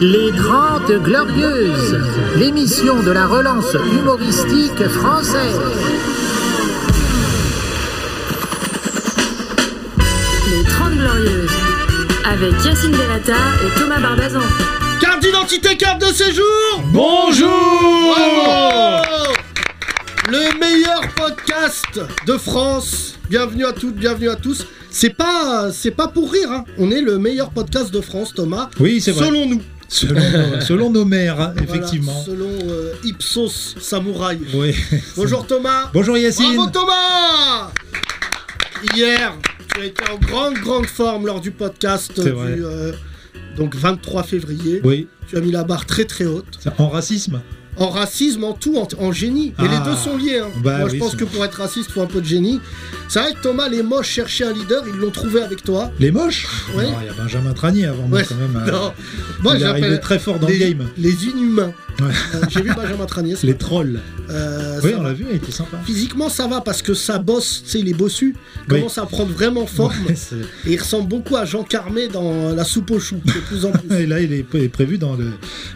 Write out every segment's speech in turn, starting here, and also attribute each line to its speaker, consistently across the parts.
Speaker 1: Les 30 Glorieuses, l'émission de la relance humoristique française.
Speaker 2: Les 30 Glorieuses, avec Yacine Delata et Thomas Barbazan.
Speaker 3: Carte d'identité, carte de séjour
Speaker 4: Bonjour
Speaker 3: Bravo Le meilleur podcast de France Bienvenue à toutes, bienvenue à tous C'est pas, c'est pas pour rire, hein. on est le meilleur podcast de France, Thomas,
Speaker 4: Oui, c'est vrai.
Speaker 3: selon nous.
Speaker 4: Selon, nos- selon nos mères, effectivement.
Speaker 3: Voilà, selon euh, Ipsos Samouraï.
Speaker 4: Oui.
Speaker 3: Bonjour Thomas
Speaker 4: Bonjour Yacine.
Speaker 3: Bravo Thomas Hier, tu as été en grande, grande forme lors du podcast
Speaker 4: C'est
Speaker 3: du
Speaker 4: vrai.
Speaker 3: euh, donc 23 février.
Speaker 4: oui,
Speaker 3: Tu as mis la barre très très haute.
Speaker 4: c'est en racisme.
Speaker 3: En racisme, en tout, en, en génie. Et
Speaker 4: Ah.
Speaker 3: les deux sont liés. hein.
Speaker 4: Bah
Speaker 3: Moi, je
Speaker 4: oui,
Speaker 3: pense
Speaker 4: c'est-
Speaker 3: que pour être raciste, il faut un peu de génie. C'est vrai que Thomas, les moches cherchaient un leader, ils l'ont trouvé avec toi.
Speaker 4: Les moches
Speaker 3: Ouais.
Speaker 4: Non, Il y a Benjamin Tranier avant moi
Speaker 3: Ouais.
Speaker 4: quand même. euh,
Speaker 3: Non, moi
Speaker 4: il est arrivé
Speaker 3: j'appelle
Speaker 4: très fort dans
Speaker 3: les,
Speaker 4: le game.
Speaker 3: les inhumains.
Speaker 4: Ouais.
Speaker 3: Euh, J'ai vu Benjamin Tranier. c'est
Speaker 4: Les
Speaker 3: pas-
Speaker 4: trolls.
Speaker 3: Euh,
Speaker 4: Oui,
Speaker 3: ça
Speaker 4: on
Speaker 3: va.
Speaker 4: l'a vu, il était sympa.
Speaker 3: Physiquement, ça va parce que sa bosse, tu sais, il est bossu, commence à prendre vraiment forme.
Speaker 4: Ouais, c'est-
Speaker 3: Et il ressemble beaucoup à Jean Carmé dans La soupe aux choux, de plus en plus.
Speaker 4: Et là, il est pré- prévu dans le,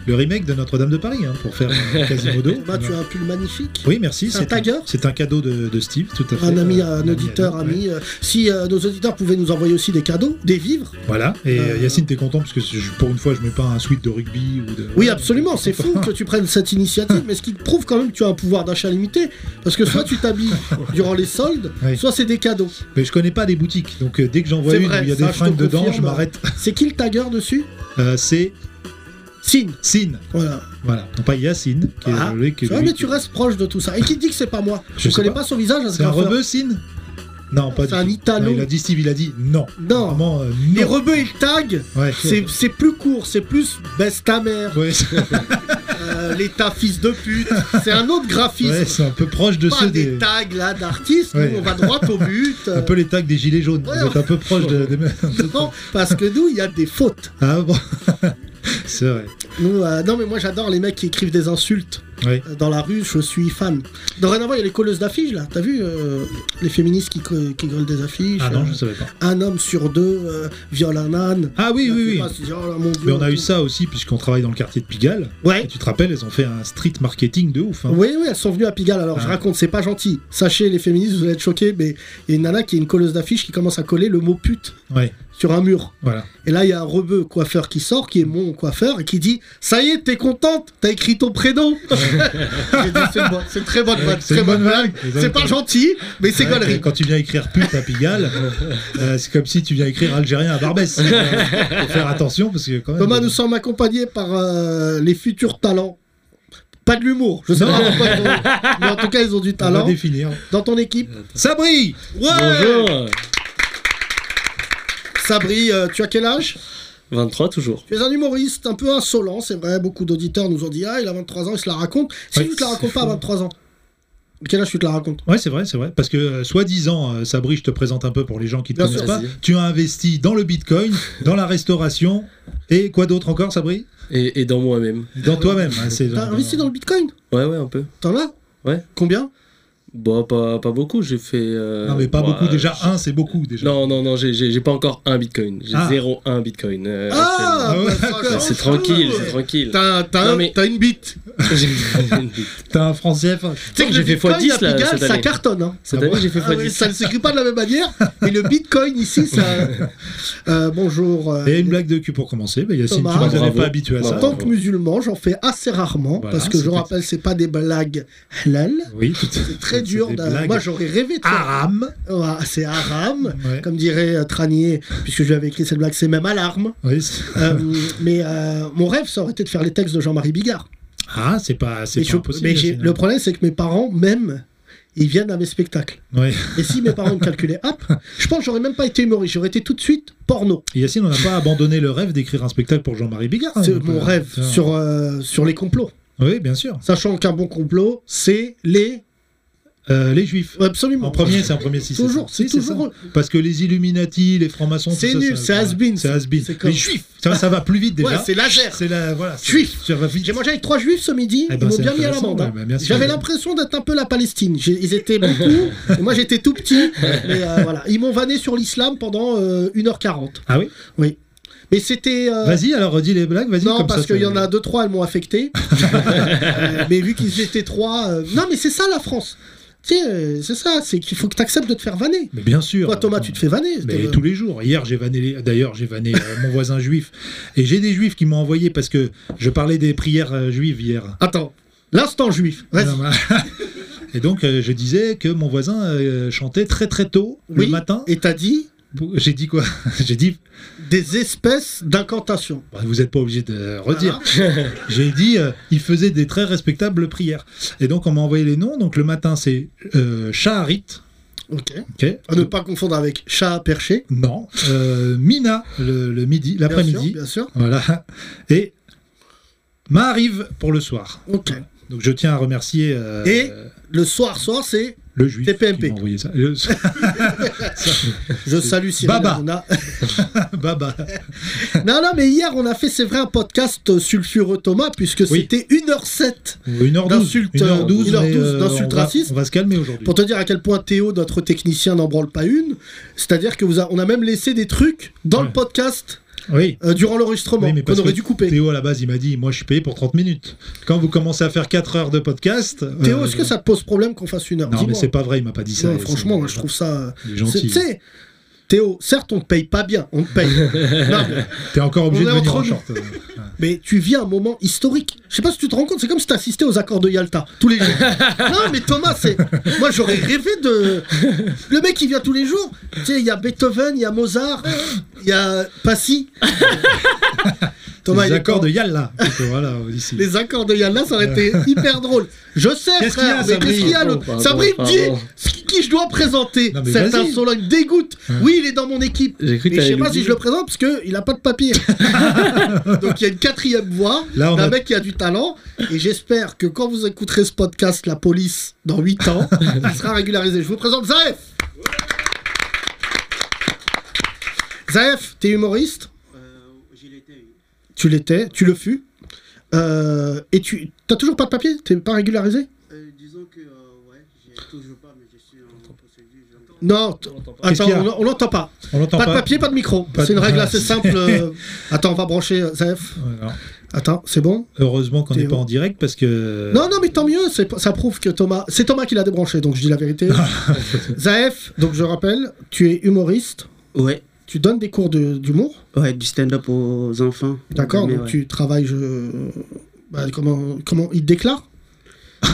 Speaker 4: le remake de Notre-Dame de Paris hein, pour faire un Quasimodo.
Speaker 3: Thomas, Eh Bah, ben, tu as un pull magnifique.
Speaker 4: Oui, merci.
Speaker 3: C'est un tagueur
Speaker 4: C'est un cadeau de, de Steve, tout à fait.
Speaker 3: Un ami,
Speaker 4: Euh,
Speaker 3: un auditeur,
Speaker 4: ouais.
Speaker 3: ami. Euh, Si euh, nos auditeurs pouvaient nous envoyer aussi des cadeaux, des vivres.
Speaker 4: Voilà. Et
Speaker 3: Euh,
Speaker 4: euh, Yacine, t'es content parce que je- pour une fois, je mets pas un suite de rugby ou de.
Speaker 3: Oui, absolument, c'est fou que tu prennes cette initiative, mais ce qui prouve quand même que tu as un pouvoir d'achat limité. Parce que soit tu t'habilles durant les soldes,
Speaker 4: Oui.
Speaker 3: soit c'est des cadeaux.
Speaker 4: Mais je connais pas des boutiques, donc euh, dès que j'en vois
Speaker 3: C'est
Speaker 4: une
Speaker 3: vrai,
Speaker 4: où il y a
Speaker 3: ça, je
Speaker 4: des
Speaker 3: te
Speaker 4: fringues dedans, je
Speaker 3: confirme.
Speaker 4: m'arrête.
Speaker 3: C'est qui le tagueur dessus
Speaker 4: Euh, c'est
Speaker 3: Signe.
Speaker 4: Sin,
Speaker 3: Voilà.
Speaker 4: voilà. Non pas Yacine, qui est
Speaker 3: Ah.
Speaker 4: le que
Speaker 3: Tu vois,
Speaker 4: lui
Speaker 3: mais
Speaker 4: qui-
Speaker 3: tu restes proche de tout ça. Et qui te dit que c'est pas moi
Speaker 4: Je
Speaker 3: Je
Speaker 4: sais
Speaker 3: connais pas.
Speaker 4: pas.
Speaker 3: son visage à ce
Speaker 4: C'est un
Speaker 3: graffeur.
Speaker 4: rebeu, Sin Non, pas
Speaker 3: C'est
Speaker 4: du
Speaker 3: un
Speaker 4: tout.
Speaker 3: Italo.
Speaker 4: Non, il a dit Steve, il a dit non.
Speaker 3: Non.
Speaker 4: Vraiment, euh,
Speaker 3: Les
Speaker 4: non.
Speaker 3: rebeux, ils taguent.
Speaker 4: Ouais.
Speaker 3: C'est c'est plus court, c'est plus baisse ta mère.
Speaker 4: Ouais, c'est
Speaker 3: Euh, l'état fils de pute. C'est un autre graphisme.
Speaker 4: ouais, c'est un peu proche de
Speaker 3: pas
Speaker 4: ceux
Speaker 3: des
Speaker 4: des.
Speaker 3: tags là d'artistes, nous,
Speaker 4: Ouais.
Speaker 3: on va droit au but. euh,
Speaker 4: Un peu les tags des gilets jaunes.
Speaker 3: Ouais,
Speaker 4: Vous êtes un peu proche de. de-
Speaker 3: non, parce que nous, il y a des fautes.
Speaker 4: Ah bon C'est vrai.
Speaker 3: Nous, euh, non, mais moi, j'adore les mecs qui écrivent des insultes
Speaker 4: Oui.
Speaker 3: euh, dans la rue. Je suis fan. Dorénavant, il y a les colleuses d'affiches là. T'as vu euh, les féministes qui, co- qui collent des affiches
Speaker 4: Ah non,
Speaker 3: euh,
Speaker 4: je ne savais pas.
Speaker 3: Un homme sur deux euh, viole un âne.
Speaker 4: Ah oui,
Speaker 3: Ça fait
Speaker 4: oui, oui.
Speaker 3: pas ce genre, oh là, mon Dieu,
Speaker 4: Mais on a
Speaker 3: tout.
Speaker 4: eu ça aussi, puisqu'on travaille dans le quartier de Pigalle. Et
Speaker 3: Ouais.
Speaker 4: tu te rappelles, elles ont fait un street marketing de ouf. hein.
Speaker 3: Oui, oui, elles sont venues à Pigalle. Alors, je
Speaker 4: Ah.
Speaker 3: raconte, c'est pas gentil. Sachez, les féministes, vous allez être choqués, mais il y a une nana qui est une colleuse d'affiches qui commence à coller le mot pute
Speaker 4: Ouais,
Speaker 3: sur un mur.
Speaker 4: voilà.
Speaker 3: Et là, il y a un rebeu coiffeur qui sort, qui est mon coiffeur, et qui dit Ça y est, t'es contente T'as écrit ton prénom J'ai dit, C'est bon, c'est une très bonne blague.
Speaker 4: C'est
Speaker 3: très
Speaker 4: une
Speaker 3: bonne
Speaker 4: bonne
Speaker 3: blague.
Speaker 4: blague.
Speaker 3: C'est pas gentil, mais c'est
Speaker 4: Ouais,
Speaker 3: galerie.
Speaker 4: Quand tu viens écrire pute à Pigalle, euh, c'est comme si tu viens écrire algérien à Barbès. Euh, faut faire attention parce que quand même.
Speaker 3: Thomas, nous sommes accompagnés par euh, les futurs talents. Pas de l'humour, je sais
Speaker 4: Non.
Speaker 3: pas pourquoi ils ont- Mais en tout cas, ils ont du
Speaker 4: on va
Speaker 3: talent.
Speaker 4: définir.
Speaker 3: Dans ton équipe
Speaker 4: Sabri
Speaker 3: Ouais
Speaker 5: Bonjour
Speaker 3: Sabri, euh, tu as quel âge
Speaker 5: 23 toujours.
Speaker 3: Tu es un humoriste un peu insolent, c'est vrai. Beaucoup d'auditeurs nous ont dit Ah, il a 23 ans, il se la raconte. Si
Speaker 4: Ouais,
Speaker 3: tu te la
Speaker 4: c'est
Speaker 3: racontes pas à
Speaker 4: faux.
Speaker 3: 23 ans, quel âge tu te la racontes
Speaker 4: Ouais, c'est vrai, c'est vrai. Parce que, euh, soi-disant, euh, Sabri, je te présente un peu pour les gens qui ne te
Speaker 3: Bien
Speaker 4: connaissent
Speaker 3: sûr.
Speaker 4: pas.
Speaker 5: Vas-y.
Speaker 4: Tu as investi dans le bitcoin, dans la restauration et quoi d'autre encore, Sabri
Speaker 5: Et, et dans moi-même.
Speaker 4: Dans toi-même. hein, c'est
Speaker 3: T'as
Speaker 4: genre-
Speaker 3: investi dans le bitcoin
Speaker 5: Ouais, ouais, un peu.
Speaker 3: T'en as
Speaker 5: Ouais.
Speaker 3: Combien
Speaker 5: Bon, pas, pas beaucoup, j'ai fait. euh,
Speaker 4: Non, mais pas
Speaker 5: bon,
Speaker 4: beaucoup.
Speaker 5: euh,
Speaker 4: Déjà,
Speaker 5: j'ai-
Speaker 4: un, c'est beaucoup. déjà.
Speaker 5: Non, non, non, j'ai- j'ai j'ai pas encore un bitcoin. J'ai
Speaker 4: Ah.
Speaker 5: 0,1 bitcoin. euh,
Speaker 3: Ah,
Speaker 4: Ah ouais,
Speaker 3: bah, ça
Speaker 4: d'accord.
Speaker 5: actuellement.
Speaker 3: change
Speaker 5: C'est
Speaker 3: tout.
Speaker 5: tranquille, c'est tranquille.
Speaker 3: T'as t'as
Speaker 5: Non,
Speaker 3: un-
Speaker 5: mais-
Speaker 3: t'as Ah une bite. Tu
Speaker 5: J'ai- Tu
Speaker 4: T'as un franc CFA.
Speaker 5: sais que j'ai fait
Speaker 3: Bitcoin,
Speaker 5: x10
Speaker 3: à
Speaker 5: là
Speaker 3: Pigalle,
Speaker 5: cette
Speaker 3: ça
Speaker 5: année.
Speaker 3: cartonne. hein.
Speaker 5: Cette
Speaker 4: Ah
Speaker 5: année,
Speaker 4: bon
Speaker 5: j'ai fait
Speaker 3: Ah ouais,
Speaker 5: x10.
Speaker 3: ça ne s'écrit pas de la même manière, mais le bitcoin ici, ça. Euh, bonjour. euh,
Speaker 4: Et une blague de cul pour commencer. Bah, Yacine,
Speaker 3: Thomas.
Speaker 4: tu ne t'avais
Speaker 5: Bravo.
Speaker 4: pas habitué à
Speaker 3: En
Speaker 4: ça.
Speaker 5: Ah,
Speaker 3: tant que musulman, j'en fais assez rarement,
Speaker 4: Voilà,
Speaker 3: parce que je
Speaker 4: c'est-
Speaker 3: rappelle, c'est pas des blagues halal.
Speaker 4: Oui, tout à fait.
Speaker 3: C'est très dur.
Speaker 4: des
Speaker 3: d'a-
Speaker 4: blagues
Speaker 3: Moi, j'aurais rêvé de faire-
Speaker 4: Aram.
Speaker 3: Ouais, c'est haram,
Speaker 4: Ouais.
Speaker 3: comme dirait euh, Tranier, puisque je lui avais écrit cette blague, c'est même alarme.
Speaker 4: Oui, c'est-
Speaker 3: Euh, mais euh, mon rêve, ça aurait été de faire les textes de Jean-Marie Bigard.
Speaker 4: Ah, c'est pas, c'est
Speaker 3: Mais
Speaker 4: pas
Speaker 3: je-
Speaker 4: impossible.
Speaker 3: mais j'ai-
Speaker 4: Yacine.
Speaker 3: le problème, c'est que mes parents, même, ils viennent à mes spectacles.
Speaker 4: Ouais.
Speaker 3: Et si mes parents me calculaient, hop, je pense que j'aurais même pas été humoriste, j'aurais été tout de suite porno.
Speaker 4: Et Yacine, on n'a pas abandonné le rêve d'écrire un spectacle pour Jean-Marie Bigard. hein,
Speaker 3: C'est
Speaker 4: donc,
Speaker 3: mon
Speaker 4: euh,
Speaker 3: rêve
Speaker 4: tiens.
Speaker 3: sur, euh, sur les complots.
Speaker 4: Oui, bien sûr.
Speaker 3: Sachant qu'un bon complot, c'est les.
Speaker 4: Euh, les Juifs.
Speaker 3: Absolument.
Speaker 4: En premier, c'est un premier si c'est
Speaker 3: Toujours,
Speaker 4: ça.
Speaker 3: c'est
Speaker 4: Si, c'est
Speaker 3: toujours-
Speaker 4: ça. Parce que les Illuminati, les francs-maçons, tout
Speaker 3: C'est
Speaker 4: ça,
Speaker 3: nul,
Speaker 4: ça-
Speaker 3: c'est has-been.
Speaker 4: C'est has-been.
Speaker 3: C'est comme-
Speaker 4: Les Juifs, ça, ça va plus vite déjà.
Speaker 3: Ouais, c'est laser.
Speaker 4: C'est la voilà. c'est-
Speaker 3: Juif.
Speaker 4: Ça va vite.
Speaker 3: J'ai mangé avec trois juifs ce midi,
Speaker 4: Eh
Speaker 3: ils
Speaker 4: ben,
Speaker 3: m'ont
Speaker 4: c'est
Speaker 3: bien mis à l'amende.
Speaker 4: intéressant,
Speaker 3: hein.
Speaker 4: ouais, bah, bien sûr.
Speaker 3: J'avais l'impression d'être un peu la Palestine. J'ai- Ils étaient beaucoup, et moi j'étais tout petit, mais euh, voilà. Ils m'ont vanné sur l'islam pendant euh, 1h40.
Speaker 4: Ah oui.
Speaker 3: Oui. Mais c'était. euh,
Speaker 4: Vas-y, alors redis les blagues, vas-y.
Speaker 3: Non,
Speaker 4: comme
Speaker 3: parce
Speaker 4: ça,
Speaker 3: qu'il y
Speaker 4: tu-
Speaker 3: en a deux, trois, elles m'ont affecté. Euh, mais vu qu'ils étaient trois. euh, Non, mais c'est ça la France. Tu sais, euh, c'est ça, c'est qu'il faut que tu acceptes de te faire vanner.
Speaker 4: Mais bien sûr.
Speaker 3: Toi, Thomas, tu te fais vanner.
Speaker 4: Mais
Speaker 3: Thomas.
Speaker 4: tous les jours. Hier, j'ai vanné, les- d'ailleurs, j'ai vanné euh, mon voisin juif. Et j'ai des juifs qui m'ont envoyé parce que je parlais des prières euh, juives hier.
Speaker 3: Attends, l'instant juif. Vas-y.
Speaker 4: Non, mais- Et donc, euh, je disais que mon voisin euh, chantait très très tôt
Speaker 3: Oui.
Speaker 4: le matin.
Speaker 3: Et t'as dit
Speaker 4: J'ai dit quoi J'ai dit,
Speaker 3: des espèces d'incantations.
Speaker 4: bah, vous n'êtes pas obligé de redire.
Speaker 3: Ah
Speaker 4: J'ai dit, euh, il faisait des très respectables prières. Et donc, on m'a envoyé les noms. Donc, le matin, c'est euh, Shaharit.
Speaker 3: Ok.
Speaker 4: ok
Speaker 3: À ne pas confondre avec chat perché.
Speaker 4: Non. Euh, Mina, le, le midi,
Speaker 3: Bien sûr,
Speaker 4: l'après-midi.
Speaker 3: Bien sûr.
Speaker 4: Voilà. Et m'arrive pour le soir.
Speaker 3: Ok.
Speaker 4: Donc je tiens à remercier euh,
Speaker 3: Et Le soir, soir, c'est
Speaker 4: le juif
Speaker 3: TPMP.
Speaker 4: qui m'a envoyé ça. Le-
Speaker 3: Je salue Cyril
Speaker 4: Baba.
Speaker 3: Hanouna.
Speaker 4: Baba.
Speaker 3: non, non, mais hier, on a fait, c'est vrai, un podcast euh, sulfureux Thomas, puisque
Speaker 4: Oui.
Speaker 3: c'était 1h07.
Speaker 4: 1h12.
Speaker 3: D'insulte,
Speaker 4: 1h12
Speaker 3: 1h12,
Speaker 4: mais, euh,
Speaker 3: d'insulte
Speaker 4: on va-
Speaker 3: raciste.
Speaker 4: On va se calmer aujourd'hui.
Speaker 3: Pour te dire à quel point Théo, notre technicien, n'en branle pas une. C'est-à-dire que vous a- on a même laissé des trucs dans le
Speaker 4: Ouais.
Speaker 3: podcast
Speaker 4: Oui.
Speaker 3: euh, durant l'enregistrement
Speaker 4: Oui, mais
Speaker 3: qu'on
Speaker 4: parce
Speaker 3: aurait
Speaker 4: que
Speaker 3: dû couper. Théo,
Speaker 4: Théo, à la base, il m'a dit Moi, je suis payé pour 30 minutes. Quand vous commencez à faire 4 heures de podcast. euh,
Speaker 3: est-ce que ça te pose problème qu'on fasse une heure
Speaker 4: Non, mais
Speaker 3: Dis-moi.
Speaker 4: c'est pas vrai, il m'a pas dit ça.
Speaker 3: Non,
Speaker 4: C'est-
Speaker 3: franchement, moi, je trouve ça.
Speaker 4: Il est
Speaker 3: c'est- Tu
Speaker 4: gentil.
Speaker 3: sais, Théo, certes, on te paye pas bien, on te paye. Non, mais-
Speaker 4: T'es encore obligé
Speaker 3: on
Speaker 4: de
Speaker 3: est
Speaker 4: venir
Speaker 3: entre
Speaker 4: en
Speaker 3: nous.
Speaker 4: short.
Speaker 3: Mais tu vis un moment historique. Je sais pas si tu te rends compte, c'est comme si t'assistais aux accords de Yalta tous les jours. non, mais Thomas, c'est. Moi, j'aurais rêvé de. Le mec, il vient tous les jours. Tu sais, il y a Beethoven, il y a Mozart, il y a Passy. Thomas,
Speaker 4: Les
Speaker 3: il est
Speaker 4: accords
Speaker 3: con.
Speaker 4: de Yalla. Donc, euh, voilà, ici.
Speaker 3: Les accords de Yalta, ça aurait été hyper drôle. Je sais,
Speaker 4: Qu'est-ce qu'il y a,
Speaker 3: frère, mais
Speaker 4: Sabri
Speaker 3: qu'est-ce qu'il y a,
Speaker 5: Pardon,
Speaker 3: l'autre
Speaker 5: Oh, pardon,
Speaker 3: Sabri, me dit
Speaker 5: pardon.
Speaker 3: ce qui- qui je dois présenter.
Speaker 4: Non, mais
Speaker 3: C'est un
Speaker 4: vas-y. Hein.
Speaker 3: Solon dégoûte. Oui, il est dans mon équipe.
Speaker 5: J'ai cru que
Speaker 3: Mais je sais
Speaker 5: t'allais
Speaker 3: pas si
Speaker 5: l'oublier.
Speaker 3: je le présente parce qu'il a pas de papier. Donc il y a une quatrième voix
Speaker 4: Là, on
Speaker 3: d'un
Speaker 4: a-
Speaker 3: mec qui a du talent. Et j'espère que quand vous écouterez ce podcast, la police, dans 8 ans, il sera régularisé. Je vous présente Zaef. Zaef, t'es humoriste
Speaker 6: Euh,
Speaker 3: Tu l'étais, tu le fus. Euh, et tu t'as toujours pas de papier T'es pas régularisé
Speaker 6: Euh, disons que, ouais, j'ai toujours pas, mais je suis en procédure.
Speaker 3: Non. t-
Speaker 4: Qu'est-ce
Speaker 3: Attends,
Speaker 4: qu'il y a
Speaker 3: on, on l'entend pas.
Speaker 4: On l'entend
Speaker 3: Pas
Speaker 4: pas.
Speaker 3: de papier, pas de micro.
Speaker 4: Pas
Speaker 3: C'est une
Speaker 4: de-
Speaker 3: règle assez simple. euh. Attends, on va brancher euh, Zaef.
Speaker 4: Ouais, non.
Speaker 3: Attends, c'est bon
Speaker 4: Heureusement qu'on n'est
Speaker 3: Théo.
Speaker 4: pas en direct parce que.
Speaker 3: Non, non, mais tant mieux, c'est pas- ça prouve que Thomas. C'est Thomas qui l'a débranché, donc je dis la vérité. Zaef, donc je rappelle, tu es humoriste,
Speaker 6: Ouais,
Speaker 3: tu donnes des cours de- d'humour,
Speaker 6: ouais, du stand-up aux enfants.
Speaker 3: d'accord
Speaker 6: Mais
Speaker 3: Donc
Speaker 6: ouais.
Speaker 3: tu travailles. Je... bah, comment, comment il te déclare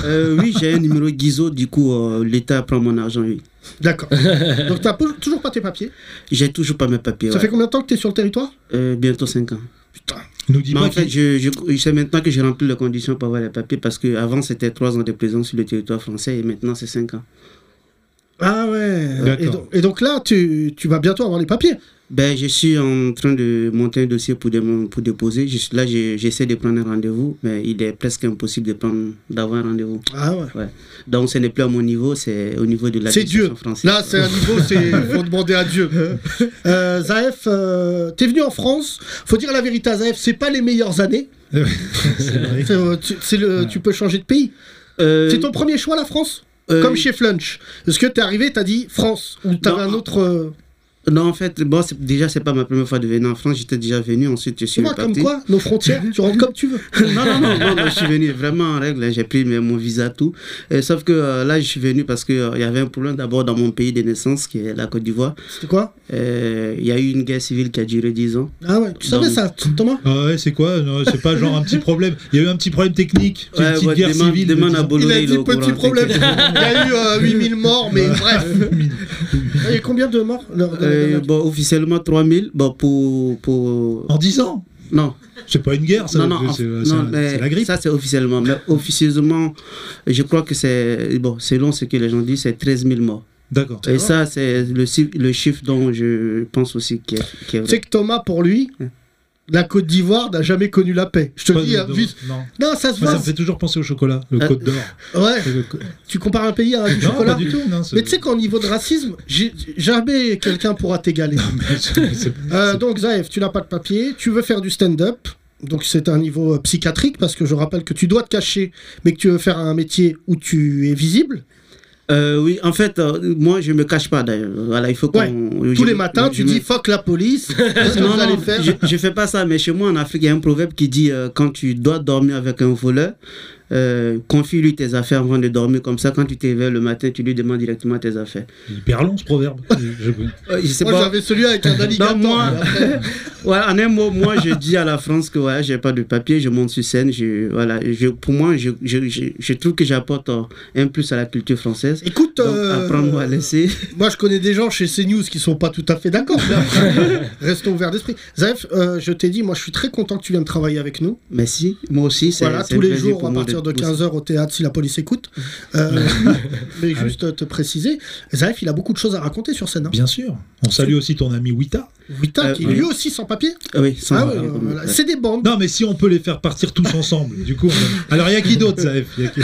Speaker 6: Euh, oui, j'ai un numéro Guizot, du coup, euh, l'État prend mon argent, oui.
Speaker 3: D'accord. donc t'as pou- toujours pas tes papiers.
Speaker 6: J'ai toujours pas mes papiers.
Speaker 3: Ça
Speaker 6: ouais.
Speaker 3: fait combien de temps que t'es sur le territoire
Speaker 6: Euh, bientôt 5 ans.
Speaker 3: Putain.
Speaker 4: Nous dis
Speaker 6: Mais
Speaker 4: pas
Speaker 6: en fait,
Speaker 4: qu'il-
Speaker 6: je, je, je sais maintenant que j'ai rempli les conditions pour avoir les papiers parce que avant c'était 3 ans de prison sur le territoire français et maintenant c'est 5 ans.
Speaker 3: Ah ouais. Et,
Speaker 4: D'accord.
Speaker 3: donc- et donc là, tu, tu vas bientôt avoir les papiers.
Speaker 6: Ben, je suis en train de monter un dossier pour, dé- pour déposer. Je suis- là, je- j'essaie de prendre un rendez-vous, mais il est presque impossible de prendre d'avoir un rendez-vous.
Speaker 3: Ah ouais.
Speaker 6: Donc, ce n'est plus à mon niveau, c'est au niveau de la
Speaker 3: C'est Dieu.
Speaker 6: française.
Speaker 3: Là, c'est un niveau, c'est faut demander à Dieu. Euh, Zaef, euh, t'es venu en France. Faut dire la vérité à Zaef, c'est pas les meilleures années.
Speaker 4: Eh C'est vrai.
Speaker 3: C'est, euh, tu, c'est le, tu peux changer de pays.
Speaker 6: Euh,
Speaker 3: C'est ton premier choix, la France
Speaker 6: euh,
Speaker 3: Comme chez Flunch. Est-ce que t'es arrivé, t'as dit France Ou t'avais un
Speaker 6: Non.
Speaker 3: autre. euh,
Speaker 6: Non, en fait, bon, c'est- déjà, c'est pas ma première fois de venir en France. J'étais déjà venu, ensuite, je
Speaker 3: Tu
Speaker 6: suis
Speaker 3: vois, comme
Speaker 6: reparti.
Speaker 3: quoi, nos frontières, tu rentres comme tu veux.
Speaker 6: non, non, non, non, non, je suis venu vraiment en règle. J'ai pris mes- mon visa, tout. Euh, sauf que euh, là, je suis venu parce qu'il il y avait un problème d'abord dans mon pays de naissance, qui est la Côte d'Ivoire.
Speaker 3: C'était quoi
Speaker 6: Euh, Il y a eu une guerre civile qui a duré 10 ans.
Speaker 3: Ah ouais, tu savais
Speaker 6: Non.
Speaker 3: ça, Thomas
Speaker 4: Ah ouais, c'est quoi Non, C'est pas genre un petit problème. Il y a eu un petit problème technique, c'est une
Speaker 6: Ouais,
Speaker 4: petite
Speaker 6: ouais,
Speaker 4: guerre
Speaker 6: demande-
Speaker 4: civile. de
Speaker 6: demande
Speaker 4: dix
Speaker 6: à
Speaker 4: ans.
Speaker 6: Bolloré,
Speaker 3: Il a dit
Speaker 6: est au
Speaker 3: petit
Speaker 6: courant,
Speaker 3: problème. Il
Speaker 6: t'inquiète.
Speaker 3: y a eu euh, 8000 morts, mais bref. Il y a eu combien de morts lors de-
Speaker 6: Euh, bon, officiellement 3000. Bon, pour. pour...
Speaker 4: En 10 ans
Speaker 6: Non,
Speaker 4: C'est pas une
Speaker 3: Ah,
Speaker 4: guerre, ça.
Speaker 6: non, non,
Speaker 4: c'est-
Speaker 6: non,
Speaker 3: euh,
Speaker 4: c'est- c'est
Speaker 6: mais
Speaker 4: c'est la grippe.
Speaker 6: Ça, c'est officiellement. Mais officieusement, je crois que c'est. Bon, selon ce que les gens disent, c'est 13 000 morts.
Speaker 4: D'accord.
Speaker 6: Et ça, c'est le, chi- le chiffre dont je pense aussi qui est, qui
Speaker 3: Tu
Speaker 6: est vrai.
Speaker 3: sais que Thomas, pour lui, la Côte d'Ivoire n'a jamais connu la paix. Je te
Speaker 4: Pas
Speaker 3: dis,
Speaker 4: de-
Speaker 3: hein,
Speaker 4: de-
Speaker 3: vite.
Speaker 4: Non.
Speaker 3: Non, ça se
Speaker 4: Moi,
Speaker 3: voit.
Speaker 4: ça me fait toujours penser au chocolat, le
Speaker 6: Ah.
Speaker 4: Côte d'Or.
Speaker 3: Ouais,
Speaker 4: Le co-
Speaker 3: tu compares un pays à un
Speaker 4: Non,
Speaker 3: chocolat.
Speaker 4: pas du tout. Non, c'est-
Speaker 3: Mais tu sais qu'en niveau de racisme, j'ai- jamais quelqu'un pourra t'égaler.
Speaker 4: c'est- c'est-
Speaker 3: Euh, donc Zaev, tu n'as pas de papier, tu veux faire du stand-up. Donc c'est un niveau euh, psychiatrique parce que je rappelle que tu dois te cacher, mais que tu veux faire un métier où tu es visible.
Speaker 6: Euh, oui, en fait, euh, moi, je me cache pas d'ailleurs. Voilà, il faut qu'on.
Speaker 3: Ouais.
Speaker 6: je-
Speaker 3: Tous les matins,
Speaker 6: je
Speaker 3: tu
Speaker 6: me-
Speaker 3: dis fuck la police. Qu'est-ce que
Speaker 6: Non,
Speaker 3: vous allez
Speaker 6: non,
Speaker 3: faire
Speaker 6: je, je fais pas ça, mais chez moi en Afrique, il y a un proverbe qui dit euh, quand tu dois dormir avec un voleur, euh, confie-lui tes affaires avant de dormir. Comme ça, quand tu t'éveilles le matin, tu lui demandes directement tes affaires.
Speaker 4: Hyper long ce proverbe. Je- je-
Speaker 6: Euh, je sais
Speaker 3: Moi,
Speaker 6: pas.
Speaker 3: j'avais celui avec un alligator.
Speaker 6: Non, moi-
Speaker 3: mais après-
Speaker 6: Ouais, en un mot, moi, je dis à la France que voilà, j'ai pas de papier, je monte sur scène. Je, voilà, je, pour moi, je, je, je, je trouve que j'apporte euh, un plus à la culture française.
Speaker 3: Écoute,
Speaker 6: Donc,
Speaker 3: euh,
Speaker 6: apprendre à laisser.
Speaker 3: moi je connais des gens chez CNews qui sont pas tout à fait d'accord. mais après, Restons ouverts d'esprit. Zaef, euh, je t'ai dit, moi je suis très content que tu viennes travailler avec nous.
Speaker 6: Mais si, moi aussi, c'est
Speaker 3: Voilà,
Speaker 6: c'est
Speaker 3: tous
Speaker 6: un
Speaker 3: les
Speaker 6: plaisir
Speaker 3: jours
Speaker 6: pour
Speaker 3: à
Speaker 6: moi
Speaker 3: partir de
Speaker 6: d'être- Ah
Speaker 3: 15h au théâtre si la police écoute. Euh, mais juste te préciser, Zaef, il a beaucoup de choses à raconter sur scène. hein.
Speaker 4: Bien sûr. On salue aussi ton ami Wita.
Speaker 3: Putain,
Speaker 6: Euh,
Speaker 3: qui
Speaker 6: oui.
Speaker 3: lui aussi sans papier.
Speaker 6: Oui, sans
Speaker 3: Ah
Speaker 6: voilà,
Speaker 3: ouais,
Speaker 6: comme-
Speaker 3: voilà.
Speaker 6: ouais.
Speaker 3: C'est des bandes.
Speaker 4: Non, mais si on peut les faire partir tous ensemble, du coup. on- Alors, il y a qui d'autre, Zaef Il y a qui-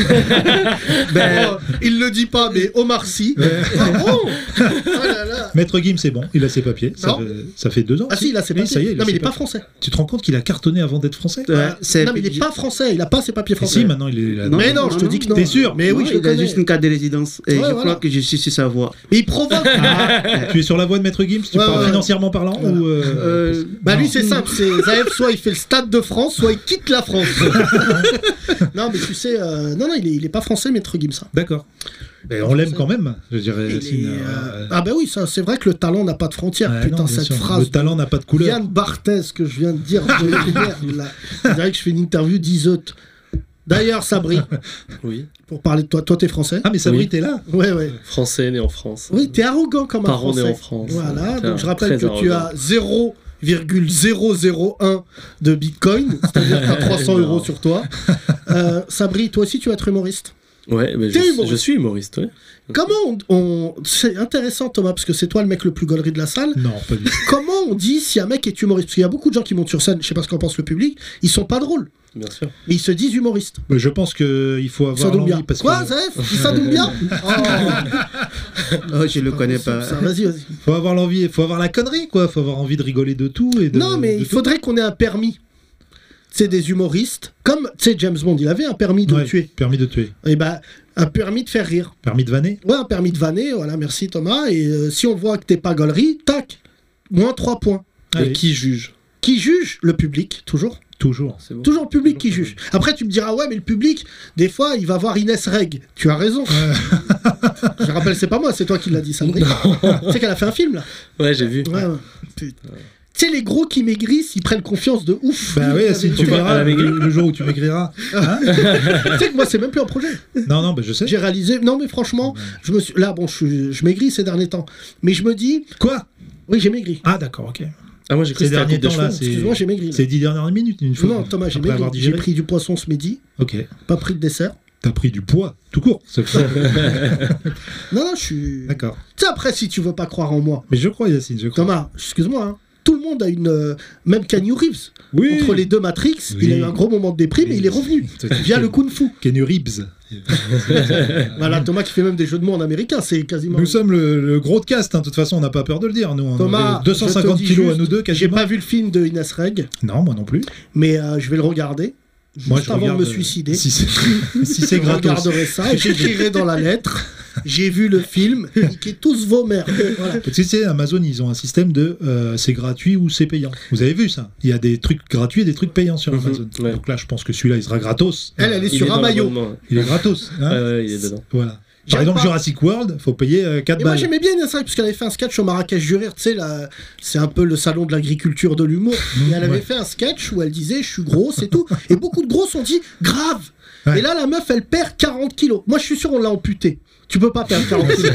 Speaker 3: Oh, il le dit pas, mais Omar Sy. Ah, oh Ah là là.
Speaker 4: Maître Gim, c'est bon, il a ses papiers. Ça
Speaker 3: Non.
Speaker 4: fait, ça fait deux ans.
Speaker 3: Ah si, il a ses
Speaker 4: Oui,
Speaker 3: papiers.
Speaker 4: ça y est, il a
Speaker 3: non, mais
Speaker 4: ses
Speaker 3: il est pas
Speaker 4: papiers.
Speaker 3: français.
Speaker 4: Tu te rends compte qu'il a cartonné avant d'être français
Speaker 6: Ouais, c'est-
Speaker 3: ah, non, mais il est pas français. Il a pas ses papiers
Speaker 4: Et
Speaker 3: français.
Speaker 4: Si, maintenant, il est là.
Speaker 6: Non.
Speaker 3: Mais non, je te
Speaker 6: non,
Speaker 3: dis
Speaker 6: non.
Speaker 3: que non.
Speaker 4: T'es sûr
Speaker 3: Mais oui,
Speaker 6: Non,
Speaker 3: je le
Speaker 6: il a
Speaker 3: connais.
Speaker 6: juste une carte de résidence et
Speaker 3: Ouais,
Speaker 6: je
Speaker 3: voilà.
Speaker 6: crois que je suis sur sa voie.
Speaker 3: Mais il provoque.
Speaker 4: Tu es sur la voie de Maître Gims Tu
Speaker 3: Ouais,
Speaker 4: parles
Speaker 3: ouais.
Speaker 4: financièrement parlant ou euh,
Speaker 6: Euh,
Speaker 3: Bah lui
Speaker 4: Non.
Speaker 3: c'est simple, c'est Zaev soit il fait le stade de France, soit il quitte la France. non mais tu sais, euh, non non il est, il est pas français Maître hein. Gimsa.
Speaker 4: D'accord. Mais on l'aime quand même, je dirais.
Speaker 3: Il est,
Speaker 4: Yacine,
Speaker 3: euh,
Speaker 4: euh,
Speaker 3: Ah bah oui ça c'est vrai que le talent n'a pas de frontières.
Speaker 4: ouais,
Speaker 3: Putain
Speaker 4: Ah, non, bien
Speaker 3: cette
Speaker 4: sûr.
Speaker 3: phrase.
Speaker 4: Le talent n'a pas de
Speaker 3: de
Speaker 4: couleur.
Speaker 3: Yann Barthès que je viens de dire de merde là. C'est vrai que je fais une interview d'isote. D'ailleurs Sabri,
Speaker 5: Oui.
Speaker 3: pour parler de toi, toi t'es français.
Speaker 4: Ah, mais Sabri,
Speaker 5: Oui.
Speaker 4: t'es là
Speaker 3: Ouais ouais.
Speaker 5: Français, né en France.
Speaker 3: Oui t'es arrogant comme un
Speaker 5: Parents nés
Speaker 3: français.
Speaker 5: en France.
Speaker 3: Voilà,
Speaker 5: Putain,
Speaker 3: donc je rappelle que
Speaker 5: très
Speaker 3: tu
Speaker 5: arrogant.
Speaker 3: as 0,001 de bitcoin, c'est-à-dire que tu as 300 euros
Speaker 5: Non.
Speaker 3: sur toi. Euh, Sabri, toi aussi tu vas être humoriste.
Speaker 5: Ouais, mais
Speaker 3: T'es
Speaker 5: je,
Speaker 3: humoriste.
Speaker 5: je suis humoriste, ouais.
Speaker 3: Comment on. on- C'est intéressant Thomas, parce que c'est toi le mec le plus gaulerie de la salle.
Speaker 4: Non, pas du tout.
Speaker 3: Comment on dit si un mec est humoriste Parce qu'il y a beaucoup de gens qui montent sur scène, je sais pas ce qu'en pense le public, ils sont pas drôles,
Speaker 5: Bien sûr.
Speaker 3: mais ils se disent humoristes.
Speaker 4: Mais Je pense qu'il faut
Speaker 3: Issa
Speaker 4: avoir
Speaker 3: Doumbia.
Speaker 4: l'envie. Parce
Speaker 3: Quoi,
Speaker 4: que...
Speaker 3: Zaef Issa Doumbia Oh,
Speaker 6: oh, je
Speaker 3: Ah,
Speaker 6: le connais pas.
Speaker 3: ça, Vas-y, vas-y.
Speaker 4: faut avoir l'envie, faut avoir la connerie, quoi. Faut avoir envie de rigoler de tout et de.
Speaker 3: Non, mais
Speaker 4: de
Speaker 3: il
Speaker 4: tout.
Speaker 3: faudrait qu'on ait un permis. C'est des humoristes. Comme, tu sais, James Bond, il avait un permis de
Speaker 4: Ouais,
Speaker 3: tuer.
Speaker 4: Permis de tuer.
Speaker 3: Et bah, un permis de faire rire.
Speaker 4: Permis de vanner.
Speaker 3: Ouais, un permis de vanner, voilà, merci Thomas. Et euh, si on voit que t'es pas gaulerie, tac, moins 3 points.
Speaker 5: Et
Speaker 4: Allez,
Speaker 5: qui juge
Speaker 3: Qui juge Le public, toujours.
Speaker 4: Toujours.
Speaker 5: C'est bon.
Speaker 3: Toujours le public qui juge. Après, tu me diras, ouais, mais le public, des fois, il va voir Inès Reg. Tu as raison. Je rappelle, c'est pas moi, c'est toi qui l'as dit, Sabri. tu sais qu'elle a fait un film, là.
Speaker 5: Ouais, j'ai vu.
Speaker 3: Ouais, ouais. Ah, Tu sais, les gros qui maigrissent, ils prennent confiance de ouf.
Speaker 4: Bah oui, si tu
Speaker 5: Pourquoi elle
Speaker 4: verras
Speaker 5: a
Speaker 4: le,
Speaker 5: maigri
Speaker 4: le jour où tu maigriras. Hein
Speaker 3: Tu sais que moi, c'est même plus un projet.
Speaker 4: non, non, bah, je sais.
Speaker 3: J'ai réalisé. Non, mais franchement, je me suis. Là, bon, je, suis- je maigris ces derniers temps. Mais je me dis,
Speaker 4: Quoi
Speaker 3: oui, j'ai maigri.
Speaker 4: Ah, d'accord, ok.
Speaker 5: Ah, moi j'ai cru
Speaker 4: Ces
Speaker 5: que c'était un
Speaker 4: derniers
Speaker 5: coupe de
Speaker 4: temps-là,
Speaker 5: cheveux.
Speaker 4: c'est.
Speaker 3: Excuse-moi, j'ai maigri. là.
Speaker 4: C'est dix dernières minutes, une fois.
Speaker 3: Non, Thomas, j'ai
Speaker 4: après
Speaker 3: maigri.
Speaker 4: avoir
Speaker 3: J'ai
Speaker 4: digéré.
Speaker 3: pris du poisson ce midi,
Speaker 4: Ok.
Speaker 3: pas pris de dessert.
Speaker 4: T'as pris du poids, tout court. ça fait-
Speaker 3: Non, non, je suis. Tu
Speaker 4: D'accord.
Speaker 3: sais, après, si tu veux pas croire en moi,
Speaker 4: Mais je crois, Yacine, je crois.
Speaker 3: Thomas, excuse-moi, hein, tout le monde a une. euh, Même Keanu Reeves,
Speaker 4: Oui.
Speaker 3: entre les deux Matrix, il a
Speaker 4: Oui.
Speaker 3: eu un gros moment de déprime et il est revenu via le Kung Fu.
Speaker 4: Kenny Reeves.
Speaker 3: Voilà, Thomas qui fait même des jeux de mots en américain, c'est quasiment.
Speaker 4: Nous sommes le, le gros de cast, hein, de toute façon, on n'a pas peur de le dire. Nous, on
Speaker 3: Thomas,
Speaker 4: a 250
Speaker 3: je te
Speaker 4: kilos
Speaker 3: dis
Speaker 4: à
Speaker 3: juste,
Speaker 4: nous deux,
Speaker 3: J'ai
Speaker 4: quasiment.
Speaker 3: pas vu le film de Inès Reg,
Speaker 4: Non, moi non plus.
Speaker 3: mais euh, je vais le regarder. Juste
Speaker 4: moi,
Speaker 3: avant
Speaker 4: regarde,
Speaker 3: de me
Speaker 4: euh,
Speaker 3: suicider.
Speaker 4: Si c'est si c'est
Speaker 3: je
Speaker 4: gratos.
Speaker 3: regarderai ça et j'écrirai dans la lettre. J'ai vu le film, niquez tous vos mères. Voilà.
Speaker 4: Parce que c'est Amazon, ils ont un système de euh, c'est gratuit ou c'est payant. Vous avez vu ça Il y a des trucs gratuits et des trucs payants sur
Speaker 5: Mhm,
Speaker 4: Amazon.
Speaker 5: ouais.
Speaker 4: Donc là, je pense que celui-là, il sera gratos.
Speaker 3: Elle, elle est
Speaker 5: Il
Speaker 3: sur
Speaker 5: est
Speaker 3: un
Speaker 5: dans
Speaker 3: maillot.
Speaker 5: l'abonnement, ouais.
Speaker 4: Il est gratos. hein
Speaker 5: Ouais, ouais, il est dedans.
Speaker 4: Voilà.
Speaker 3: J'aime
Speaker 4: Par exemple,
Speaker 3: pas.
Speaker 4: Jurassic World, faut payer euh, 4
Speaker 3: Et moi
Speaker 4: balles.
Speaker 3: j'aimais bien Inès Reg parce qu'elle avait fait un sketch au Marrakech du Rire, tu sais, là, c'est un peu le salon de l'agriculture de l'humour. Et elle avait
Speaker 4: Mmh, ouais.
Speaker 3: fait un sketch où elle disait je suis grosse et tout. Et beaucoup de grosses ont dit grave.
Speaker 4: Ouais.
Speaker 3: Et là la meuf elle perd 40 kilos. Moi je suis sûr on l'a amputée. Tu peux pas perdre 40 kilos.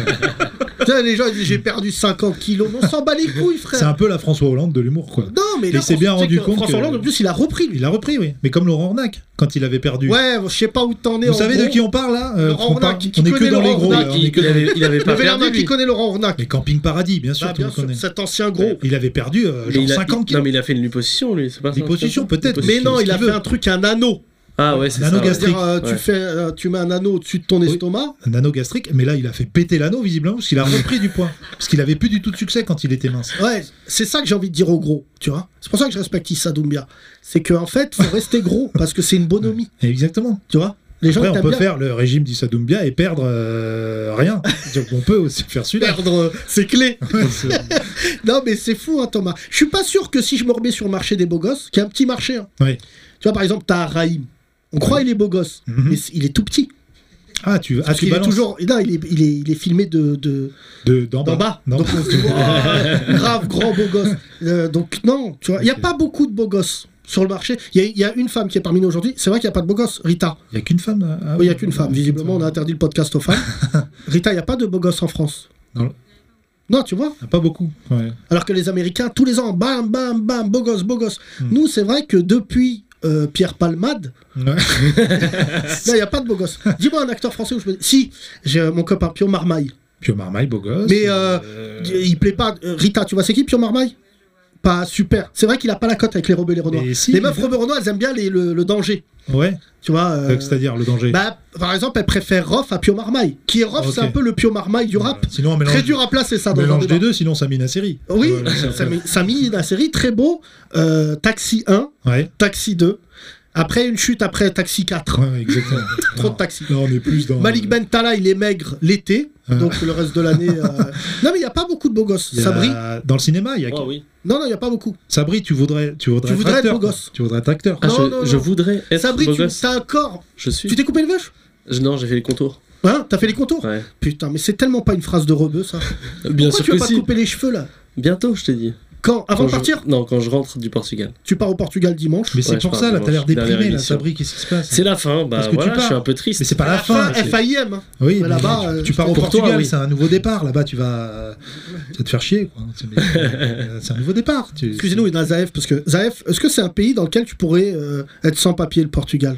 Speaker 3: Tu sais, les gens ils disent j'ai perdu 50 kilos. Mais on s'en bat les couilles frère.
Speaker 4: C'est un peu la François Hollande de l'humour, quoi.
Speaker 3: Non, mais
Speaker 4: Il
Speaker 3: là,
Speaker 4: s'est
Speaker 3: on
Speaker 4: bien
Speaker 3: sait
Speaker 4: rendu
Speaker 3: que
Speaker 4: compte
Speaker 3: François
Speaker 4: que-
Speaker 3: Hollande, en plus, il a repris, lui.
Speaker 4: Il a repris, oui. Mais comme Laurent Ornac, quand il avait perdu.
Speaker 3: Ouais, je sais pas où t'en es.
Speaker 4: Vous
Speaker 3: en
Speaker 4: savez
Speaker 3: gros.
Speaker 4: de qui on parle là Euh,
Speaker 3: Laurent
Speaker 4: on parle-
Speaker 3: Ornac, qui
Speaker 4: on est que
Speaker 3: connaît
Speaker 4: dans les
Speaker 3: Laurent
Speaker 4: gros.
Speaker 3: Ornac,
Speaker 4: là, on est
Speaker 5: Il,
Speaker 4: que
Speaker 5: il
Speaker 4: dans les-
Speaker 5: avait, il avait
Speaker 3: Il y
Speaker 5: pas
Speaker 3: avait la main
Speaker 5: perdu.
Speaker 3: qui
Speaker 5: lui.
Speaker 3: connaît Laurent Ornac.
Speaker 4: Mais Camping Paradis, bien sûr,
Speaker 3: Bah,
Speaker 4: tout le
Speaker 3: bien
Speaker 4: monde
Speaker 3: sûr,
Speaker 4: connaît.
Speaker 3: cet ancien gros.
Speaker 4: Il avait perdu euh,
Speaker 5: Mais
Speaker 4: genre
Speaker 5: il a-
Speaker 4: 50
Speaker 5: il- Non,
Speaker 4: kilos.
Speaker 5: mais il a fait une liposuction, lui, c'est pas ça
Speaker 4: Liposuction,
Speaker 5: c'est ça
Speaker 4: peut-être,
Speaker 3: Mais
Speaker 5: Liposuction.
Speaker 3: non,
Speaker 4: ce
Speaker 3: il a
Speaker 4: qu'il
Speaker 3: fait
Speaker 4: veut.
Speaker 3: un truc, un anneau.
Speaker 5: Ah ouais, c'est ça. ouais.
Speaker 4: Nanogastrique.
Speaker 3: C'est-à-dire, euh, tu,
Speaker 5: Ouais.
Speaker 3: fais, euh, tu mets un anneau au-dessus de ton estomac.
Speaker 4: Un anneau gastrique, mais là il a fait péter l'anneau visiblement parce qu'il a repris du poids. Parce qu'il avait plus du tout de succès quand il était mince.
Speaker 3: Ouais, c'est ça que j'ai envie de dire au gros, tu vois. C'est pour ça que je respecte Issa Doumbia. C'est qu'en en fait, faut rester gros parce que c'est une bonhomie,
Speaker 4: Et exactement.
Speaker 3: tu vois. Les gens que
Speaker 4: Après, on
Speaker 3: t'aimes
Speaker 4: peut
Speaker 3: bien.
Speaker 4: faire le régime d'Issadoumbia et perdre euh, rien. Donc, on peut aussi faire celui-là.
Speaker 3: Perdre euh, ses clés.
Speaker 4: Ouais, c'est-
Speaker 3: Non, mais c'est fou, hein, Thomas. Je suis pas sûr que si je me remets sur le marché des beaux gosses, qui est un petit marché, hein.
Speaker 4: Oui.
Speaker 3: tu vois, par exemple, t'as Raïm. On croit il est beau gosse,
Speaker 4: Mhm.
Speaker 3: mais c- il est tout petit.
Speaker 4: Ah, tu, ah,
Speaker 3: Parce
Speaker 4: tu
Speaker 3: qu'il est
Speaker 4: balances
Speaker 3: toujours. Non, il est, il est, il est filmé de, de-
Speaker 4: de- d'en
Speaker 3: d'en bas.
Speaker 4: bas. Non.
Speaker 3: Donc on se dit, Ouah, grave, grand beau gosse. Euh, donc non, tu vois, il n'y a
Speaker 4: Ok.
Speaker 3: pas beaucoup de beaux gosses sur le marché. Il y, a- il y a une femme qui est parmi nous aujourd'hui. C'est vrai qu'il n'y a pas de beaux gosses, Rita.
Speaker 4: Il n'y a qu'une femme. ah
Speaker 3: Il
Speaker 4: oui.
Speaker 3: n'y a qu'une femme. Visiblement, on a interdit le podcast aux femmes. Rita, il n'y a pas de beaux gosses en France.
Speaker 4: Non.
Speaker 3: Non, tu vois.
Speaker 4: Ah, Pas beaucoup. Ouais.
Speaker 3: Alors que les Américains, tous les ans, bam, bam, bam, beau gosse, beau gosse.
Speaker 4: Hmm.
Speaker 3: Nous, c'est vrai que depuis euh, Pierre Palmade,
Speaker 4: Ouais. Ah,
Speaker 3: là, il n'y a pas de beau gosse. Dis-moi un acteur français où je me. Si, j'ai euh, mon copain Pio Marmaille.
Speaker 4: Pio Marmaille, beau gosse.
Speaker 3: Mais euh, il plaît pas. Euh, Rita, tu vois, c'est qui Pio Marmaille Pas super. C'est vrai qu'il a pas la cote avec les Robes et les Renois.
Speaker 4: Mais si,
Speaker 3: les
Speaker 4: il
Speaker 3: meufs
Speaker 4: a-
Speaker 3: Robes et Renois, elles aiment bien les- le, le danger.
Speaker 4: Ouais.
Speaker 3: Tu vois euh,
Speaker 4: Donc, C'est-à-dire le danger.
Speaker 3: bah, Par exemple, elles préfèrent Rof à Pio Marmaille. Qui est Rof,
Speaker 4: Ah, Ok.
Speaker 3: c'est un peu le Pio Marmaille du rap.
Speaker 4: Euh, Sinon, un mélange,
Speaker 3: Très dur à placer ça dans le
Speaker 4: mélange
Speaker 3: débat.
Speaker 4: des deux, sinon ça mine la série. Euh,
Speaker 3: Oui,
Speaker 4: Voilà, c'est-
Speaker 3: Samy- Samy, la série, très beau. Euh, taxi 1,
Speaker 4: ouais.
Speaker 3: Taxi 2. Après, une chute après Taxi 4.
Speaker 4: ouais, exactement.
Speaker 3: Trop de
Speaker 4: Non.
Speaker 3: taxis.
Speaker 4: Là, on est plus dans.
Speaker 3: Malik Bentala, il est maigre l'été,
Speaker 4: Ah.
Speaker 3: donc le reste de l'année. euh, Non, mais il n'y a pas beaucoup de beaux gosses.
Speaker 4: Il y a-
Speaker 3: Sabri
Speaker 4: Dans le cinéma, il y a.
Speaker 5: Oh, oui.
Speaker 3: Non, non, il n'y a pas beaucoup.
Speaker 4: Sabri, tu voudrais, tu voudrais,
Speaker 3: Tu voudrais être
Speaker 4: acteur,
Speaker 3: beau
Speaker 4: quoi.
Speaker 3: gosse.
Speaker 4: Tu voudrais être acteur.
Speaker 5: Ah,
Speaker 3: Non,
Speaker 5: je,
Speaker 3: non,
Speaker 5: je
Speaker 3: non.
Speaker 5: voudrais être
Speaker 3: Sabri,
Speaker 5: beau
Speaker 3: tu
Speaker 5: gosse.
Speaker 3: as un corps.
Speaker 5: Je suis.
Speaker 3: Tu t'es coupé une vache
Speaker 5: Je- non, j'ai fait les contours.
Speaker 3: Hein T'as fait les contours
Speaker 5: Ouais.
Speaker 3: Putain, mais c'est tellement pas une phrase de rebeu ça.
Speaker 5: Bien
Speaker 3: Pourquoi
Speaker 5: sûr
Speaker 3: tu vas
Speaker 5: que
Speaker 3: pas
Speaker 5: si.
Speaker 3: te couper les cheveux là
Speaker 5: Bientôt, je t'ai dit.
Speaker 3: Quand Avant
Speaker 5: Quand
Speaker 3: de
Speaker 5: je-
Speaker 3: partir
Speaker 5: Non, quand je rentre du Portugal.
Speaker 3: Tu pars au Portugal dimanche.
Speaker 4: Mais c'est
Speaker 5: Ouais,
Speaker 4: pour
Speaker 5: je
Speaker 4: ça,
Speaker 5: parle
Speaker 4: là,
Speaker 5: de
Speaker 4: t'as l'air
Speaker 5: manche. Dernière
Speaker 4: déprimé, là,
Speaker 5: émission.
Speaker 4: Sabri, qu'est-ce qui se passe
Speaker 5: C'est la fin, bah
Speaker 4: Parce que tu
Speaker 5: voilà, je
Speaker 4: pars.
Speaker 5: suis un peu
Speaker 4: Mais
Speaker 5: triste.
Speaker 4: c'est pas la, fin. c'est-
Speaker 3: FIM. hein.
Speaker 4: Oui,
Speaker 3: Mais là-bas,
Speaker 4: tu-
Speaker 3: euh,
Speaker 4: tu pars au
Speaker 5: pour toi,
Speaker 4: Portugal,
Speaker 5: oui.
Speaker 4: c'est un nouveau départ. Là-bas, tu vas, tu vas te faire chier. quoi. C'est- mais, euh, C'est un nouveau départ. Tu-
Speaker 3: Excusez-nous, il y en a Zaef, parce que Zaef, est-ce que c'est un pays dans lequel tu pourrais euh, être sans papier le Portugal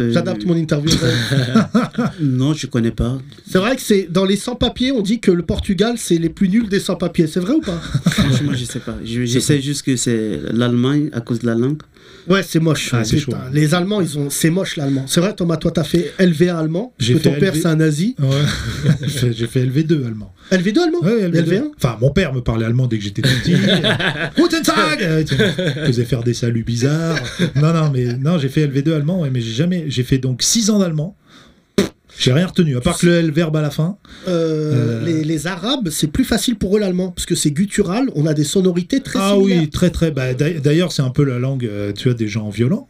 Speaker 6: Euh,
Speaker 3: J'adapte mon interview. Zaef.
Speaker 6: Non, je connais pas.
Speaker 3: c'est vrai que c'est dans les sans-papiers, on dit que le Portugal, c'est les plus nuls des sans-papiers. C'est vrai ou pas
Speaker 6: Franchement, je sais pas. Je, je sais juste que c'est l'Allemagne à cause de la langue.
Speaker 3: Ouais, c'est moche.
Speaker 4: Ah, c'est
Speaker 3: Putain,
Speaker 4: chaud.
Speaker 3: Les Allemands, ils ont, c'est moche l'allemand. C'est vrai, Thomas, toi, t'as fait LVA allemand. Parce
Speaker 4: J'ai
Speaker 3: que
Speaker 4: fait
Speaker 3: ton père,
Speaker 4: LV.
Speaker 3: c'est un nazi.
Speaker 4: Ouais. J'ai fait- J'ai fait LV2 allemand.
Speaker 3: LV2 allemand
Speaker 4: Ouais, LV2.
Speaker 3: LV1
Speaker 4: Enfin, mon père me parlait allemand dès que j'étais tout petit. Guten Tag Euh, tu- Il faisait faire des saluts bizarres. Non, non, mais non, j'ai fait LV2 allemand, ouais, mais j'ai jamais. J'ai fait donc 6 ans d'allemand. J'ai rien retenu, à part que le L verbe à la fin.
Speaker 3: Euh,
Speaker 4: Euh.
Speaker 3: Les, les Arabes, c'est plus facile pour eux l'allemand, parce que c'est guttural, on a des sonorités très
Speaker 4: Ah
Speaker 3: similaires.
Speaker 4: oui, très très. Bah, d'a- D'ailleurs, c'est un peu la langue, euh, tu vois, des gens violents.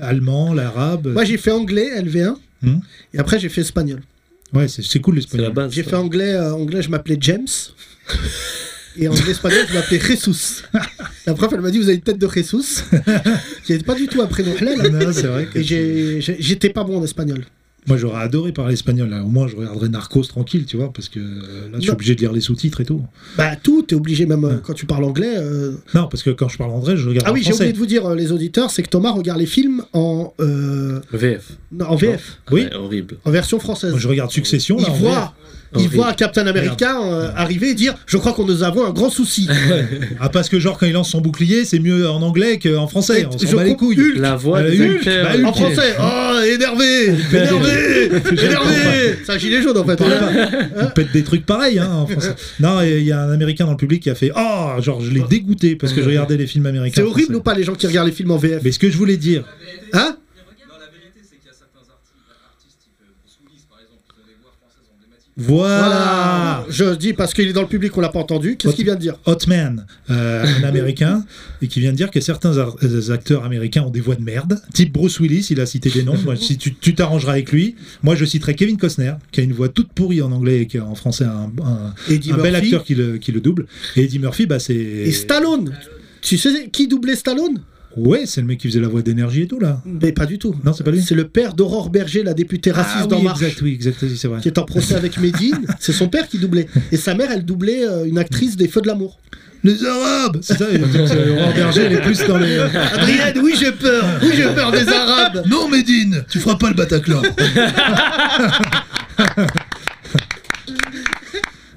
Speaker 4: Allemand, l'arabe.
Speaker 3: Moi j'ai fait anglais, LV1,
Speaker 4: Hmm.
Speaker 3: et après j'ai fait espagnol.
Speaker 4: Ouais, c'est c'est cool
Speaker 5: C'est la
Speaker 4: l'espagnol.
Speaker 5: base.
Speaker 3: J'ai
Speaker 5: ça.
Speaker 3: fait anglais, euh, anglais je m'appelais James, et anglais espagnol je m'appelais Jesus. La prof elle m'a dit vous avez une tête de Jesus. J'étais pas du tout un prénom halal.
Speaker 4: Non, c'est vrai que-
Speaker 3: Et j'ai- j'ai- j'étais pas bon en espagnol.
Speaker 4: Moi, j'aurais adoré parler espagnol. là. Au moins, je regarderais Narcos tranquille, tu vois, parce que euh, là, je suis
Speaker 3: Non.
Speaker 4: obligé de lire les sous-titres et tout.
Speaker 3: Bah tout, t'es obligé même euh, quand tu parles anglais. euh,
Speaker 4: Non, parce que quand je parle anglais, je regarde
Speaker 3: Ah
Speaker 4: en
Speaker 3: oui, j'ai
Speaker 4: français.
Speaker 3: oublié de vous dire euh, les auditeurs, c'est que Thomas regarde les films en euh,
Speaker 5: VF.
Speaker 3: non, en VF,
Speaker 4: Oui.
Speaker 5: Ouais, horrible.
Speaker 3: en version française.
Speaker 4: Moi, je regarde Succession.
Speaker 3: Il
Speaker 4: là, en
Speaker 3: voit, il
Speaker 5: Horrible.
Speaker 3: voit Captain America euh, arriver et dire Je crois qu'on nous avons un grand souci.
Speaker 4: vrai. Ah, parce que, genre, quand il lance son bouclier, c'est mieux en anglais qu'en français. On
Speaker 3: Je
Speaker 4: s'en bat les
Speaker 3: comprends-
Speaker 4: couilles.
Speaker 3: Hulk.
Speaker 5: La voix
Speaker 4: Bah,
Speaker 5: des
Speaker 4: Hulk,
Speaker 5: acteurs.
Speaker 4: bah, Hulk.
Speaker 3: En français, oh, énervé, énervé, énervé. C'est un gilet jaune en fait. hein.
Speaker 4: Parle pas. On pète des trucs pareils hein, en français. Non, il y a un américain dans le public qui a fait Oh, genre, je l'ai dégoûté parce que je regardais les films américains.
Speaker 3: C'est horrible ou
Speaker 4: français.
Speaker 3: pas les gens qui regardent les films en VF
Speaker 4: Mais ce que je voulais dire,
Speaker 3: Hein Ah.
Speaker 4: voilà,
Speaker 3: Je dis parce qu'il est dans le public, on l'a pas entendu. Qu'est-ce qu'il vient de dire
Speaker 4: Hotman, euh, un américain, et qui vient de dire que certains ar- euh, acteurs américains ont des voix de merde. Type Bruce Willis, il a cité des noms. Moi, si tu tu t'arrangeras avec lui, moi je citerai Kevin Costner, qui a une voix toute pourrie en anglais et qui a en français un, un-
Speaker 3: Eddie
Speaker 4: un bel
Speaker 3: Murphy.
Speaker 4: acteur qui le, qui le double. Et Eddie Murphy, bah c'est.
Speaker 3: Et Stallone Tu sais qui doublait Stallone
Speaker 4: Ouais, c'est le mec qui faisait la voix d'énergie et tout là.
Speaker 3: Mm. Mais pas du tout.
Speaker 4: Non, c'est pas lui.
Speaker 3: C'est le père d'Aurore Berger, la députée raciste
Speaker 4: Ah
Speaker 3: d'En
Speaker 4: oui,
Speaker 3: Marche.
Speaker 4: exact, oui, exact, oui, c'est vrai.
Speaker 3: Qui est en procès avec Médine, c'est son père qui doublait. Et sa mère, elle doublait euh, une actrice des Feux de l'amour.
Speaker 4: Les Arabes C'est ça, il- c'est- Aurore Berger, elle est plus dans les.
Speaker 3: Adrienne, oui, j'ai peur, oui, j'ai peur des Arabes.
Speaker 4: Non, Médine, tu feras pas le Bataclan.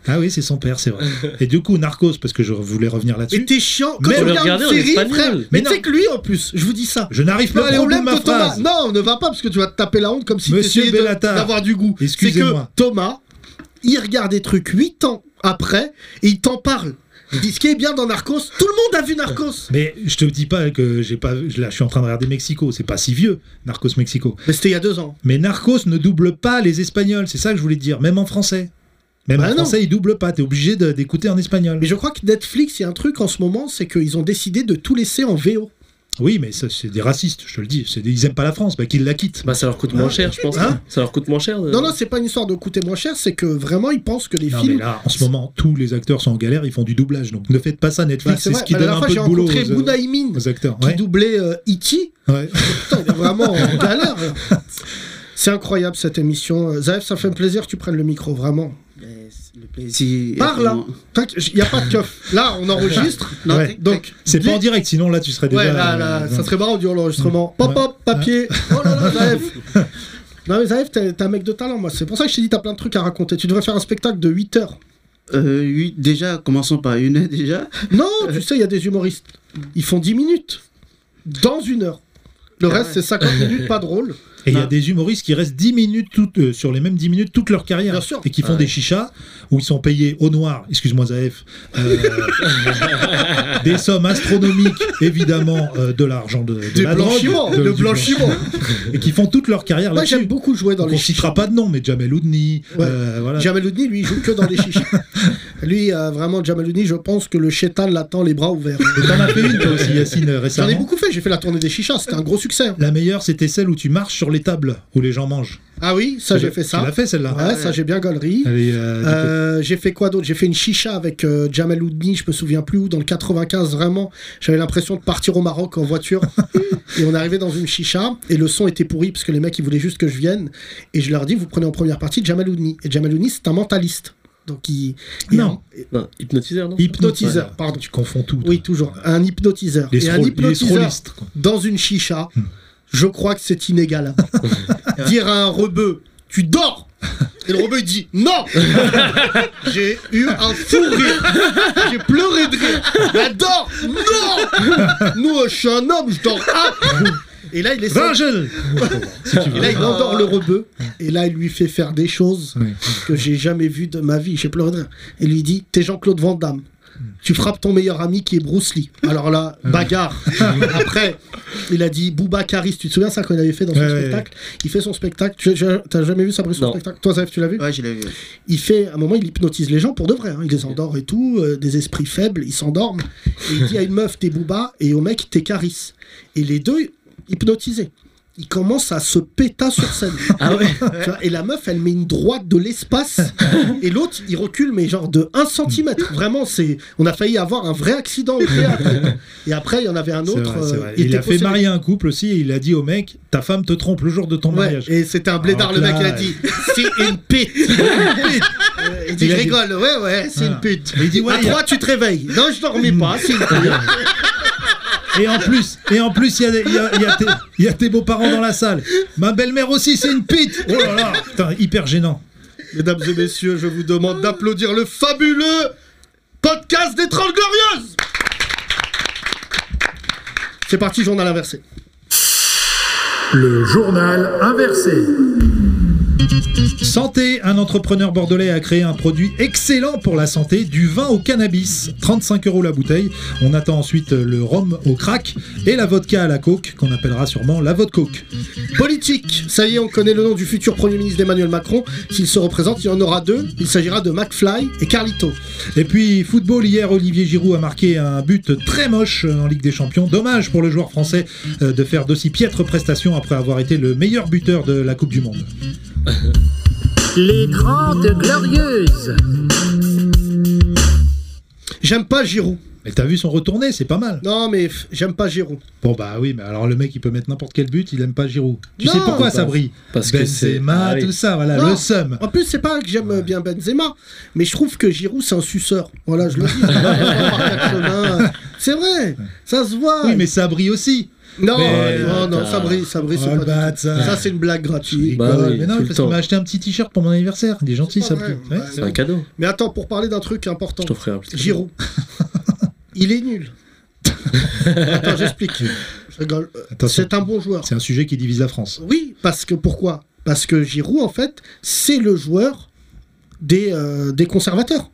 Speaker 4: ah oui, c'est son père, c'est vrai. Et du coup, Narcos, parce que je voulais revenir
Speaker 3: Mais
Speaker 4: là-dessus.
Speaker 3: t'es chiant. Quand
Speaker 4: Mais
Speaker 3: tu
Speaker 4: on le
Speaker 3: regardes une
Speaker 5: regardait en
Speaker 3: série,
Speaker 5: espagnol.
Speaker 3: frère.
Speaker 4: Mais
Speaker 3: Mais tu sais que lui, en plus, je vous dis ça.
Speaker 4: Je n'arrive pas à
Speaker 3: Le
Speaker 4: aller au bout de
Speaker 3: problème
Speaker 4: ma
Speaker 3: de Thomas.
Speaker 4: phrase.
Speaker 3: Non, ne va pas parce que tu vas te taper la honte comme si tu
Speaker 4: Monsieur
Speaker 3: essayais de-
Speaker 4: Bellata.
Speaker 3: d'avoir du goût. C'est que
Speaker 4: Excusez-moi.
Speaker 3: Thomas, il regarde des trucs 8 ans après et il t'en parle. Disqué est bien dans Narcos. Tout le monde a vu Narcos.
Speaker 4: Mais je te dis pas que j'ai pas. je- Là, je suis en train de regarder Mexico. C'est pas si vieux, Narcos Mexico.
Speaker 3: Mais c'était il y a deux ans.
Speaker 4: Mais Narcos ne double pas les Espagnols. C'est ça que je voulais te dire. Même en français. Même
Speaker 3: Bah
Speaker 4: en
Speaker 3: non.
Speaker 4: français, ils doublent pas. T'es obligé de- d'écouter en espagnol.
Speaker 3: Mais je crois que Netflix, il y a un truc en ce moment, c'est qu'ils ont décidé de tout laisser en VO.
Speaker 4: Oui, mais ça, c'est des racistes. Je te le dis. C'est des- Ils aiment pas la France. Bah, qu'ils la quittent.
Speaker 5: Bah ça leur coûte moins cher, je pense.
Speaker 3: Hein
Speaker 5: ça leur coûte moins cher. de-
Speaker 3: Non, non, c'est pas une histoire de coûter moins cher, c'est que vraiment, ils pensent que les
Speaker 4: Euh. Non, mais
Speaker 3: films.
Speaker 4: là, en ce moment, tous les acteurs sont en galère. Ils font du doublage. Donc, ne faites pas ça,
Speaker 3: Bah,
Speaker 4: Netflix.
Speaker 3: c'est
Speaker 4: C'est ce
Speaker 3: vrai,
Speaker 4: qui
Speaker 3: Bah,
Speaker 4: donne
Speaker 3: la
Speaker 4: un
Speaker 3: fois,
Speaker 4: peu
Speaker 3: j'ai
Speaker 4: de boulot
Speaker 3: rencontré
Speaker 4: aux, euh,
Speaker 3: Bouddha Imin,
Speaker 4: aux acteurs.
Speaker 3: qui
Speaker 4: Ouais,
Speaker 3: doublait euh, E.T.
Speaker 4: ouais.
Speaker 3: Putain, il est vraiment en galère. là. C'est incroyable cette émission. Euh, Zaev, ça fait plaisir que tu prennes le micro, vraiment.
Speaker 6: Le plaisir.
Speaker 3: Parle, hein. Il n'y a pas de keuf. Là, on enregistre.
Speaker 6: Non,
Speaker 4: Ouais.
Speaker 6: t'es- t'es-
Speaker 3: Donc,
Speaker 4: C'est
Speaker 3: dis-
Speaker 4: pas en direct, sinon là, tu serais déjà.
Speaker 3: Ouais, là, là,
Speaker 4: euh,
Speaker 3: ça serait marrant du l'enregistrement.
Speaker 4: Ouais.
Speaker 3: Pop, pop, papier. Oh là là, Zaev. Non, mais Zaev, t'es t'es un mec de talent, moi. C'est pour ça que je t'ai dit, t'as plein de trucs à raconter. Tu devrais faire un spectacle de 8 heures.
Speaker 6: euh, oui, déjà, commençons par une heure déjà.
Speaker 3: Non, tu sais, il y a des humoristes. Ils font 10 minutes. Dans une heure. Le
Speaker 6: Ah
Speaker 3: reste,
Speaker 6: ouais.
Speaker 3: c'est 50 minutes, pas drôle.
Speaker 4: Et il y a
Speaker 6: Non.
Speaker 4: des humoristes qui restent 10 minutes toutes, euh, sur les mêmes 10 minutes toute leur carrière.
Speaker 3: Bien sûr.
Speaker 4: Et qui font des chichas où ils sont payés au noir, excuse-moi Zaef, euh, des sommes astronomiques, évidemment, euh, de l'argent de, de
Speaker 3: Des
Speaker 4: la drogue,
Speaker 3: blanchiments,
Speaker 4: de-
Speaker 3: le
Speaker 4: du blanc-
Speaker 3: blanchiment.
Speaker 4: Et qui font toute leur carrière
Speaker 3: Moi, j'aime
Speaker 4: là-dessus.
Speaker 3: beaucoup jouer dans
Speaker 4: Donc, On
Speaker 3: les
Speaker 4: ne
Speaker 3: chichas.
Speaker 4: citera pas de nom, mais Jamel Oudni,
Speaker 3: Ouais.
Speaker 4: euh, voilà.
Speaker 3: Jamal Oudni, lui, il joue que dans les chichas. lui, euh, vraiment, Jamal Oudni, je pense que le chétan l'attend les bras ouverts.
Speaker 4: Et T'en as fait une toi aussi, Yacine, euh,
Speaker 3: J'en ai
Speaker 4: récemment.
Speaker 3: beaucoup fait, j'ai fait la tournée des chichas, c'était un gros succès. hein.
Speaker 4: La meilleure, c'était celle où tu marches sur les tables où les gens mangent.
Speaker 3: Ah oui, ça, j'ai fait
Speaker 4: Tu
Speaker 3: ça.
Speaker 4: l'as fait celle-là.
Speaker 3: Ouais, ça, j'ai bien gaulerie.
Speaker 4: Elle est, euh, du coup-
Speaker 3: Euh, j'ai fait quoi d'autre J'ai fait une chicha avec euh, Jamal Oudni, je me souviens plus où, dans le 95, vraiment. J'avais l'impression de partir au Maroc en voiture. et on arrivait dans une chicha, et le son était pourri, parce que les mecs, ils voulaient juste que je vienne. Et je leur dis, vous prenez en première partie Jamal Oudni. Et Jamal Oudni, c'est un mentaliste. Donc, il. il-
Speaker 4: Non.
Speaker 5: Non, hypnotiseur, non
Speaker 3: hypnotiseur,
Speaker 4: Ouais.
Speaker 3: pardon.
Speaker 4: Tu confonds tout.
Speaker 3: Oui,
Speaker 4: toi.
Speaker 3: toujours. Un hypnotiseur.
Speaker 4: Les
Speaker 3: et un
Speaker 4: scroll- les
Speaker 3: hypnotiseur
Speaker 4: scrollistes, quoi.
Speaker 3: dans une chicha, je crois que c'est inégalable. Dire à un rebeu, tu dors Et le rebeu, il dit, non J'ai eu un fou rire. J'ai pleuré de rire. Elle dort Non Non, je suis un homme, je dors. Ah Et là, il essaie
Speaker 4: Virgil Si tu veux.
Speaker 3: et là, il endort le rebeu. Et là, il lui fait faire des choses
Speaker 4: Oui.
Speaker 3: que j'ai jamais vues de ma vie. J'ai pleuré de rire. Et lui dit T'es Jean-Claude Van Damme. Tu frappes ton meilleur ami qui est Bruce Lee. Alors là, bagarre. Après, il a dit Booba Karis. Tu te souviens ça qu'on avait fait dans son
Speaker 4: Ouais, ouais,
Speaker 3: spectacle Il fait son spectacle. Tu- tu- T'as jamais vu ça, Brice, son
Speaker 5: Non.
Speaker 3: spectacle Toi, Zef, tu l'as vu
Speaker 6: Ouais, je l'ai vu.
Speaker 3: Il fait, à un moment, il hypnotise les gens pour de vrai. hein. Il les endort et tout. euh, des esprits faibles, ils s'endorment. Et il dit à une meuf T'es Booba et au mec T'es Karis. Et les deux, hypnotisés. Ils commencent à se péter sur scène.
Speaker 5: Ah ouais
Speaker 3: Tu vois, et la meuf, elle met une droite de l'espace. et l'autre, il recule, mais genre de 1 cm. Vraiment, c'est. On a failli avoir un vrai accident au théâtre. Et après, il y en avait un
Speaker 4: C'est
Speaker 3: autre.
Speaker 4: vrai, c'est
Speaker 3: euh,
Speaker 4: vrai.
Speaker 3: il
Speaker 4: Il
Speaker 3: était
Speaker 4: a fait
Speaker 3: possédé.
Speaker 4: marier un couple aussi et il a dit au mec Ta femme te trompe le jour de ton
Speaker 3: Ouais,
Speaker 4: mariage.
Speaker 3: et c'était un blédard,
Speaker 4: Alors
Speaker 3: le
Speaker 4: que
Speaker 3: mec, il a
Speaker 4: là,
Speaker 3: dit C'est une pute Euh, Il dit
Speaker 4: Il
Speaker 3: Je
Speaker 4: a dit-
Speaker 3: rigole, ouais, ouais, c'est
Speaker 4: Voilà.
Speaker 3: une pute.
Speaker 4: Et il dit, ouais,
Speaker 3: à
Speaker 4: il y a-
Speaker 3: 3, tu te réveilles. Non, je dormais pas, c'est une pute.
Speaker 4: Et en plus, et en plus, il y a, des- il y a- il y a tes- il y a tes beaux-parents dans la salle. Ma belle-mère aussi, c'est une pite. Oh là là, putain, hyper gênant.
Speaker 3: Mesdames et messieurs, je vous demande d'applaudir le fabuleux podcast des Trolls Glorieuses C'est parti, journal inversé.
Speaker 1: Le journal inversé.
Speaker 4: Santé, un entrepreneur bordelais a créé un produit excellent pour la santé, du vin au cannabis, 35 euros la bouteille. On attend ensuite le rhum au crack et la vodka à la coke, qu'on appellera sûrement la vodka coke.
Speaker 3: Politique, ça y est, on connaît le nom du futur Premier ministre d'Emmanuel Macron. S'il se représente, il y en aura deux. Il s'agira de McFly et Carlito.
Speaker 4: Et puis football hier, Olivier Giroud a marqué un but très moche en Ligue des Champions. Dommage pour le joueur français euh, de faire d'aussi piètres prestations après avoir été le meilleur buteur de la Coupe du Monde.
Speaker 1: Les Grandes Glorieuses.
Speaker 3: J'aime pas Giroud.
Speaker 4: Mais t'as vu son retourné, c'est pas mal.
Speaker 3: Non, mais pff, j'aime pas Giroud.
Speaker 4: Bon bah oui, mais alors le mec il peut mettre n'importe quel but, il aime pas Giroud. Tu
Speaker 3: Non,
Speaker 4: sais pourquoi
Speaker 5: bah,
Speaker 4: ça brille
Speaker 5: parce que
Speaker 4: Benzema,
Speaker 5: c'est- ah oui.
Speaker 4: tout ça, voilà,
Speaker 3: Non.
Speaker 4: le seum.
Speaker 3: En plus, c'est pas que j'aime bien Benzema, mais je trouve que Giroud, c'est un suceur. Voilà, je le dis. c'est pas vraiment par quatre chemins. C'est vrai, ça se voit.
Speaker 4: Ah Oui, mais ça brille aussi.
Speaker 3: Non,
Speaker 4: Mais-
Speaker 3: non, non, ça brille, ça brille, c'est
Speaker 4: Oh,
Speaker 3: pas
Speaker 4: le bat,
Speaker 3: du tout.
Speaker 4: ça.
Speaker 3: Ça, c'est une blague gratuite.
Speaker 5: Bah
Speaker 4: Rigole.
Speaker 5: oui,
Speaker 4: mais non,
Speaker 5: tout le
Speaker 4: parce qu'il
Speaker 5: temps.
Speaker 4: m'a acheté un petit t-shirt pour mon anniversaire. Il est gentil,
Speaker 3: C'est
Speaker 4: ça
Speaker 3: pas
Speaker 4: brille.
Speaker 3: vrai.
Speaker 4: Ouais.
Speaker 5: C'est un cadeau.
Speaker 3: Mais attends, pour parler d'un truc important.
Speaker 5: Je t'offrirai un petit cadeau.
Speaker 3: Giroud. Il est nul. Attends, j'explique. Je rigole. Euh,
Speaker 4: Attention.
Speaker 3: C'est un bon joueur.
Speaker 4: C'est un sujet qui divise la France.
Speaker 3: Oui, parce que pourquoi Parce que Giroud, en fait, c'est le joueur des, euh, des conservateurs.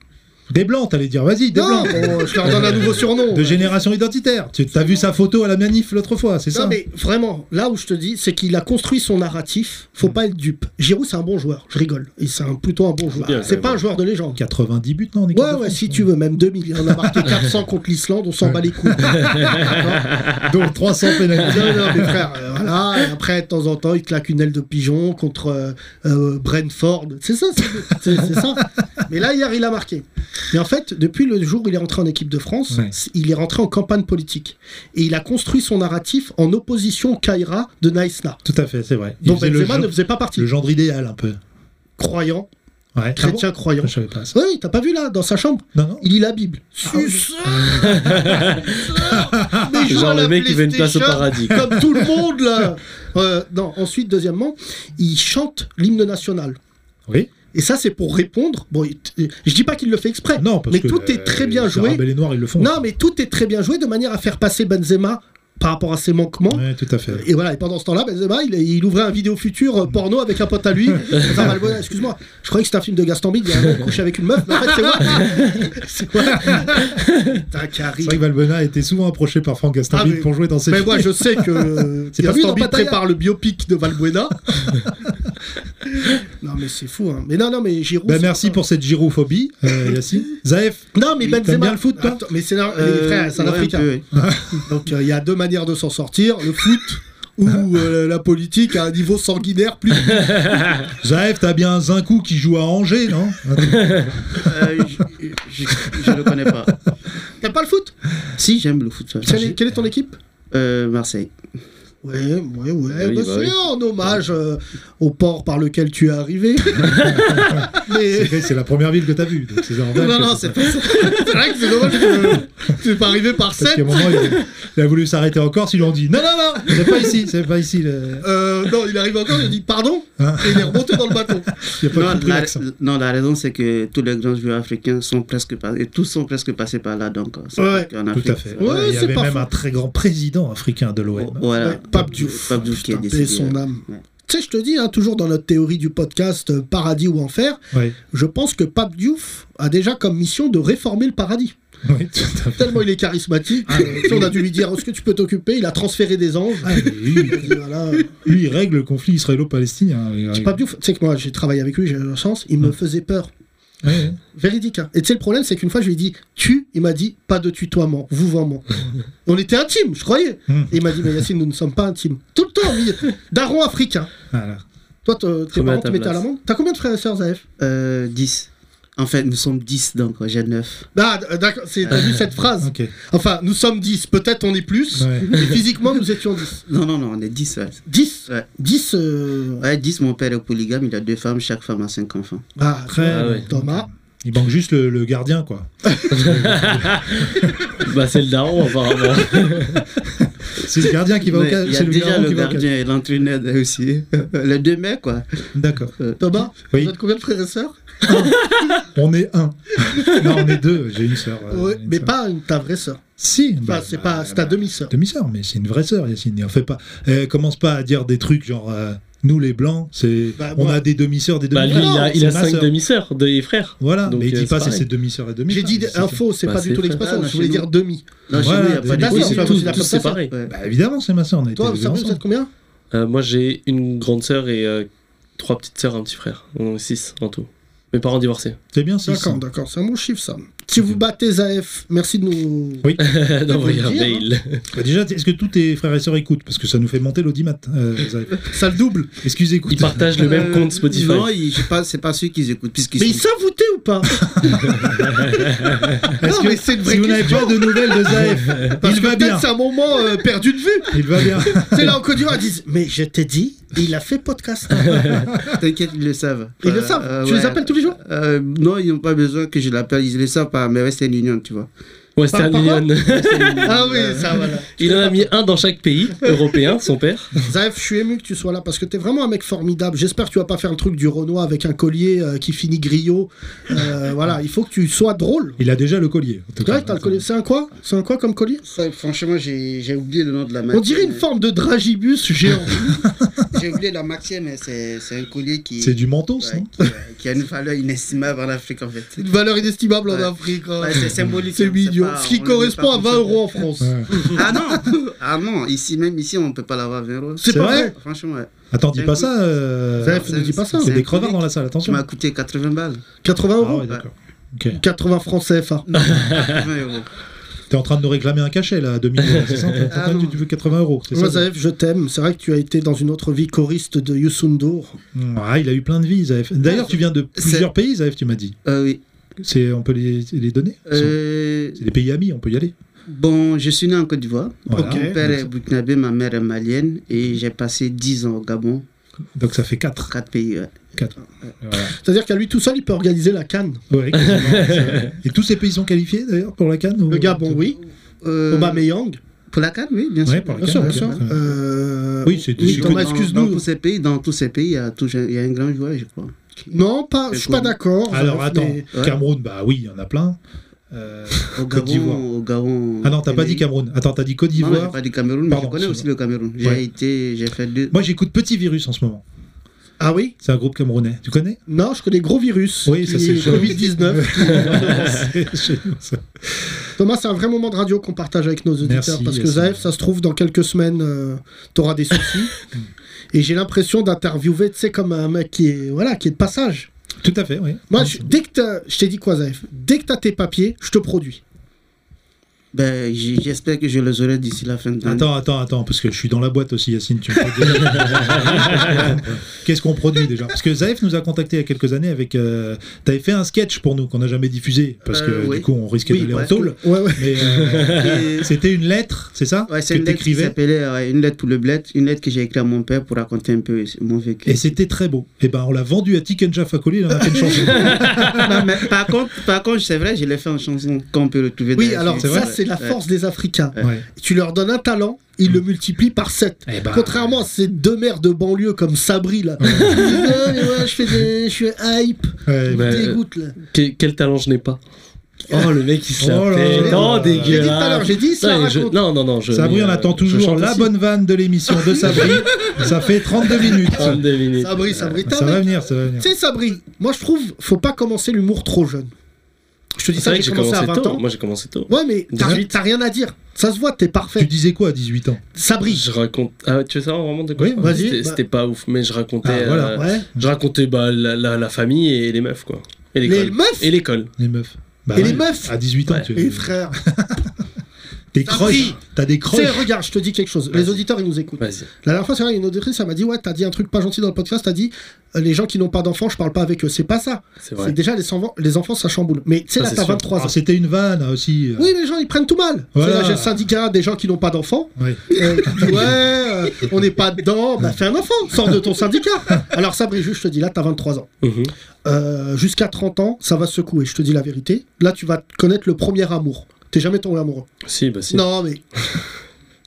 Speaker 4: Des blancs, t'allais dire, vas-y, des
Speaker 3: Non,
Speaker 4: blancs.
Speaker 3: bon, je leur donne un nouveau surnom.
Speaker 4: De génération identitaire. Tu as vu sa photo à la manif l'autre fois, c'est
Speaker 3: Non,
Speaker 4: ça
Speaker 3: mais vraiment, là où je te dis, c'est qu'il a construit son narratif. Faut pas être dupe. Giroud, c'est un bon joueur. Je rigole. Et c'est un- plutôt un bon joueur.
Speaker 5: bien,
Speaker 3: C'est
Speaker 5: ouais,
Speaker 3: pas un
Speaker 5: ouais.
Speaker 3: joueur de légende.
Speaker 4: 90 buts, non, en équipe
Speaker 3: Ouais,
Speaker 4: de
Speaker 3: ouais,
Speaker 4: France,
Speaker 3: si tu veux, même 2000. On a marqué 400 contre l'Islande, on s'en bat les couilles. non,
Speaker 4: Donc 300 pénalités.
Speaker 3: non, non, mais frère, euh, voilà. Et après, de temps en temps, il claque une aile de pigeon contre euh, euh, Brentford. C'est ça, c'est- c'est c'est ça. Mais là, hier, il a marqué. Mais en fait, depuis le jour où il est rentré en équipe de France,
Speaker 4: Ouais.
Speaker 3: c- il est rentré en campagne politique. Et il a construit son narratif en opposition au Kaira de Naïsna.
Speaker 4: Tout à fait, c'est vrai. Il
Speaker 3: Donc
Speaker 4: faisait le,
Speaker 3: Benzema ne
Speaker 4: genre,
Speaker 3: faisait pas partie.
Speaker 4: le genre idéal, un peu.
Speaker 3: Croyant,
Speaker 4: Ouais. Ah bon
Speaker 3: chrétien croyant.
Speaker 4: Je savais pas ça.
Speaker 3: Oui, oui, t'as pas vu là, dans sa chambre,
Speaker 4: Non, non.
Speaker 3: il lit la Bible. Suceur Mais il joue
Speaker 5: Genre
Speaker 3: à la
Speaker 5: le mec qui veut une place
Speaker 3: PlayStation
Speaker 5: au paradis.
Speaker 3: Comme tout le monde là Euh, Non, ensuite, deuxièmement, il chante l'hymne national.
Speaker 4: Oui.
Speaker 3: Et ça, c'est pour répondre. Bon, il- je dis pas qu'il le fait exprès.
Speaker 4: Non, parce
Speaker 3: mais
Speaker 4: que,
Speaker 3: tout est très bien
Speaker 4: les
Speaker 3: joué.
Speaker 4: Arabes et les Noirs, ils le font.
Speaker 3: Non, mais tout est très bien joué de manière à faire passer Benzema par rapport à ses manquements.
Speaker 4: Ouais, tout à fait.
Speaker 3: Et voilà, et pendant ce temps-là, Benzema, il, il ouvrait un vidéo futur euh, porno avec un pote à lui. Dans un Valbuena. Excuse-moi, je croyais que c'était un film de Gaston Bide, il y a un mec couché avec une meuf, mais en fait, c'est moi. c'est moi. Putain,
Speaker 4: C'est
Speaker 3: Carrie.
Speaker 4: vrai que Valbuena a été souvent approché par Franck Gastambide
Speaker 3: Ah, mais-
Speaker 4: pour jouer dans ses
Speaker 3: Mais
Speaker 4: films.
Speaker 3: moi, je sais que euh,
Speaker 4: C'est pas lui
Speaker 3: Gaston
Speaker 4: dans
Speaker 3: Bide
Speaker 4: Pattaya.
Speaker 3: prépare le biopic de Valbuena. non, mais c'est fou, hein. Mais non, non, mais Giroud.
Speaker 4: Ben,
Speaker 3: c'est-
Speaker 4: merci pour cette girophobie, euh, Yacine. Zaef,
Speaker 3: Non, mais
Speaker 4: Oui,
Speaker 3: Benzema.
Speaker 4: t'aimes bien le foot, toi
Speaker 3: Attends, Mais c'est là,
Speaker 6: Euh,
Speaker 3: frère, c'est un
Speaker 6: ouais, un
Speaker 3: Africain.
Speaker 6: peu, ouais.
Speaker 3: Donc, euh, il y a deux manières de s'en sortir le foot ou euh, la politique à un niveau sanguinaire plus.
Speaker 4: Zaef, t'as bien un Zincou qui joue à Angers, non Ah,
Speaker 6: Euh, je- je- Je ne le connais pas.
Speaker 3: T'aimes pas le foot
Speaker 6: Si, j'aime le foot.
Speaker 3: Quelle est- quelle est ton équipe
Speaker 6: Euh, Marseille.
Speaker 3: Ouais, ouais, ouais,
Speaker 5: oui,
Speaker 3: bah
Speaker 5: bah
Speaker 3: c'est
Speaker 5: oui.
Speaker 3: en hommage euh, au port par lequel tu es arrivé. Mais
Speaker 4: C'est la première ville que t'as vue. donc c'est normal
Speaker 3: non,
Speaker 4: que
Speaker 3: non,
Speaker 4: ça-
Speaker 3: c'est pas ça. C'est vrai que c'est dommage que tu es pas arrivé par
Speaker 4: Parce
Speaker 3: 7.
Speaker 4: qu'à un moment, il a, il a voulu s'arrêter en Corse, ils lui ont dit non, non, non, c'est pas ici, c'est pas ici. le- Ah.
Speaker 3: Euh, non, il arrive encore, il a dit pardon, et il est remonté dans le bateau.
Speaker 4: Il a pas
Speaker 6: Non
Speaker 4: compris
Speaker 6: la,
Speaker 4: l'accent.
Speaker 6: non, la raison, c'est que tous les grands joueurs africains sont presque passés, tous sont presque passés par là, donc. euh, c'est
Speaker 3: Ouais,
Speaker 6: vrai qu'en
Speaker 4: Tout
Speaker 6: Afrique,
Speaker 4: à fait.
Speaker 6: ça-
Speaker 3: Ouais,
Speaker 4: il y
Speaker 3: c'est
Speaker 4: avait
Speaker 3: pas
Speaker 4: même
Speaker 3: faux.
Speaker 4: un très grand président africain de l'OM.
Speaker 6: Oh, Voilà.
Speaker 3: Ouais, Pape Diouf.
Speaker 6: Pape Diouf qui
Speaker 3: Putain,
Speaker 6: est
Speaker 3: paix
Speaker 6: décédé. euh,
Speaker 3: son âme.
Speaker 6: Ouais.
Speaker 3: Tu sais, je te dis, hein, toujours dans notre théorie du podcast euh, Paradis ou Enfer,
Speaker 4: Oui,
Speaker 3: je pense que Pape Diouf a déjà comme mission de réformer le paradis.
Speaker 4: oui, tout à fait.
Speaker 3: Tellement il est charismatique, tu sais, on a dû lui dire est-ce que tu peux t'occuper Il a transféré des anges.
Speaker 4: Ah, mais lui,
Speaker 3: Il a dit, voilà,
Speaker 4: lui, il règle le conflit israélo-palestinien. Il
Speaker 3: C'est
Speaker 4: règle-
Speaker 3: pas Diouf. Tu sais que moi, j'ai travaillé avec lui, j'ai eu le sens, il me faisait peur.
Speaker 4: Ouais, ouais.
Speaker 3: Véridique. hein. Et tu sais, le problème, c'est qu'une fois, je lui ai dit tu, il m'a dit pas de tutoiement, vouvoiement. On était intimes, je croyais.
Speaker 4: Mm.
Speaker 3: Et il m'a dit mais Yacine, nous ne sommes pas intimes. Tout le temps, oui. daron africain.
Speaker 4: Voilà.
Speaker 3: Toi, te- tes parents
Speaker 5: Remets à
Speaker 3: te
Speaker 5: ta
Speaker 3: mettaient à
Speaker 5: place.
Speaker 3: l'amende T'as combien de frères et sœurs, Zaf
Speaker 6: Euh, 10. En fait, nous sommes 10, donc euh, j'ai 9.
Speaker 3: Ah, d- d'accord, c'est- t'as vu cette phrase
Speaker 4: Ok.
Speaker 3: Enfin, nous sommes 10, peut-être on est plus.
Speaker 4: Ouais.
Speaker 3: mais physiquement, nous étions 10.
Speaker 6: Non, non, non, on est 10. Ouais.
Speaker 3: 10
Speaker 6: Ouais.
Speaker 3: 10 euh,
Speaker 6: Ouais, 10, mon père est polygame, il a deux femmes, chaque femme a cinq enfants.
Speaker 3: Ah,
Speaker 4: Très
Speaker 5: Ah ouais.
Speaker 3: Thomas.
Speaker 4: Bah, Il manque juste le, le gardien, quoi.
Speaker 5: Bah c'est le daron apparemment.
Speaker 4: C'est le gardien qui va au
Speaker 6: Mais
Speaker 4: ca-
Speaker 6: Il y
Speaker 4: c'est
Speaker 6: a
Speaker 4: le
Speaker 6: déjà
Speaker 4: daron
Speaker 6: le
Speaker 4: qui va au ca-
Speaker 6: gardien et l'entraîneur aussi. les deux mecs, quoi.
Speaker 4: D'accord.
Speaker 3: Thomas,
Speaker 4: Oui.
Speaker 3: vous êtes combien de frères et sœurs
Speaker 4: On est un. non, on est deux. J'ai une sœur. euh,
Speaker 3: Ouais,
Speaker 4: une
Speaker 3: Mais
Speaker 4: sœur.
Speaker 3: pas une- ta vraie sœur.
Speaker 4: Si. bah,
Speaker 3: Enfin, c'est
Speaker 4: bah,
Speaker 3: pas, c'est ta
Speaker 4: bah,
Speaker 3: demi-sœur.
Speaker 4: demi-sœur, mais c'est une vraie sœur, Yacine. Et on fait pas. Elle commence pas à dire des trucs genre euh, nous les blancs, c'est
Speaker 3: Bah,
Speaker 4: on
Speaker 3: moi-
Speaker 4: a des demi-sœurs, des
Speaker 5: bah
Speaker 4: demi-frères.
Speaker 5: lui il a, il a
Speaker 4: C'est ma
Speaker 5: cinq
Speaker 4: sœur.
Speaker 5: demi-sœurs, des frères.
Speaker 4: Voilà,
Speaker 5: Donc,
Speaker 4: mais il
Speaker 5: euh,
Speaker 4: dit
Speaker 5: c'est
Speaker 4: pas si
Speaker 5: pareil.
Speaker 4: c'est demi-sœur et demi-frère.
Speaker 3: J'ai dit
Speaker 4: mais c'est-
Speaker 3: info, c'est
Speaker 5: Bah,
Speaker 3: pas du
Speaker 5: c'est
Speaker 3: tout
Speaker 5: fait.
Speaker 3: l'expression,
Speaker 6: Ah, non,
Speaker 3: je voulais
Speaker 6: chez
Speaker 3: dire demi.
Speaker 6: Non,
Speaker 4: Voilà,
Speaker 6: chez nous, il n'y a
Speaker 4: des-
Speaker 6: pas
Speaker 3: Ah,
Speaker 6: de
Speaker 3: oui,
Speaker 5: Oui,
Speaker 3: c'est
Speaker 5: c'est
Speaker 3: pas
Speaker 5: tous,
Speaker 3: possible
Speaker 5: tous
Speaker 3: d'appeler ça ça.
Speaker 5: séparés.
Speaker 6: Ouais.
Speaker 4: Bah, évidemment, c'est ma sœur. On est
Speaker 3: Toi,
Speaker 4: élevés
Speaker 3: ça vous
Speaker 4: ensemble.
Speaker 3: êtes combien
Speaker 5: Euh, moi j'ai une grande sœur et euh, trois petites sœurs, un petit frère. On est six en tout. Mes parents divorcés.
Speaker 4: C'est bien ça.
Speaker 3: D'accord, d'accord, c'est un bon chiffre ça. Si vous battez Zaf, merci de nous.
Speaker 5: D'envoyer un
Speaker 3: dire, hein.
Speaker 5: mail.
Speaker 4: Bah, déjà, est-ce que tous tes frères et sœurs écoutent Parce que ça nous fait monter l'audimat. euh, Zaïf.
Speaker 3: Ça le double.
Speaker 4: Excusez, écoute.
Speaker 5: Ils partagent le même compte Spotify.
Speaker 6: Euh, Non, il- je sais pas, c'est pas ceux qu'ils écoutent, puisqu'ils
Speaker 3: Mais ils
Speaker 6: sont-
Speaker 3: savent voter ou pas Non, mais c'est une vraie
Speaker 4: Si vous n'avez
Speaker 3: question.
Speaker 4: pas de nouvelles de Zaef,
Speaker 3: Parce
Speaker 4: il
Speaker 3: que
Speaker 4: va
Speaker 3: peut-être
Speaker 4: bien.
Speaker 3: c'est un moment euh, perdu de vue.
Speaker 4: Il va bien.
Speaker 3: C'est là en Côte d'Ivoire, ils disent Mais je t'ai dit, il a fait podcast.
Speaker 6: T'inquiète, ils le savent.
Speaker 3: Ils le savent Tu les appelles tous les jours
Speaker 6: Euh, Non, ils n'ont pas besoin que je l'appelle. Ils le savent par mais Western Union, tu vois.
Speaker 5: Western
Speaker 3: Par- par
Speaker 5: Union.
Speaker 3: ah oui, ça voilà.
Speaker 5: Il en a mis un dans chaque pays européen, son père.
Speaker 3: Zaef, je suis ému que tu sois là parce que t'es vraiment un mec formidable. J'espère que tu vas pas faire le truc du Renoir avec un collier euh, qui finit griot. Euh, voilà, il faut que tu sois drôle.
Speaker 4: Il a déjà le collier. en tout
Speaker 3: Ouais,
Speaker 4: cas.
Speaker 3: t'as le collier. C'est un quoi C'est un quoi comme collier
Speaker 6: Ça, franchement, j'ai j'ai oublié le nom de la marque.
Speaker 3: On dirait une forme de dragibus géant.
Speaker 6: J'ai oublié la marquer, mais c'est c'est un collier qui,
Speaker 4: C'est du menton, ça,
Speaker 3: hein.
Speaker 6: ouais,
Speaker 4: non
Speaker 6: qui, euh, qui a une valeur inestimable en Afrique en fait.
Speaker 3: Une valeur inestimable
Speaker 6: Ouais.
Speaker 3: en Afrique. hein.
Speaker 6: Ouais, c'est symbolique.
Speaker 3: C'est
Speaker 6: hein,
Speaker 3: mignon.
Speaker 6: pas-
Speaker 3: Ce qui
Speaker 6: on le met
Speaker 3: correspond
Speaker 6: pas
Speaker 3: à
Speaker 6: comme
Speaker 3: 20
Speaker 6: ça.
Speaker 3: euros en France.
Speaker 4: Ouais.
Speaker 6: Ah non Ah non, ici même ici on peut pas l'avoir 20 euros.
Speaker 3: C'est
Speaker 4: C'est
Speaker 3: pas
Speaker 4: vrai
Speaker 3: vrai
Speaker 6: Franchement, ouais.
Speaker 4: Attends, dis
Speaker 6: C'est
Speaker 4: pas
Speaker 6: un
Speaker 4: ça. euh,
Speaker 3: C'est un fou- Bah, ne dis pas ça.
Speaker 4: Il y a
Speaker 6: c'est un
Speaker 4: des crevards
Speaker 6: collier
Speaker 4: dans la salle,
Speaker 6: qui
Speaker 4: attention.
Speaker 6: m'a coûté 80 balles.
Speaker 3: 80
Speaker 4: Ah
Speaker 3: euros
Speaker 4: ouais, d'accord. Ok.
Speaker 3: 80 francs CFA.
Speaker 6: 80 euros.
Speaker 4: T'es en train de nous réclamer un cachet là, à 2000 euros, c'est ça T'es en train
Speaker 6: Ah
Speaker 4: de-
Speaker 6: non.
Speaker 4: Tu veux 80 euros, c'est
Speaker 3: Moi,
Speaker 4: ça
Speaker 3: Zaef, je t'aime. C'est vrai que tu as été dans une autre vie choriste de Youssoundour.
Speaker 4: Mm, Ah, il a eu plein de vies, Zaef. D'ailleurs, tu viens de plusieurs pays, Zaef, tu m'as dit.
Speaker 6: Euh, oui.
Speaker 4: C'est, on peut les, les donner Ils sont-
Speaker 6: Euh,
Speaker 4: C'est des pays amis, on peut y aller.
Speaker 6: bon, je suis né en Côte d'Ivoire.
Speaker 4: Voilà.
Speaker 3: Ok.
Speaker 6: Mon père est burkinabé, ma mère est malienne et j'ai passé 10 ans au Gabon,
Speaker 4: Donc ça fait 4.
Speaker 6: quatre pays. ouais.
Speaker 3: C'est-à-dire qu'à lui tout seul, il peut organiser la canne.
Speaker 4: Et tous ces pays sont qualifiés d'ailleurs pour la Cannes
Speaker 3: Le Gabon, oui.
Speaker 6: Euh,
Speaker 3: Aubameyang,
Speaker 6: Pour la Cannes, oui, bien sûr.
Speaker 4: Ouais, pour la
Speaker 3: bien
Speaker 4: Cannes,
Speaker 3: sûr, bien
Speaker 4: ok.
Speaker 3: sûr.
Speaker 4: Ouais.
Speaker 3: Euh,
Speaker 4: Oui, c'est
Speaker 3: oui,
Speaker 4: c'est
Speaker 3: Thomas,
Speaker 4: que-
Speaker 6: dans- Dans
Speaker 3: excuse-nous.
Speaker 6: tous ces pays, dans tous ces pays, il y a, toujours- il y a un grand joueur, je crois.
Speaker 3: Non, pas, je suis pas d'accord.
Speaker 4: Alors
Speaker 3: Zaef,
Speaker 4: attends,
Speaker 3: mais-
Speaker 6: Ouais.
Speaker 4: Cameroun, bah oui, il y en a plein. Euh,
Speaker 6: Au
Speaker 4: Côte d'Ivoire.
Speaker 6: Gabon, au Gabon.
Speaker 4: Ah non, t'as pas dit Cameroun. Attends, t'as dit Côte
Speaker 6: Non, non, j'ai
Speaker 4: d'Ivoire.
Speaker 6: pas dit Cameroun, mais
Speaker 4: Pardon,
Speaker 6: je connais
Speaker 4: c'est
Speaker 6: aussi
Speaker 4: bon.
Speaker 6: le Cameroun. J'ai
Speaker 4: Ouais.
Speaker 6: été, j'ai fait deux.
Speaker 4: Moi j'écoute Petit Virus en ce moment.
Speaker 3: Ah oui
Speaker 4: C'est un groupe camerounais. Tu connais
Speaker 3: Non, je connais Gros Virus.
Speaker 4: Oui, ça,
Speaker 3: qui est
Speaker 4: c'est chaud.
Speaker 3: Covid-19.
Speaker 4: C'est chez nous, ça.
Speaker 3: Thomas, c'est un vrai moment de radio qu'on partage avec nos auditeurs
Speaker 4: Merci,
Speaker 3: parce que
Speaker 4: Yassine.
Speaker 3: Zaev, ça se trouve, dans quelques semaines, euh, t'auras des soucis. Et j'ai l'impression d'interviewer, tu sais, comme un mec qui est, voilà, qui est de passage.
Speaker 4: Tout à fait, oui.
Speaker 3: Moi, je- dès que t'as- je t'ai dit quoi, Zaev Dès que t'as tes papiers, je te produis.
Speaker 6: Ben, j- j'espère que je les aurai d'ici la fin de l'année.
Speaker 4: Attends, attends, attends, parce que je suis dans la boîte aussi, Yacine. Tu me fais des- Qu'est-ce qu'on produit déjà Parce que Zaef nous a contacté il y a quelques années avec. euh, T'avais fait un sketch pour nous qu'on n'a jamais diffusé, parce que
Speaker 6: Euh, oui.
Speaker 4: du coup on risquait
Speaker 6: Oui,
Speaker 4: d'aller en
Speaker 6: ouais.
Speaker 4: tôle.
Speaker 3: Ouais, ouais.
Speaker 4: Mais euh,
Speaker 6: Et-
Speaker 4: c'était une lettre, c'est ça
Speaker 6: Ouais,
Speaker 4: Que
Speaker 6: c'est une lettre qui
Speaker 4: t'écrivais
Speaker 6: s'appelait euh, une lettre pour le bled, une lettre que j'ai écrite à mon père pour raconter un peu mon vécu.
Speaker 4: Et c'était très beau. Et ben on l'a vendu à Tikenja Fakoli, il en a fait une chanson.
Speaker 6: Non, mais par contre, par contre, c'est vrai, je l'ai fait en chanson qu'on peut retrouver.
Speaker 3: Oui,
Speaker 6: dans-
Speaker 3: alors
Speaker 6: sur-
Speaker 3: ça,
Speaker 6: ouais,
Speaker 3: c'est la
Speaker 6: ouais.
Speaker 3: force des Africains.
Speaker 4: Ouais. Mm.
Speaker 3: Tu leur donnes un talent, ils le multiplient par 7.
Speaker 4: Eh ben,
Speaker 3: Contrairement à ces deux mères de banlieue comme Sabri, là. Qui disent, Ouais, mais ouais, je fais des... je suis hype,
Speaker 4: ouais,
Speaker 3: ils
Speaker 4: bah,
Speaker 3: me
Speaker 5: ben,
Speaker 3: dégoûtent, là.
Speaker 5: Que- quel talent je n'ai pas Oh, le mec, il se
Speaker 4: Oh
Speaker 5: la
Speaker 4: là
Speaker 5: pète.
Speaker 4: là.
Speaker 5: Oh,
Speaker 4: J'ai
Speaker 3: J'ai
Speaker 4: dit
Speaker 3: dit tout
Speaker 5: dégueulasse.
Speaker 3: à l'heure, j'ai dit ça,
Speaker 5: Non, je-
Speaker 3: raconte.
Speaker 5: non, non, non, je.
Speaker 4: Sabri, on
Speaker 5: euh,
Speaker 4: attend
Speaker 5: je
Speaker 4: toujours
Speaker 5: chante
Speaker 4: la
Speaker 5: aussi.
Speaker 4: bonne vanne de l'émission de Sabri. ça fait 32 minutes.
Speaker 5: 32 minutes.
Speaker 3: Sabri, Sabri, t'as
Speaker 4: Ça
Speaker 3: un
Speaker 4: va venir, ça va venir.
Speaker 3: Tu sais, Sabri, moi je trouve, faut pas commencer l'humour trop jeune. Je te dis
Speaker 5: C'est
Speaker 3: ça,
Speaker 5: vrai que
Speaker 3: j'ai
Speaker 5: j'ai
Speaker 3: commencé,
Speaker 5: commencé
Speaker 3: à 20
Speaker 5: tôt.
Speaker 3: ans.
Speaker 5: Moi, j'ai commencé tôt.
Speaker 3: Ouais, mais t'as-
Speaker 4: 18.
Speaker 3: t'as rien à dire. Ça se voit, t'es
Speaker 4: Tu
Speaker 3: parfait.
Speaker 4: disais quoi à 18 ans
Speaker 3: Sabri.
Speaker 5: Je raconte. Ah, tu veux savoir vraiment de quoi
Speaker 4: Oui,
Speaker 3: vas-y,
Speaker 5: C'était-
Speaker 3: bah.
Speaker 5: C'était pas ouf, mais je racontais.
Speaker 4: Ah, voilà,
Speaker 5: euh,
Speaker 3: Ouais.
Speaker 5: Je racontais bah, la, la- la famille et les meufs, quoi. Et
Speaker 3: Les
Speaker 5: l'école.
Speaker 3: meufs
Speaker 5: Et l'école.
Speaker 4: Les meufs. Bah
Speaker 3: Et
Speaker 4: ouais,
Speaker 3: les meufs
Speaker 4: À 18 ans,
Speaker 5: Ouais.
Speaker 4: tu
Speaker 3: Et frères.
Speaker 4: T'es
Speaker 3: T'as
Speaker 4: croche.
Speaker 3: pris.
Speaker 4: T'as des
Speaker 3: Tu sais,
Speaker 4: croches.
Speaker 3: regarde, je te dis quelque chose. Les
Speaker 5: Vas-y.
Speaker 3: auditeurs, ils nous écoutent.
Speaker 5: Vas-y.
Speaker 3: La dernière fois, c'est vrai, une auditrice, elle m'a dit Ouais, t'as dit un truc pas gentil dans le podcast. T'as dit euh, Les gens qui n'ont pas d'enfants, je parle pas avec eux. C'est pas ça.
Speaker 5: C'est
Speaker 3: C'est
Speaker 5: vrai.
Speaker 3: déjà les, enfants- les enfants, ça chamboule. Mais tu sais,
Speaker 5: Ça,
Speaker 3: là,
Speaker 5: c'est
Speaker 3: t'as
Speaker 5: sûr.
Speaker 3: 23 ans.
Speaker 4: Alors, C'était une vanne hein, aussi. euh,
Speaker 3: Oui, mais les gens, ils prennent tout mal.
Speaker 4: Voilà.
Speaker 3: C'est là, J'ai le syndicat des gens qui n'ont pas d'enfants.
Speaker 4: ouais.
Speaker 3: Euh, tu dis, ouais, euh, on n'est pas dedans. Bah, fais un enfant, sors de ton syndicat. Alors, Sabri, juste, je te dis, là, t'as 23 ans.
Speaker 5: Mhm.
Speaker 3: Euh, Jusqu'à 30 ans, ça va secouer, je te dis la vérité. Là, tu vas connaître le premier amour. T'es jamais tombé amoureux.
Speaker 5: Si, bah si.
Speaker 3: Non, mais.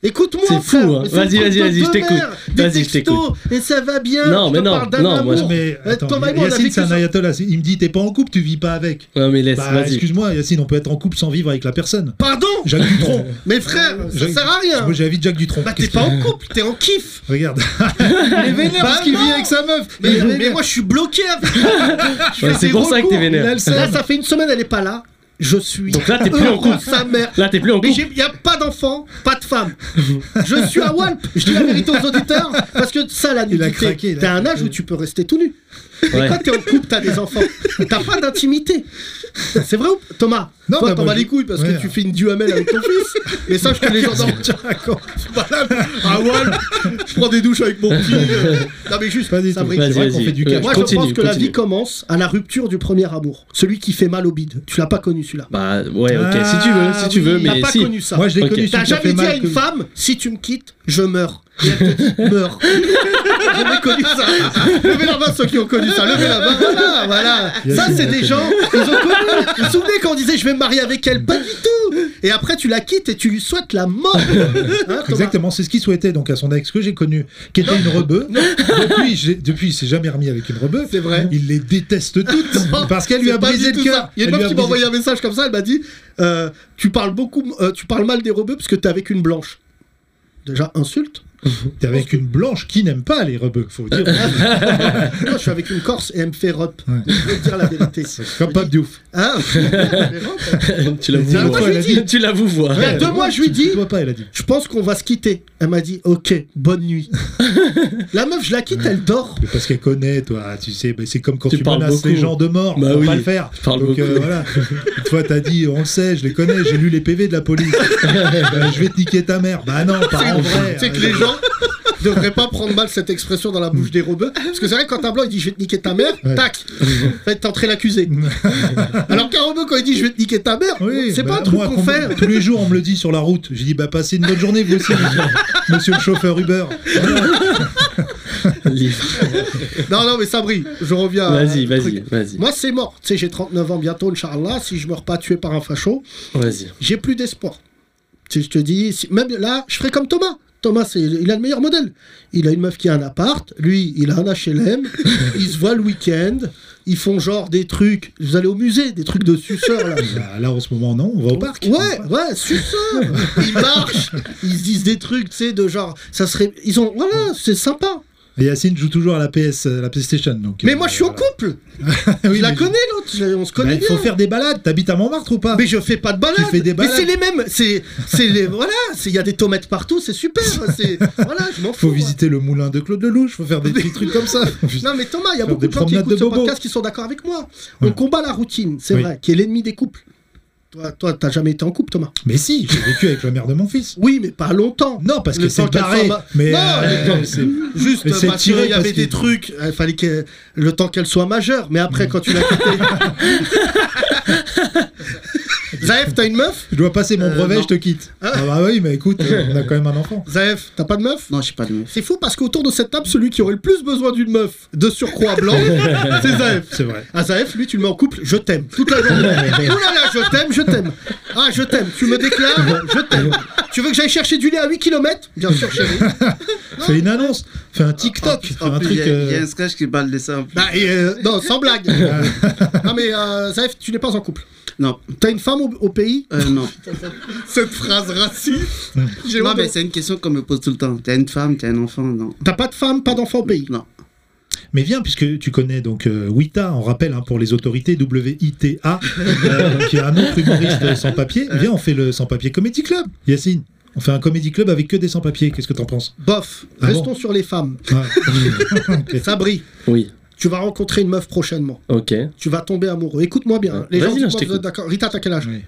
Speaker 3: Écoute-moi,
Speaker 5: C'est fou,
Speaker 3: frère.
Speaker 5: hein.
Speaker 3: mais c'est
Speaker 5: Vas-y,
Speaker 3: le
Speaker 5: vas-y,
Speaker 3: compte
Speaker 5: vas-y,
Speaker 3: de
Speaker 5: je
Speaker 3: deux
Speaker 5: t'écoute.
Speaker 3: mères, des
Speaker 5: Vas-y, je
Speaker 3: textos, Et ça va bien.
Speaker 5: Non,
Speaker 3: je
Speaker 5: mais
Speaker 3: te
Speaker 5: non,
Speaker 3: parle d'un
Speaker 5: non, moi,
Speaker 3: amour.
Speaker 5: je-
Speaker 4: Mais
Speaker 3: Euh,
Speaker 4: attends,
Speaker 3: Thomas et moi, on a
Speaker 4: Yacine,
Speaker 3: vécu
Speaker 4: c'est un
Speaker 3: sur-
Speaker 4: ayatollah. Il me dit T'es pas en couple, tu vis pas avec.
Speaker 5: Non, mais laisse,
Speaker 4: Bah,
Speaker 5: vas-y.
Speaker 4: excuse-moi, Yacine, on peut être en couple sans vivre avec la personne.
Speaker 3: Pardon
Speaker 4: Jacques Dutronc.
Speaker 3: Mais frère, ça
Speaker 4: J'ai-
Speaker 3: sert à rien.
Speaker 4: Moi, j'invite Jacques Dutronc.
Speaker 3: Bah, t'es
Speaker 4: Qu'est-ce
Speaker 3: pas
Speaker 4: que-
Speaker 3: en couple, t'es en kiff.
Speaker 4: Regarde.
Speaker 3: Mais vénère
Speaker 4: parce qu'il vit avec
Speaker 3: sa meuf. Mais, mais moi, je suis bloqué avec Je
Speaker 5: Ouais,
Speaker 3: fais
Speaker 5: c'est
Speaker 3: des
Speaker 5: pour ça que
Speaker 3: recours.
Speaker 5: t'es vénère.
Speaker 3: Il a le seum. Là, ça fait une semaine, elle est pas là. Je suis.
Speaker 5: Donc là, t'es plus en
Speaker 3: heureux de
Speaker 5: couple.
Speaker 3: Sa mère.
Speaker 5: Là, t'es plus en
Speaker 3: Mais
Speaker 5: couple.
Speaker 3: il n'y a pas d'enfant, pas de femme. Je suis à Walp. Je dis la vérité aux auditeurs parce que ça, la
Speaker 4: Il a craqué,
Speaker 3: nudité.
Speaker 4: il a
Speaker 3: T'as un âge
Speaker 4: craqué.
Speaker 3: où tu peux rester tout nu.
Speaker 5: Ouais.
Speaker 3: Mais quand t'es en couple, t'as des enfants. T'as pas d'intimité. C'est vrai ou Thomas
Speaker 4: Non,
Speaker 3: Toi,
Speaker 4: bah,
Speaker 3: t'en
Speaker 4: moi,
Speaker 3: bats les
Speaker 4: je-
Speaker 3: couilles parce
Speaker 4: Ouais.
Speaker 3: que tu fais une duhamel avec ton fils. Mais sache que les gens dorment. À Walp, Ah je prends des douches avec mon petit. euh, Non, mais juste,
Speaker 4: Pas du
Speaker 3: ça
Speaker 4: tout.
Speaker 3: brille.
Speaker 4: C'est
Speaker 5: Vas-y,
Speaker 4: vrai qu'on
Speaker 5: vas-y.
Speaker 4: fait du
Speaker 5: Ouais,
Speaker 4: cash.
Speaker 3: Moi, je
Speaker 5: Continue,
Speaker 3: pense que la
Speaker 5: continue.
Speaker 3: vie commence à la rupture du premier amour. Celui qui fait mal au bide. Tu l'as pas connu, celui-là.
Speaker 5: Bah, ouais, ok.
Speaker 4: Ah,
Speaker 5: Si tu veux, Euh, si tu veux,
Speaker 4: oui.
Speaker 3: T'as
Speaker 5: mais
Speaker 3: pas
Speaker 5: si.
Speaker 3: connu ça.
Speaker 4: Moi, je l'ai
Speaker 5: Ok.
Speaker 4: connu.
Speaker 3: T'as
Speaker 4: celui qui a
Speaker 3: jamais
Speaker 4: fait
Speaker 3: dit
Speaker 4: mal
Speaker 3: à une
Speaker 4: que-
Speaker 3: femme, si tu me quittes, je meurs. Et elle te dit, meurs. J'ai jamais connu ça. Levez la main ceux qui ont connu ça. Levez la main. Voilà, voilà.
Speaker 4: Il y a
Speaker 3: Ça,
Speaker 4: des
Speaker 3: c'est
Speaker 4: gens
Speaker 3: des
Speaker 4: qui
Speaker 3: gens, ils ont connu. Vous vous souvenez quand on disait, je vais me marier avec elle Pas du tout. Et après, tu la quittes et tu lui souhaites la mort. Hein, Thomas
Speaker 4: Exactement, c'est ce qu'il souhaitait donc à son ex que j'ai connu, qui était une rebeu. Depuis, j'ai- depuis, il s'est jamais remis avec une rebeu.
Speaker 3: C'est vrai.
Speaker 4: Il les déteste toutes parce qu'elle lui
Speaker 3: C'est
Speaker 4: a
Speaker 3: pas
Speaker 4: brisé
Speaker 3: du
Speaker 4: le
Speaker 3: tout
Speaker 4: cœur.
Speaker 3: ça. Il y a
Speaker 4: Elle
Speaker 3: une
Speaker 4: lui
Speaker 3: meuf qui
Speaker 4: a
Speaker 3: m'a
Speaker 4: brisé-
Speaker 3: envoyé un message comme ça, elle m'a dit euh, Tu parles beaucoup, euh, tu parles mal des rebeux parce que t'es avec une blanche. Déjà, insulte.
Speaker 4: T'es avec une blanche qui n'aime pas les rebeux, faut
Speaker 3: Euh,
Speaker 4: dire.
Speaker 3: Moi, je suis avec une Corse et elle me fait rep.
Speaker 4: Ouais.
Speaker 3: Je vais te dire la vérité.
Speaker 4: C'est Comme Pape Diouf.
Speaker 3: Hein
Speaker 5: tu l'avoues
Speaker 4: Tiens, moi, je lui
Speaker 5: voir.
Speaker 4: dis.
Speaker 5: Tu l'avoues voir.
Speaker 3: y a deux mois, je lui dis-
Speaker 4: Tu vois pas, elle a dit.
Speaker 3: Je pense qu'on va se quitter. Elle m'a dit, ok, bonne nuit. la meuf, je la quitte, elle dort.
Speaker 4: Mais parce qu'elle connaît, toi, tu sais, bah, c'est comme quand tu,
Speaker 5: Tu parles
Speaker 4: menaces
Speaker 5: beaucoup.
Speaker 4: les gens de mort,
Speaker 5: Bah
Speaker 4: faut
Speaker 5: oui,
Speaker 4: pas le faire.
Speaker 5: tu parles
Speaker 4: Donc euh,
Speaker 5: beaucoup.
Speaker 4: voilà, toi t'as dit, on le sait, je les connais, j'ai lu les PV de la police. Euh, je vais te niquer ta mère. Bah non, pas en vrai.
Speaker 3: C'est que les gens devraient pas prendre mal cette expression dans la bouche des robeux. Parce que c'est vrai, quand un blanc il dit je vais te niquer ta mère,
Speaker 4: Ouais.
Speaker 3: tac, faites entrer l'accusé. Alors qu'un rebeu, quand il dit je vais te niquer ta mère,
Speaker 4: Oui,
Speaker 3: c'est
Speaker 4: bah,
Speaker 3: pas un truc
Speaker 4: moi,
Speaker 3: qu'on
Speaker 4: combien-
Speaker 3: fait.
Speaker 4: Tous les jours, on me le dit sur la route. J'ai dit, bah passez une bonne journée, vous aussi, monsieur, monsieur le chauffeur Uber.
Speaker 3: Non, non, mais Sabri, je reviens. à-
Speaker 5: Vas-y,
Speaker 3: au
Speaker 5: vas-y,
Speaker 3: truc.
Speaker 5: vas-y.
Speaker 3: Moi, c'est mort. Tu sais, j'ai 39 ans bientôt, Inch'Allah. Si je meurs pas tué par un facho,
Speaker 5: Vas-y.
Speaker 3: j'ai plus d'espoir. Tu sais, je te dis, si- même là, je ferai comme Thomas. Thomas, c'est- il a le meilleur modèle. Il a une meuf qui a un appart, lui, il a un HLM, ils se voient le week-end, ils font genre des trucs, vous allez au musée, des trucs de suceur là.
Speaker 4: Bah, là, en ce moment, non, on va au parc.
Speaker 3: Ouais, ouais, suceur Ils marchent, ils se disent des trucs, tu sais, de genre, ça serait. Ils ont. Voilà, c'est sympa.
Speaker 4: Et Yacine joue toujours à la PS, euh, la PlayStation. Donc,
Speaker 3: Mais
Speaker 4: euh,
Speaker 3: moi, je suis en
Speaker 4: voilà. Ah
Speaker 3: couple
Speaker 4: Oui,
Speaker 3: Je la
Speaker 4: mais-
Speaker 3: connais l'autre, je- on se
Speaker 4: Bah,
Speaker 3: connaît
Speaker 4: Il faut
Speaker 3: bien.
Speaker 4: faire des balades. T'habites à Montmartre ou pas
Speaker 3: Mais je fais pas de balade.
Speaker 4: Tu fais des
Speaker 3: mais
Speaker 4: balades.
Speaker 3: c'est les mêmes. C'est, c'est les, voilà. c'est- Il y a des tomates partout. C'est super. C'est, voilà, je m'en fous.
Speaker 4: Faut
Speaker 3: moi.
Speaker 4: visiter le moulin de Claude Lelouch. Faut faire des
Speaker 3: Mais-
Speaker 4: petits trucs comme ça.
Speaker 3: Non mais Thomas, il y a
Speaker 4: Faire
Speaker 3: beaucoup
Speaker 4: des
Speaker 3: de gens qui
Speaker 4: promenades
Speaker 3: écoutent
Speaker 4: de
Speaker 3: ce
Speaker 4: bobo.
Speaker 3: podcast qui sont d'accord avec moi. On combat la routine, c'est
Speaker 4: Oui.
Speaker 3: vrai, qui est l'ennemi des couples. Toi, toi, t'as jamais été en couple, Thomas
Speaker 4: Mais si, j'ai vécu avec la mère de mon fils.
Speaker 3: Oui, mais pas longtemps.
Speaker 4: Non, parce
Speaker 3: Le
Speaker 4: que
Speaker 3: temps
Speaker 4: c'est
Speaker 3: qu'elle soit
Speaker 4: barré.
Speaker 3: ma-
Speaker 4: Mais
Speaker 3: Non,
Speaker 4: euh,
Speaker 3: le temps-
Speaker 4: c'est-
Speaker 3: Juste
Speaker 4: Elle s'est
Speaker 3: parce qu'il
Speaker 4: tirée
Speaker 3: y avait
Speaker 4: parce
Speaker 3: des
Speaker 4: que-
Speaker 3: trucs, il fallait que le temps qu'elle soit majeure. Mais après, quand tu l'as quitté. Zaef, t'as une meuf
Speaker 4: je dois passer mon
Speaker 3: Euh,
Speaker 4: brevet,
Speaker 3: non.
Speaker 4: je te quitte.
Speaker 3: Ah.
Speaker 4: Ah, bah oui, mais écoute, euh, on a quand même un enfant.
Speaker 3: Zaef, t'as pas de meuf
Speaker 6: Non, je sais pas de meuf.
Speaker 3: C'est fou parce qu'autour de cette table, celui qui aurait le plus besoin d'une meuf de surcroît blanc, c'est Zaef.
Speaker 4: C'est vrai.
Speaker 3: Ah Zaef, lui, tu le mets en couple, je t'aime. Toute la journée. Ouh là là, je t'aime, je t'aime. Ah, je t'aime. Tu me déclares, je t'aime. Tu veux que j'aille chercher du lait à 8 km Bien sûr, chérie.
Speaker 4: Fais une annonce, fais un TikTok,
Speaker 3: Ah,
Speaker 4: fais
Speaker 6: En
Speaker 4: un
Speaker 6: plus,
Speaker 4: truc.
Speaker 6: il y, a- il y a
Speaker 4: euh,
Speaker 6: un sketch qui parle de ça. en plus.
Speaker 3: Bah, et, euh, non, sans blague. non, mais euh, Zaef, tu n'es pas en couple.
Speaker 6: Non,
Speaker 3: T'as une femme au, au pays
Speaker 6: euh, non.
Speaker 3: Cette phrase raciste. J'ai
Speaker 6: non,
Speaker 3: honte.
Speaker 6: mais c'est une question qu'on me pose tout le temps. T'as une femme, t'as un enfant, non.
Speaker 3: T'as pas de femme, pas d'enfant au pays
Speaker 6: Non.
Speaker 4: Mais viens, puisque tu connais donc euh, Wita, on rappelle hein, pour les autorités, W-I-T-A, euh, qui est un autre humoriste sans papier.
Speaker 3: Euh.
Speaker 4: Viens, on fait le sans papier Comedy Club, Yacine. On fait un Comedy Club avec que des sans papiers. Qu'est-ce que t'en penses
Speaker 3: Bof,
Speaker 4: Ah
Speaker 3: restons
Speaker 4: bon
Speaker 3: sur les femmes.
Speaker 4: Ah. Ok.
Speaker 3: Sabri,
Speaker 5: Oui,
Speaker 3: tu vas rencontrer une meuf prochainement.
Speaker 5: ok.
Speaker 3: tu vas tomber amoureux. Écoute-moi bien. hein. Les
Speaker 5: Vas-y,
Speaker 3: gens,
Speaker 5: là,
Speaker 3: dites-moi,
Speaker 5: je
Speaker 3: vous
Speaker 5: t'écoute.
Speaker 3: êtes d'accord. Rita, t'as quel âge
Speaker 4: Oui.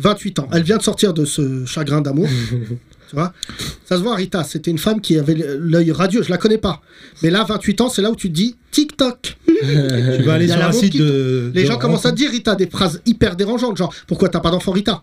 Speaker 3: 28 ans. Elle vient de sortir de ce chagrin d'amour. tu vois Ça se voit, Rita, c'était une femme qui avait l'œil radieux. Je la connais pas. Mais là, 28 ans, c'est là où tu te dis TikTok.
Speaker 4: Tu vas aller
Speaker 3: Il y a
Speaker 4: sur
Speaker 3: la
Speaker 4: un
Speaker 3: route
Speaker 4: site
Speaker 3: qui-
Speaker 4: de.
Speaker 3: Les
Speaker 4: de
Speaker 3: gens commencent à
Speaker 4: rencontre.
Speaker 3: te dire, Rita, des phrases hyper dérangeantes. Genre, pourquoi t'as pas d'enfant, Rita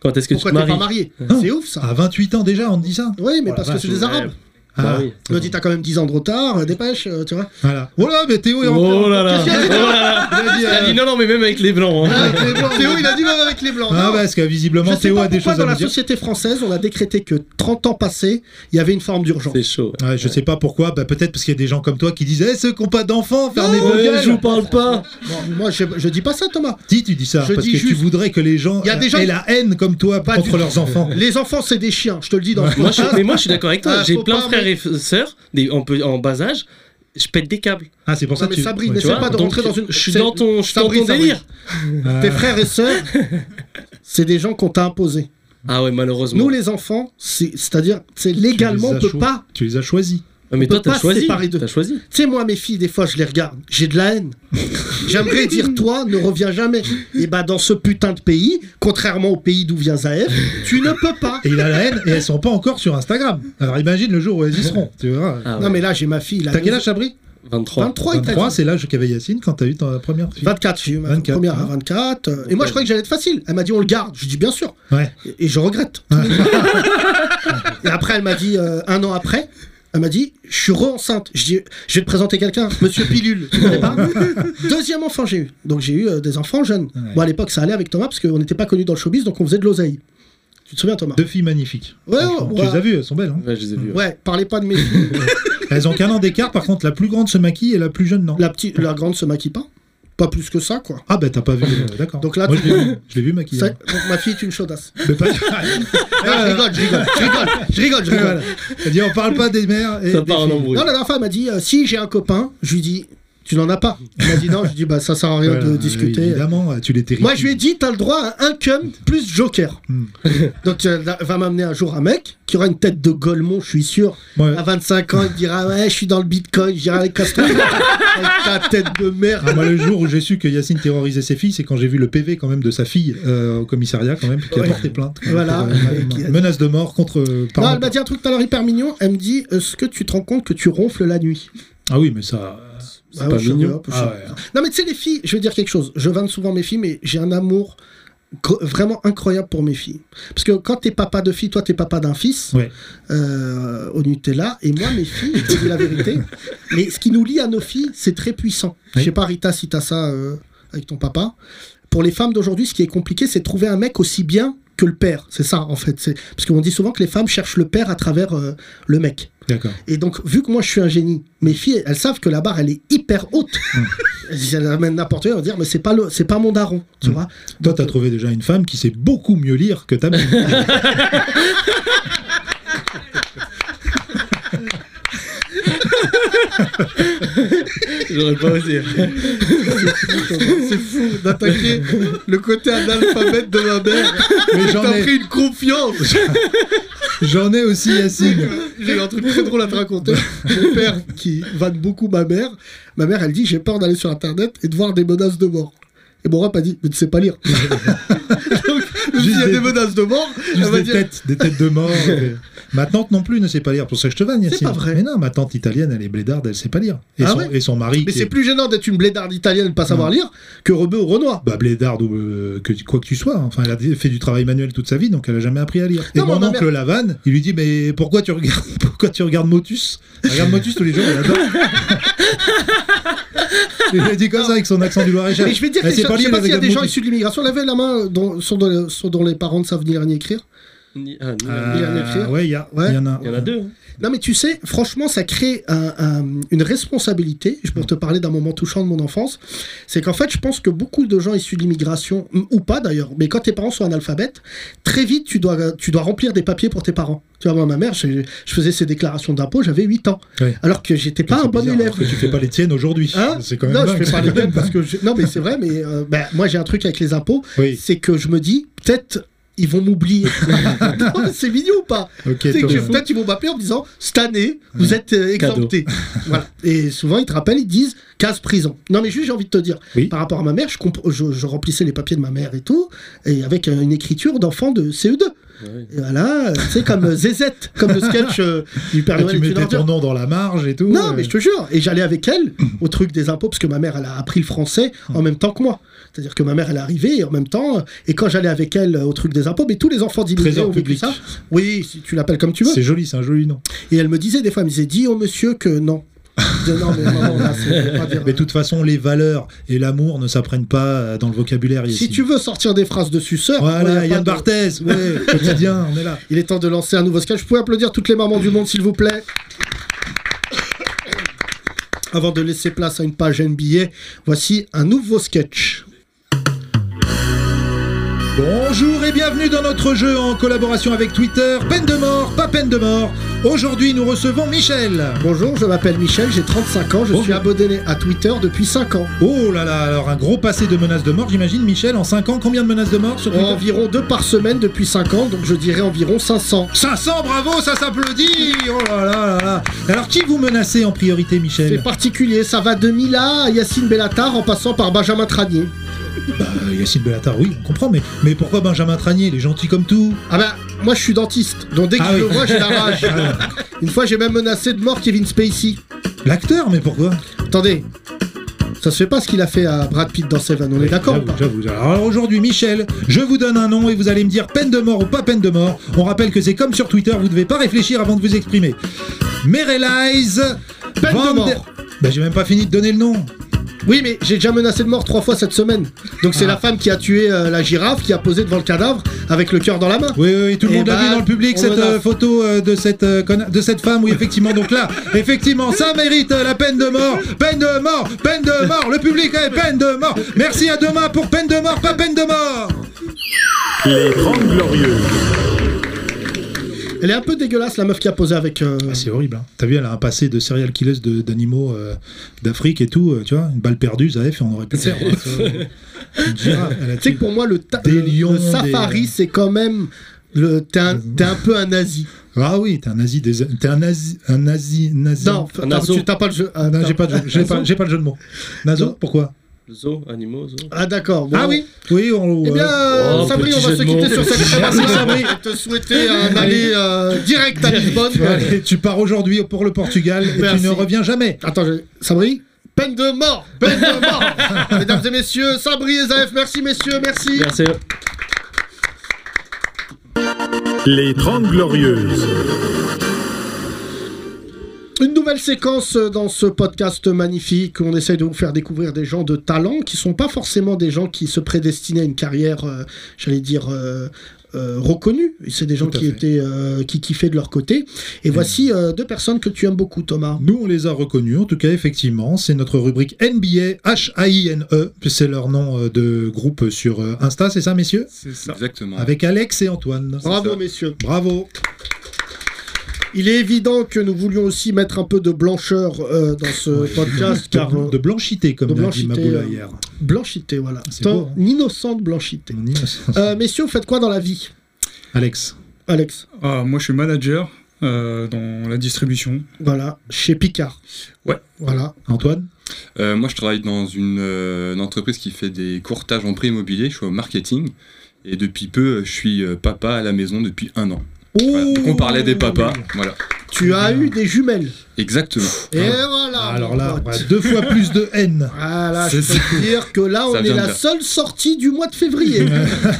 Speaker 5: Quand est-ce que
Speaker 3: Pourquoi
Speaker 5: tu te
Speaker 3: t'es pas
Speaker 5: maries
Speaker 3: mariée
Speaker 4: Non.
Speaker 3: C'est ouf, ça.
Speaker 4: À 28 ans déjà, on te dit ça Ah.
Speaker 3: Oui, mais
Speaker 4: Oh la
Speaker 3: parce que
Speaker 4: vache,
Speaker 3: c'est des
Speaker 5: ouais.
Speaker 3: Arabes.
Speaker 5: Bah oui.
Speaker 3: Me dis, t'as quand même 10 ans de retard, euh, dépêche, euh, tu vois.
Speaker 4: Voilà. Oh là, mais Théo est en
Speaker 5: Oh là là.
Speaker 3: Qu'est-ce qu'il a dit,
Speaker 5: Oh là là.
Speaker 4: Il a dit,
Speaker 5: Elle
Speaker 4: euh,
Speaker 5: dit non, non, mais même avec les blancs. hein.
Speaker 3: euh, Avec les blancs. Théo, il a dit même avec les blancs.
Speaker 4: Ah,
Speaker 3: Non.
Speaker 4: parce que visiblement,
Speaker 3: Je sais
Speaker 4: Théo
Speaker 3: pas
Speaker 4: a des
Speaker 3: pourquoi
Speaker 4: choses
Speaker 3: dans
Speaker 4: à nous
Speaker 3: la
Speaker 4: dire.
Speaker 3: société française, on a décrété que 30 ans passés, il y avait une forme d'urgence.
Speaker 5: C'est chaud.
Speaker 4: Ouais, je sais pas pourquoi, bah, peut-être parce qu'il y a des gens comme toi qui disent Eh, ceux qui n'ont pas d'enfants,
Speaker 3: Ah,
Speaker 4: faire des
Speaker 5: Ouais,
Speaker 4: gueules.
Speaker 5: Euh, je vous parle pas.
Speaker 3: Bon, moi, je, je dis pas ça, Thomas.
Speaker 4: Si tu dis ça,
Speaker 3: Je
Speaker 4: parce
Speaker 3: dis
Speaker 4: que tu
Speaker 3: juste-
Speaker 4: voudrais que les gens,
Speaker 3: Il y a des
Speaker 4: euh,
Speaker 3: gens
Speaker 4: aient
Speaker 3: qui-
Speaker 4: la haine comme toi
Speaker 3: Pas
Speaker 4: contre
Speaker 3: du-
Speaker 4: leurs enfants.
Speaker 3: Les enfants, c'est des chiens, je te le dis dans ce
Speaker 5: Moi, je-
Speaker 3: podcast.
Speaker 5: mais moi, je suis d'accord avec toi.
Speaker 3: Ah,
Speaker 5: J'ai
Speaker 3: faut
Speaker 5: plein de
Speaker 3: pas,
Speaker 5: frères
Speaker 3: mais-
Speaker 5: et f- sœurs des- en, peu- en bas âge. Je pète des câbles.
Speaker 4: Ah, c'est pour ça
Speaker 3: Non,
Speaker 4: que
Speaker 3: mais
Speaker 4: tu.
Speaker 3: Sabri,
Speaker 4: ouais,
Speaker 3: n'essaie
Speaker 4: tu vois.
Speaker 3: pas de
Speaker 5: Donc,
Speaker 3: rentrer dans une-
Speaker 5: Je suis
Speaker 3: c'est-
Speaker 5: dans ton, je suis dans
Speaker 3: Sabri,
Speaker 5: ton
Speaker 3: Sabri.
Speaker 5: délire.
Speaker 4: Euh,
Speaker 3: Tes frères et sœurs, c'est des gens qu'on t'a imposés.
Speaker 5: Ah ouais, malheureusement.
Speaker 3: Nous, les enfants, c'est- c'est-à-dire, c'est
Speaker 4: tu les
Speaker 3: légalement, on
Speaker 4: as
Speaker 3: peut
Speaker 4: cho-
Speaker 3: pas.
Speaker 4: Tu les as choisis.
Speaker 5: Ah, mais
Speaker 3: on peut
Speaker 5: toi, t'as
Speaker 3: pas se
Speaker 5: choisi.
Speaker 3: séparer d'eux.
Speaker 5: T'as choisi.
Speaker 3: Tu sais, moi, mes filles, des fois, je les regarde, j'ai de la haine. J'aimerais dire, toi, ne reviens jamais. Et bah, dans ce putain de pays, contrairement au pays d'où vient Zaev, tu ne peux pas.
Speaker 4: Et il a la haine, et elles sont pas encore sur Instagram. Alors imagine le jour où elles y seront. Tu vois.
Speaker 5: Ah ouais.
Speaker 3: Non, mais là, j'ai ma fille. là,
Speaker 4: T'as quel âge, Sabri
Speaker 5: 23.
Speaker 3: 23, il t'a dit.
Speaker 4: 23, c'est l'âge qu'avait Yacine quand t'as eu ta première fille.
Speaker 3: 24, j'ai eu ma
Speaker 4: 24,
Speaker 3: première à
Speaker 4: hein.
Speaker 3: 24. euh, et moi, je croyais que j'allais être facile. Elle m'a dit, on le garde. Je dis, bien sûr.
Speaker 4: Ouais.
Speaker 3: Et, et je regrette. et après, elle m'a dit, euh, un an après, elle m'a dit, je suis re-enceinte. Je dis, je vais te présenter quelqu'un, monsieur Pilule. Tu connais pas Deuxième enfant, j'ai eu. Donc, j'ai eu euh, des enfants jeunes.
Speaker 4: Ouais.
Speaker 3: Bon, à l'époque, ça allait avec Thomas parce qu'on n'était pas connus dans le showbiz, donc on faisait de l'oseille. Tu te souviens, Thomas
Speaker 4: Deux filles magnifiques.
Speaker 3: Ouais,
Speaker 4: Franchement.
Speaker 3: ouais,
Speaker 4: Tu les
Speaker 3: ouais.
Speaker 4: as vues, elles sont belles. hein.
Speaker 5: Ouais, je les ai vus. ouais.
Speaker 3: Ouais, parlez pas de mes filles.
Speaker 4: Elles ont qu'un an d'écart, par contre, la plus grande se maquille et la plus jeune non.
Speaker 3: La, petite, la grande se maquille pas. Pas plus que ça, quoi.
Speaker 4: Ah, ben t'as pas vu. euh, D'accord.
Speaker 3: Donc là,
Speaker 4: Moi,
Speaker 3: tu-
Speaker 4: je l'ai vu. Je l'ai vu maquillé.
Speaker 3: Ça- donc, ma fille est une chaudasse.
Speaker 4: Mais pas- Ah,
Speaker 3: Non, je rigole, je rigole, je rigole, je rigole, je rigole.
Speaker 4: Voilà. Elle dit on parle pas des mères. Et
Speaker 5: Ça
Speaker 4: des
Speaker 5: part en
Speaker 4: filles.
Speaker 5: embrouille.
Speaker 3: Non, la dernière fois, elle m'a dit euh, si j'ai un copain, je lui dis tu n'en as pas. Elle m'a dit non, je lui dis bah ça sert à rien
Speaker 4: Voilà,
Speaker 3: de discuter.
Speaker 4: Évidemment, tu les terrifies.
Speaker 3: Moi, je lui ai dit t'as le droit à un cum plus joker.
Speaker 4: Hmm.
Speaker 3: Donc, euh, là, va m'amener un jour un mec qui aura une tête de Golemont, je suis sûr.
Speaker 4: Ouais.
Speaker 3: À 25 ans, il dira ouais, je suis dans le bitcoin, je dirai avec Castro. Avec ta tête de merde.
Speaker 4: Ah, moi, le jour où j'ai su que Yacine terrorisait ses filles, c'est quand j'ai vu le PV quand même de sa fille euh, au commissariat quand même, qui a
Speaker 3: Ouais.
Speaker 4: porté plainte. quand même,
Speaker 3: Voilà.
Speaker 4: pour, euh,
Speaker 3: Qui a-
Speaker 4: menace de mort contre. euh,
Speaker 3: Non,
Speaker 4: parents.
Speaker 3: elle m'a dit un truc tout à l'heure hyper mignon. Elle me dit Est-ce que tu te rends compte que tu ronfles la nuit
Speaker 4: Ah oui, mais ça.
Speaker 3: Ah
Speaker 5: pas
Speaker 3: ouais, je sais
Speaker 5: mignon.
Speaker 3: pas, je sais
Speaker 4: Ah
Speaker 3: pas.
Speaker 4: ouais.
Speaker 3: Non, mais tu sais, les filles, je vais dire quelque chose. Je vanne souvent mes filles, mais j'ai un amour gr- vraiment incroyable pour mes filles. Parce que quand t'es papa de fille, toi t'es papa d'un fils
Speaker 4: Ouais.
Speaker 3: euh, au Nutella, et moi mes filles, je te dis la vérité. Mais ce qui nous lie à nos filles, c'est très puissant. Je sais
Speaker 4: Oui.
Speaker 3: pas Rita si t'as ça euh, avec ton papa. Pour les femmes d'aujourd'hui, ce qui est compliqué, c'est de trouver un mec aussi bien que le père. C'est ça en fait. C'est parce qu'on dit souvent que les femmes cherchent le père à travers euh, le mec.
Speaker 4: D'accord.
Speaker 3: Et donc, vu que moi je suis un génie, mes filles, elles savent que la barre, elle est hyper haute. elles amènent n'importe quoi, elles vont dire, mais c'est pas, le- c'est pas mon daron, tu
Speaker 4: Mm.
Speaker 3: vois.
Speaker 4: Toi, t'as trouvé déjà une femme qui sait beaucoup mieux lire que ta mère.
Speaker 5: J'aurais pas osé.
Speaker 3: C'est fou d'attaquer le côté analphabète de ma mère.
Speaker 4: Mais j'en ai,
Speaker 3: une confiance.
Speaker 4: j'en ai aussi Yacine.
Speaker 3: J'ai eu un truc très drôle à te raconter. Mon père, qui vanne beaucoup ma mère, ma mère, elle dit, j'ai peur d'aller sur Internet et de voir des menaces de mort. Et mon rap a dit, mais tu sais pas lire. Donc, s'il y a
Speaker 4: des-
Speaker 3: des menaces de mort, elle
Speaker 4: Juste
Speaker 3: va
Speaker 4: des
Speaker 3: dire,
Speaker 4: têtes, des têtes de mort. Et- Ma tante non plus ne sait pas lire, pour ça que je te vanne, Yacine.
Speaker 3: pas vrai.
Speaker 4: Mais non, ma tante italienne, elle est blédarde, elle sait pas lire. Et,
Speaker 3: Ah
Speaker 4: son,
Speaker 3: ouais
Speaker 4: et son mari.
Speaker 3: mais
Speaker 4: qui
Speaker 3: c'est
Speaker 4: est-
Speaker 3: plus gênant d'être une blédarde italienne et de pas savoir lire que Rebeu ou Renoir.
Speaker 4: Bah, blédarde ou euh, que, quoi que tu sois. hein. Enfin, elle a fait du travail manuel toute sa vie, donc elle a jamais appris à lire.
Speaker 3: Non,
Speaker 4: et
Speaker 3: mais
Speaker 4: mon
Speaker 3: ma
Speaker 4: oncle
Speaker 3: mère-
Speaker 4: Lavanne, il lui dit Mais pourquoi tu regardes, pourquoi tu regardes Motus Elle Regarde Motus tous les jours, elle adore. il lui a dit comme ça avec son accent du Loir-et-Cher.
Speaker 3: Mais je vais dire,
Speaker 4: Elle
Speaker 3: que
Speaker 4: sait
Speaker 3: je
Speaker 4: pas
Speaker 3: je sais
Speaker 4: lire,
Speaker 3: pas
Speaker 4: elle
Speaker 3: s'il y a
Speaker 4: regarde
Speaker 3: des gens
Speaker 4: Motus.
Speaker 3: issus de l'immigration. Lavez la main, euh, dont, sont, dont, sont dont les parents ne savent ni lire ni écrire.
Speaker 5: Ni- ah, ni-
Speaker 4: Ah,
Speaker 3: Il y en a écrit.
Speaker 4: ouais, il y, a-
Speaker 3: Ouais.
Speaker 4: il y en a.
Speaker 5: Il y en a deux. hein.
Speaker 3: Non, mais tu sais, franchement, ça crée un- un- une responsabilité. Je
Speaker 4: Mm.
Speaker 3: peux te parler d'un moment touchant de mon enfance. C'est qu'en fait, je pense que beaucoup de gens issus de l'immigration, m- ou pas d'ailleurs, mais quand tes parents sont analphabètes, très vite, tu dois, tu dois remplir des papiers pour tes parents. Tu vois, moi, ma mère, je, je faisais ses déclarations d'impôts, j'avais 8 ans.
Speaker 4: Ouais.
Speaker 3: Alors que j'étais pas
Speaker 4: C'est
Speaker 3: Ah, un bon
Speaker 4: bizarre,
Speaker 3: élève.
Speaker 4: alors que tu fais pas les tiennes aujourd'hui.
Speaker 3: Hein
Speaker 4: c'est quand même
Speaker 3: non,
Speaker 4: dingue,
Speaker 3: je fais
Speaker 4: ça.
Speaker 3: pas les mêmes parce que je- non mais c'est vrai mais euh, bah, moi j'ai un truc avec les impôts
Speaker 4: Oui,
Speaker 3: c'est que je me dis, peut-être ils vont m'oublier. Non, mais c'est mignon ou pas
Speaker 4: ok.
Speaker 3: C'est que
Speaker 4: Thomas.
Speaker 3: Peut-être ils vont m'appeler en me disant, cette année, vous êtes euh,
Speaker 5: Cadeau.
Speaker 3: exempté. voilà. Et souvent, ils te rappellent, ils disent 15 prisons. Non, mais juste, j'ai envie de te dire,
Speaker 4: Oui.
Speaker 3: par rapport à ma mère, je, comp- je, je remplissais les papiers de ma mère et tout, et avec euh, une écriture d'enfant de CE2.
Speaker 5: Ouais.
Speaker 3: Et voilà, c'est comme euh, ZZ, comme le sketch euh, du Père
Speaker 4: Et
Speaker 3: Noël
Speaker 4: Ah, tu
Speaker 3: est une
Speaker 4: mettais
Speaker 3: ordure.
Speaker 4: ton nom dans la marge et tout.
Speaker 3: Non,
Speaker 4: euh,
Speaker 3: mais je te jure. Et j'allais avec elle au truc des impôts, parce que ma mère, elle a appris le français en même temps que moi. C'est-à-dire que ma mère, elle est arrivée et en même temps. euh, Et quand j'allais avec elle euh, au truc des impôts, mais tous les enfants d'immigrés
Speaker 4: Trésor
Speaker 3: ont vécu
Speaker 4: public.
Speaker 3: ça. Oui, si tu l'appelles comme tu veux.
Speaker 4: C'est joli, c'est un joli nom.
Speaker 3: Et elle me disait des fois, elle me disait, dis au monsieur que non. Je disais, non, mais maman, là, c'est- faut pas dire.
Speaker 4: Mais de toute façon, les valeurs et l'amour ne s'apprennent pas euh, dans le vocabulaire.
Speaker 3: Si
Speaker 4: Yacine.
Speaker 3: tu veux sortir des phrases de suceur, ouais, y a
Speaker 4: Voilà,
Speaker 3: pas
Speaker 4: Yann
Speaker 3: de-
Speaker 4: Barthès, ouais, quotidien, on est là.
Speaker 3: il est temps de lancer un nouveau sketch. Vous pouvez applaudir toutes les mamans du monde, s'il vous plaît. Avant de laisser place à une page NBA, voici un nouveau sketch.
Speaker 4: Bonjour et bienvenue dans notre jeu en collaboration avec Twitter. Peine de mort, pas peine de mort. Aujourd'hui, nous recevons Michel.
Speaker 3: Bonjour, je m'appelle Michel, j'ai 35 ans, je
Speaker 4: Bonjour.
Speaker 3: suis abonné à Twitter depuis 5 ans.
Speaker 4: Oh là là, alors un gros passé de menaces de mort, j'imagine. Michel, en 5 ans, combien de menaces de mort sur Twitter
Speaker 3: Environ 2 par semaine depuis 5 ans, donc je dirais environ 500.
Speaker 4: 500, bravo, ça s'applaudit. Oh là là là là. Alors, qui vous menacez en priorité,
Speaker 3: C'est
Speaker 4: Michel
Speaker 3: particulier, ça va de Mila à Yacine Bellatar en passant par Benjamin Tranier.
Speaker 4: Euh, Yacine Bellatar, oui, on comprend, mais, mais pourquoi Benjamin Tranier Il est gentil comme tout.
Speaker 3: Ah ben, moi je suis dentiste, donc dès que
Speaker 4: Ah
Speaker 3: je
Speaker 4: oui. Ah
Speaker 3: le vois, j'ai la rage. Une fois, j'ai même menacé de mort Kevin Spacey.
Speaker 4: L'acteur, mais pourquoi
Speaker 3: Attendez, ça se fait pas ce qu'il a fait à Brad Pitt dans Seven, on est
Speaker 4: Oui,
Speaker 3: d'accord ou
Speaker 4: j'avoue,
Speaker 3: pas
Speaker 4: j'avoue. Alors aujourd'hui, Michel, je vous donne un nom et vous allez me dire peine de mort ou pas peine de mort. On rappelle que c'est comme sur Twitter, vous ne devez pas réfléchir avant de vous exprimer. Merelize
Speaker 3: Peine de mort.
Speaker 4: Ben, Bah, j'ai même pas fini de donner le nom.
Speaker 3: Oui, mais j'ai déjà menacé de mort trois fois cette semaine. Donc
Speaker 4: Ah.
Speaker 3: c'est la femme qui a tué euh, la girafe, qui a posé devant le cadavre avec le cœur dans la main.
Speaker 4: Oui, oui, oui, tout le
Speaker 3: Eh
Speaker 4: monde a
Speaker 3: ben,
Speaker 4: vu dans le public
Speaker 3: on
Speaker 4: cette
Speaker 3: menace.
Speaker 4: euh, photo euh, de cette euh, conna- de cette femme. Oui, effectivement. Donc là, effectivement, ça mérite euh, la peine de mort, peine de mort, peine de mort. Le public est peine de mort. Merci à demain pour peine de mort, pas peine de mort.
Speaker 7: Les 30 Glorieuses.
Speaker 3: Elle est un peu dégueulasse la meuf qui a posé avec. euh,
Speaker 4: Ah, c'est horrible. Hein. T'as vu, elle a un passé de serial killers de- d'animaux euh, d'Afrique et tout. euh, tu vois, une balle perdue, Zaef, et on aurait pu le faire. hein, tu vois. Une girafe, elle a
Speaker 3: Tu sais
Speaker 4: tué-
Speaker 3: que pour moi, le, ta-
Speaker 4: Des
Speaker 3: le-
Speaker 4: lions,
Speaker 3: le safari,
Speaker 4: des-
Speaker 3: c'est quand même. Le... T'es un... t'es un peu un nazi.
Speaker 4: Ah oui, t'es un nazi, des... t'es un nazi, un nazi, nazi.
Speaker 3: Non,
Speaker 5: Un
Speaker 3: t'as-
Speaker 5: nazo.
Speaker 3: tu t'as pas le jeu.
Speaker 4: Ah, non, j'ai pas, de jeu- j'ai pas, j'ai pas le jeu de mots. Nazo,
Speaker 3: Non.
Speaker 4: pourquoi
Speaker 5: Zoo, animaux, zoo.
Speaker 3: Ah d'accord. bon.
Speaker 4: Ah oui, oui, on.
Speaker 3: Eh bien, euh,
Speaker 5: Oh,
Speaker 3: Sabri,
Speaker 5: petit
Speaker 3: on va
Speaker 5: jeu
Speaker 3: se
Speaker 5: de
Speaker 3: quitter sur
Speaker 5: mots.
Speaker 3: cette très bonne Sabri. Je te souhaiter un aller euh, direct à Lisbonne.
Speaker 4: Tu, vois, allez, tu pars aujourd'hui pour le Portugal et
Speaker 3: Merci.
Speaker 4: tu ne reviens jamais.
Speaker 3: Attends, je- Sabri Peine de mort Peine de mort Mesdames et messieurs, Sabri et Zaef, merci messieurs, merci
Speaker 5: Merci.
Speaker 7: Les 30 Glorieuses.
Speaker 3: Une nouvelle séquence euh, dans ce podcast magnifique où on essaye de vous faire découvrir des gens de talent qui sont pas forcément des gens qui se prédestinaient à une carrière, euh, j'allais dire, euh, euh, reconnue. C'est des gens
Speaker 4: Tout à
Speaker 3: qui,
Speaker 4: fait.
Speaker 3: étaient, euh, qui kiffaient de leur côté. Et voici euh, deux personnes que tu aimes beaucoup, Thomas.
Speaker 4: Nous, on les a reconnus, en tout cas, effectivement. C'est notre rubrique NBA, H-A-I-N-E. E. C'est leur nom euh, de groupe sur euh, Insta, c'est ça, messieurs
Speaker 8: C'est ça. Exactement.
Speaker 4: Avec Alex et Antoine.
Speaker 3: Bravo,
Speaker 8: ça.
Speaker 3: messieurs.
Speaker 4: Bravo.
Speaker 3: Il est évident que nous voulions aussi mettre un peu de blancheur euh, dans ce podcast, car
Speaker 4: de,
Speaker 3: euh,
Speaker 4: de blanchité, comme
Speaker 3: de
Speaker 4: l'a dit
Speaker 3: blanchité,
Speaker 4: Maboula
Speaker 3: euh,
Speaker 4: hier.
Speaker 3: blanchité, voilà.
Speaker 4: C'est beau, hein.
Speaker 3: Une innocente blanchité.
Speaker 4: On y va.
Speaker 3: Euh, messieurs, vous faites quoi dans la vie,
Speaker 4: Alex.
Speaker 3: Alex
Speaker 8: Ah, moi, je suis manager euh, dans la distribution.
Speaker 3: Voilà, chez Picard.
Speaker 8: Ouais.
Speaker 3: Voilà.
Speaker 4: Antoine
Speaker 9: Euh, moi, je travaille dans une, euh, une entreprise qui fait des courtages en prêt immobilier. Je suis au marketing. Et depuis peu, euh, je suis euh, papa à la maison depuis un an. Voilà. Donc, on parlait des papas. Voilà.
Speaker 3: Tu
Speaker 4: Ah.
Speaker 3: as eu des jumelles.
Speaker 9: Exactement.
Speaker 3: Et voilà.
Speaker 4: Alors
Speaker 3: mon
Speaker 4: là,
Speaker 3: pote.
Speaker 4: bah, deux fois plus de haine.
Speaker 3: Ah là, je
Speaker 9: C'est
Speaker 3: peux te dire que là, on
Speaker 9: Ça
Speaker 3: est
Speaker 9: vient de
Speaker 3: la
Speaker 9: là.
Speaker 3: seule sortie du mois de février.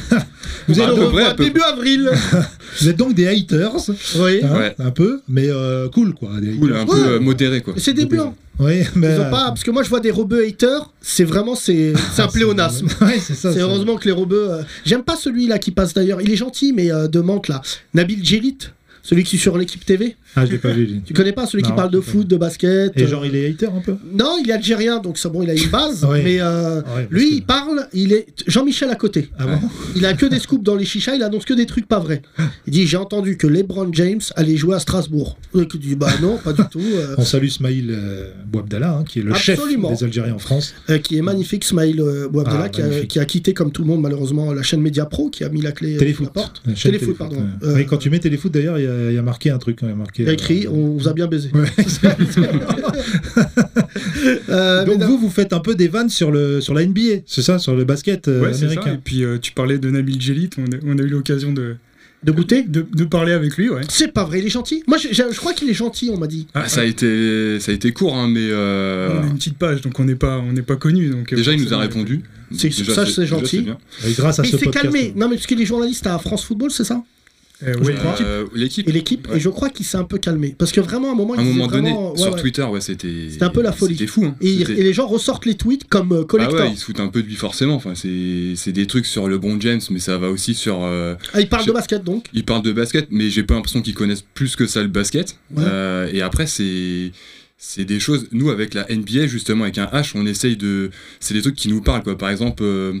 Speaker 4: Vous
Speaker 9: À
Speaker 4: êtes,
Speaker 9: peu
Speaker 4: donc,
Speaker 9: près, Bah, à peu
Speaker 3: début avril.
Speaker 4: vous êtes donc des haters,
Speaker 3: oui.
Speaker 4: hein,
Speaker 9: Ouais.
Speaker 4: un peu, mais euh, cool quoi. des
Speaker 9: Cool, un peu euh, modéré, quoi.
Speaker 3: Mais C'est des blancs.
Speaker 4: Oui, mais.
Speaker 3: Ils ont
Speaker 4: euh,
Speaker 3: pas, parce que moi, je vois des rebeux haters. C'est vraiment, c'est c'est
Speaker 4: Ah,
Speaker 3: un pléonasme.
Speaker 4: Ouais, c'est ça.
Speaker 3: C'est heureusement que les rebeux. euh, J'aime pas celui-là qui passe d'ailleurs. Il est gentil, mais euh, de Mantes là. Nabil Djelit, celui qui est sur l'équipe TV.
Speaker 4: Ah, je l'ai pas vu. lui.
Speaker 3: Tu connais pas celui qui
Speaker 4: Non,
Speaker 3: parle de
Speaker 4: je connais
Speaker 3: foot, de basket.
Speaker 4: Et
Speaker 3: euh,
Speaker 4: genre, il est hater un peu
Speaker 3: Non, il est algérien, donc ça, bon, il a une base.
Speaker 4: Ouais.
Speaker 3: Mais euh,
Speaker 4: Ouais, parce
Speaker 3: lui,
Speaker 4: que-
Speaker 3: il parle. Il est Jean-Michel à côté.
Speaker 4: Ah bon
Speaker 3: Il a que des scoops dans les chichas, il annonce que des trucs pas vrais. Il dit J'ai entendu que LeBron James allait jouer à Strasbourg. Le mec, il dit Bah non, pas du tout. euh,
Speaker 4: On salue Smaïl euh, Bouabdallah, hein, qui est le
Speaker 3: Absolument.
Speaker 4: chef des Algériens en France.
Speaker 3: euh, qui est magnifique, Smaïl euh, Bouabdallah,
Speaker 4: Ah,
Speaker 3: qui, a,
Speaker 4: magnifique.
Speaker 3: qui a quitté, comme tout le monde, malheureusement, la chaîne Media Pro, qui a mis la clé euh, sous
Speaker 4: Téléfoot.
Speaker 3: la porte.
Speaker 4: La chaîne
Speaker 3: Téléfoot, pardon.
Speaker 4: ouais.
Speaker 3: Euh,
Speaker 4: Oui, quand tu mets Téléfoot, d'ailleurs, il y, a- il y a marqué un truc. hein, Il y a marqué,
Speaker 3: Il a écrit
Speaker 4: euh,
Speaker 3: On vous a bien baisé.
Speaker 4: ouais.
Speaker 3: Euh,
Speaker 4: Donc
Speaker 3: mesdames-
Speaker 4: vous, vous faites un peu des vannes sur, le, sur la NBA, c'est ça Sur le basket euh,
Speaker 8: Ouais, c'est ça. Et
Speaker 4: américain
Speaker 8: puis, euh, tu parlais de Nabil Jelit. On, a- on a eu l'occasion de,
Speaker 3: De goûter
Speaker 8: de, de parler avec lui, ouais.
Speaker 3: C'est pas vrai, il est gentil. Moi, j'ai- j'ai- je, crois qu'il est gentil, on m'a dit.
Speaker 9: Ah, ça, a été, ça a été court, hein, mais. euh,
Speaker 8: On a une petite page, donc on n'est pas, on n'est pas connu. Donc euh,
Speaker 9: Déjà, il nous a
Speaker 8: forcément,
Speaker 9: répondu.
Speaker 3: C'est-
Speaker 9: Déjà,
Speaker 3: ça, c'est
Speaker 9: déjà,
Speaker 3: gentil.
Speaker 9: bien.
Speaker 4: Et grâce à
Speaker 3: Mais
Speaker 4: ce
Speaker 3: il s'est
Speaker 4: podcast.
Speaker 3: calmé. Non, mais parce qu'il est journaliste à France Football, c'est ça
Speaker 8: Euh, ouais,
Speaker 9: Euh, L'équipe.
Speaker 3: Et l'équipe.
Speaker 9: Ouais.
Speaker 3: Et je crois qu'il s'est un peu calmé. Parce que vraiment, à un moment,
Speaker 9: À un
Speaker 3: il disait
Speaker 9: moment donné,
Speaker 3: vraiment, ouais,
Speaker 9: sur
Speaker 3: ouais.
Speaker 9: Twitter, ouais, c'était.
Speaker 3: C'était un peu la folie.
Speaker 9: C'était fou, hein.
Speaker 3: Et, il-
Speaker 9: C'était-
Speaker 3: et les gens ressortent les tweets comme euh,
Speaker 9: Ah
Speaker 3: collector.
Speaker 9: ouais, ils se foutent un peu de lui forcément. Enfin, c'est c'est des trucs sur LeBron James, mais ça va aussi sur. euh,
Speaker 3: Ah, il parle
Speaker 9: Je-
Speaker 3: de basket donc.
Speaker 9: ils parlent de basket, mais j'ai pas l'impression qu'ils connaissent plus que ça le basket.
Speaker 3: Ouais.
Speaker 9: Euh, et après, c'est c'est des choses. Nous, avec la NBA, justement, avec un H, on essaye de. C'est des trucs qui nous parlent, quoi. Par exemple. euh,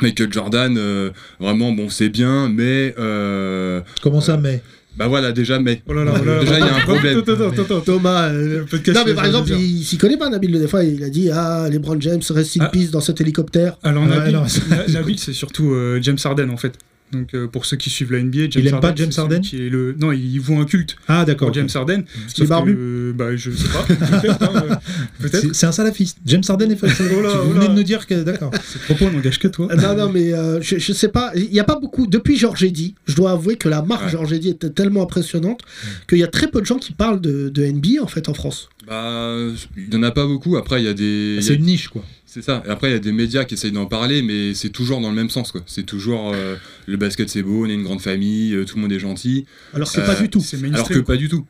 Speaker 9: Michael Jordan, euh, vraiment, bon, c'est bien, mais. euh,
Speaker 4: Comment ça, mais
Speaker 9: bah voilà, déjà, mais.
Speaker 8: Oh là là, oh là là.
Speaker 9: Déjà, il y a un problème.
Speaker 8: Attends, attends, attends, attends.
Speaker 3: Thomas. euh,
Speaker 8: Le podcast,
Speaker 3: Non, mais
Speaker 8: il
Speaker 3: par
Speaker 8: va
Speaker 3: exemple,
Speaker 8: nous dire.
Speaker 3: il s'y connaît pas, Nabil. Des fois, il a dit Ah, LeBron James, rest in
Speaker 8: Ah.
Speaker 3: peace dans cet hélicoptère.
Speaker 8: Alors,
Speaker 4: Ouais,
Speaker 8: Nabil,
Speaker 4: non, ça-
Speaker 8: Na- Nabil, c'est surtout euh, James Harden en fait. Donc, euh, pour ceux qui suivent la NBA, James
Speaker 4: aime pas
Speaker 8: Harden,
Speaker 4: James
Speaker 8: c'est celui
Speaker 4: Harden
Speaker 8: qui est le... Non, il voit un culte
Speaker 4: Ah
Speaker 8: pour
Speaker 4: d'accord.
Speaker 8: James Harden.
Speaker 3: qu'il est
Speaker 8: Sauf
Speaker 3: barbu.
Speaker 8: que, euh, bah, je sais pas. Peut-être. hein, euh, peut-être.
Speaker 4: C'est c'est un salafiste. James Harden est salafiste.
Speaker 8: Oh là,
Speaker 4: Vous
Speaker 8: oh
Speaker 4: venez
Speaker 8: là.
Speaker 4: de nous dire que d'accord.
Speaker 8: Ces propos n'engagent que toi.
Speaker 3: Euh, Non, non, mais euh, je, je sais pas. Il n'y a pas beaucoup. Depuis Georgedi, je dois avouer que la marque
Speaker 9: Ouais.
Speaker 3: Georgedi était tellement impressionnante qu'il y a très peu de gens qui parlent de, de NBA en fait en France.
Speaker 9: Bah, il y en a pas beaucoup. Après, il y a des. il y a-
Speaker 4: Bah, C'est une niche quoi.
Speaker 9: C'est ça. Et après, il y a des médias qui essayent d'en parler, mais c'est toujours dans le même sens, quoi. C'est toujours euh, le basket, c'est beau, on est une grande famille, euh, tout le monde est gentil.
Speaker 3: Alors, c'est pas
Speaker 9: Euh,
Speaker 3: du tout.
Speaker 8: C'est
Speaker 9: Alors que
Speaker 8: mainstream.
Speaker 9: pas du tout.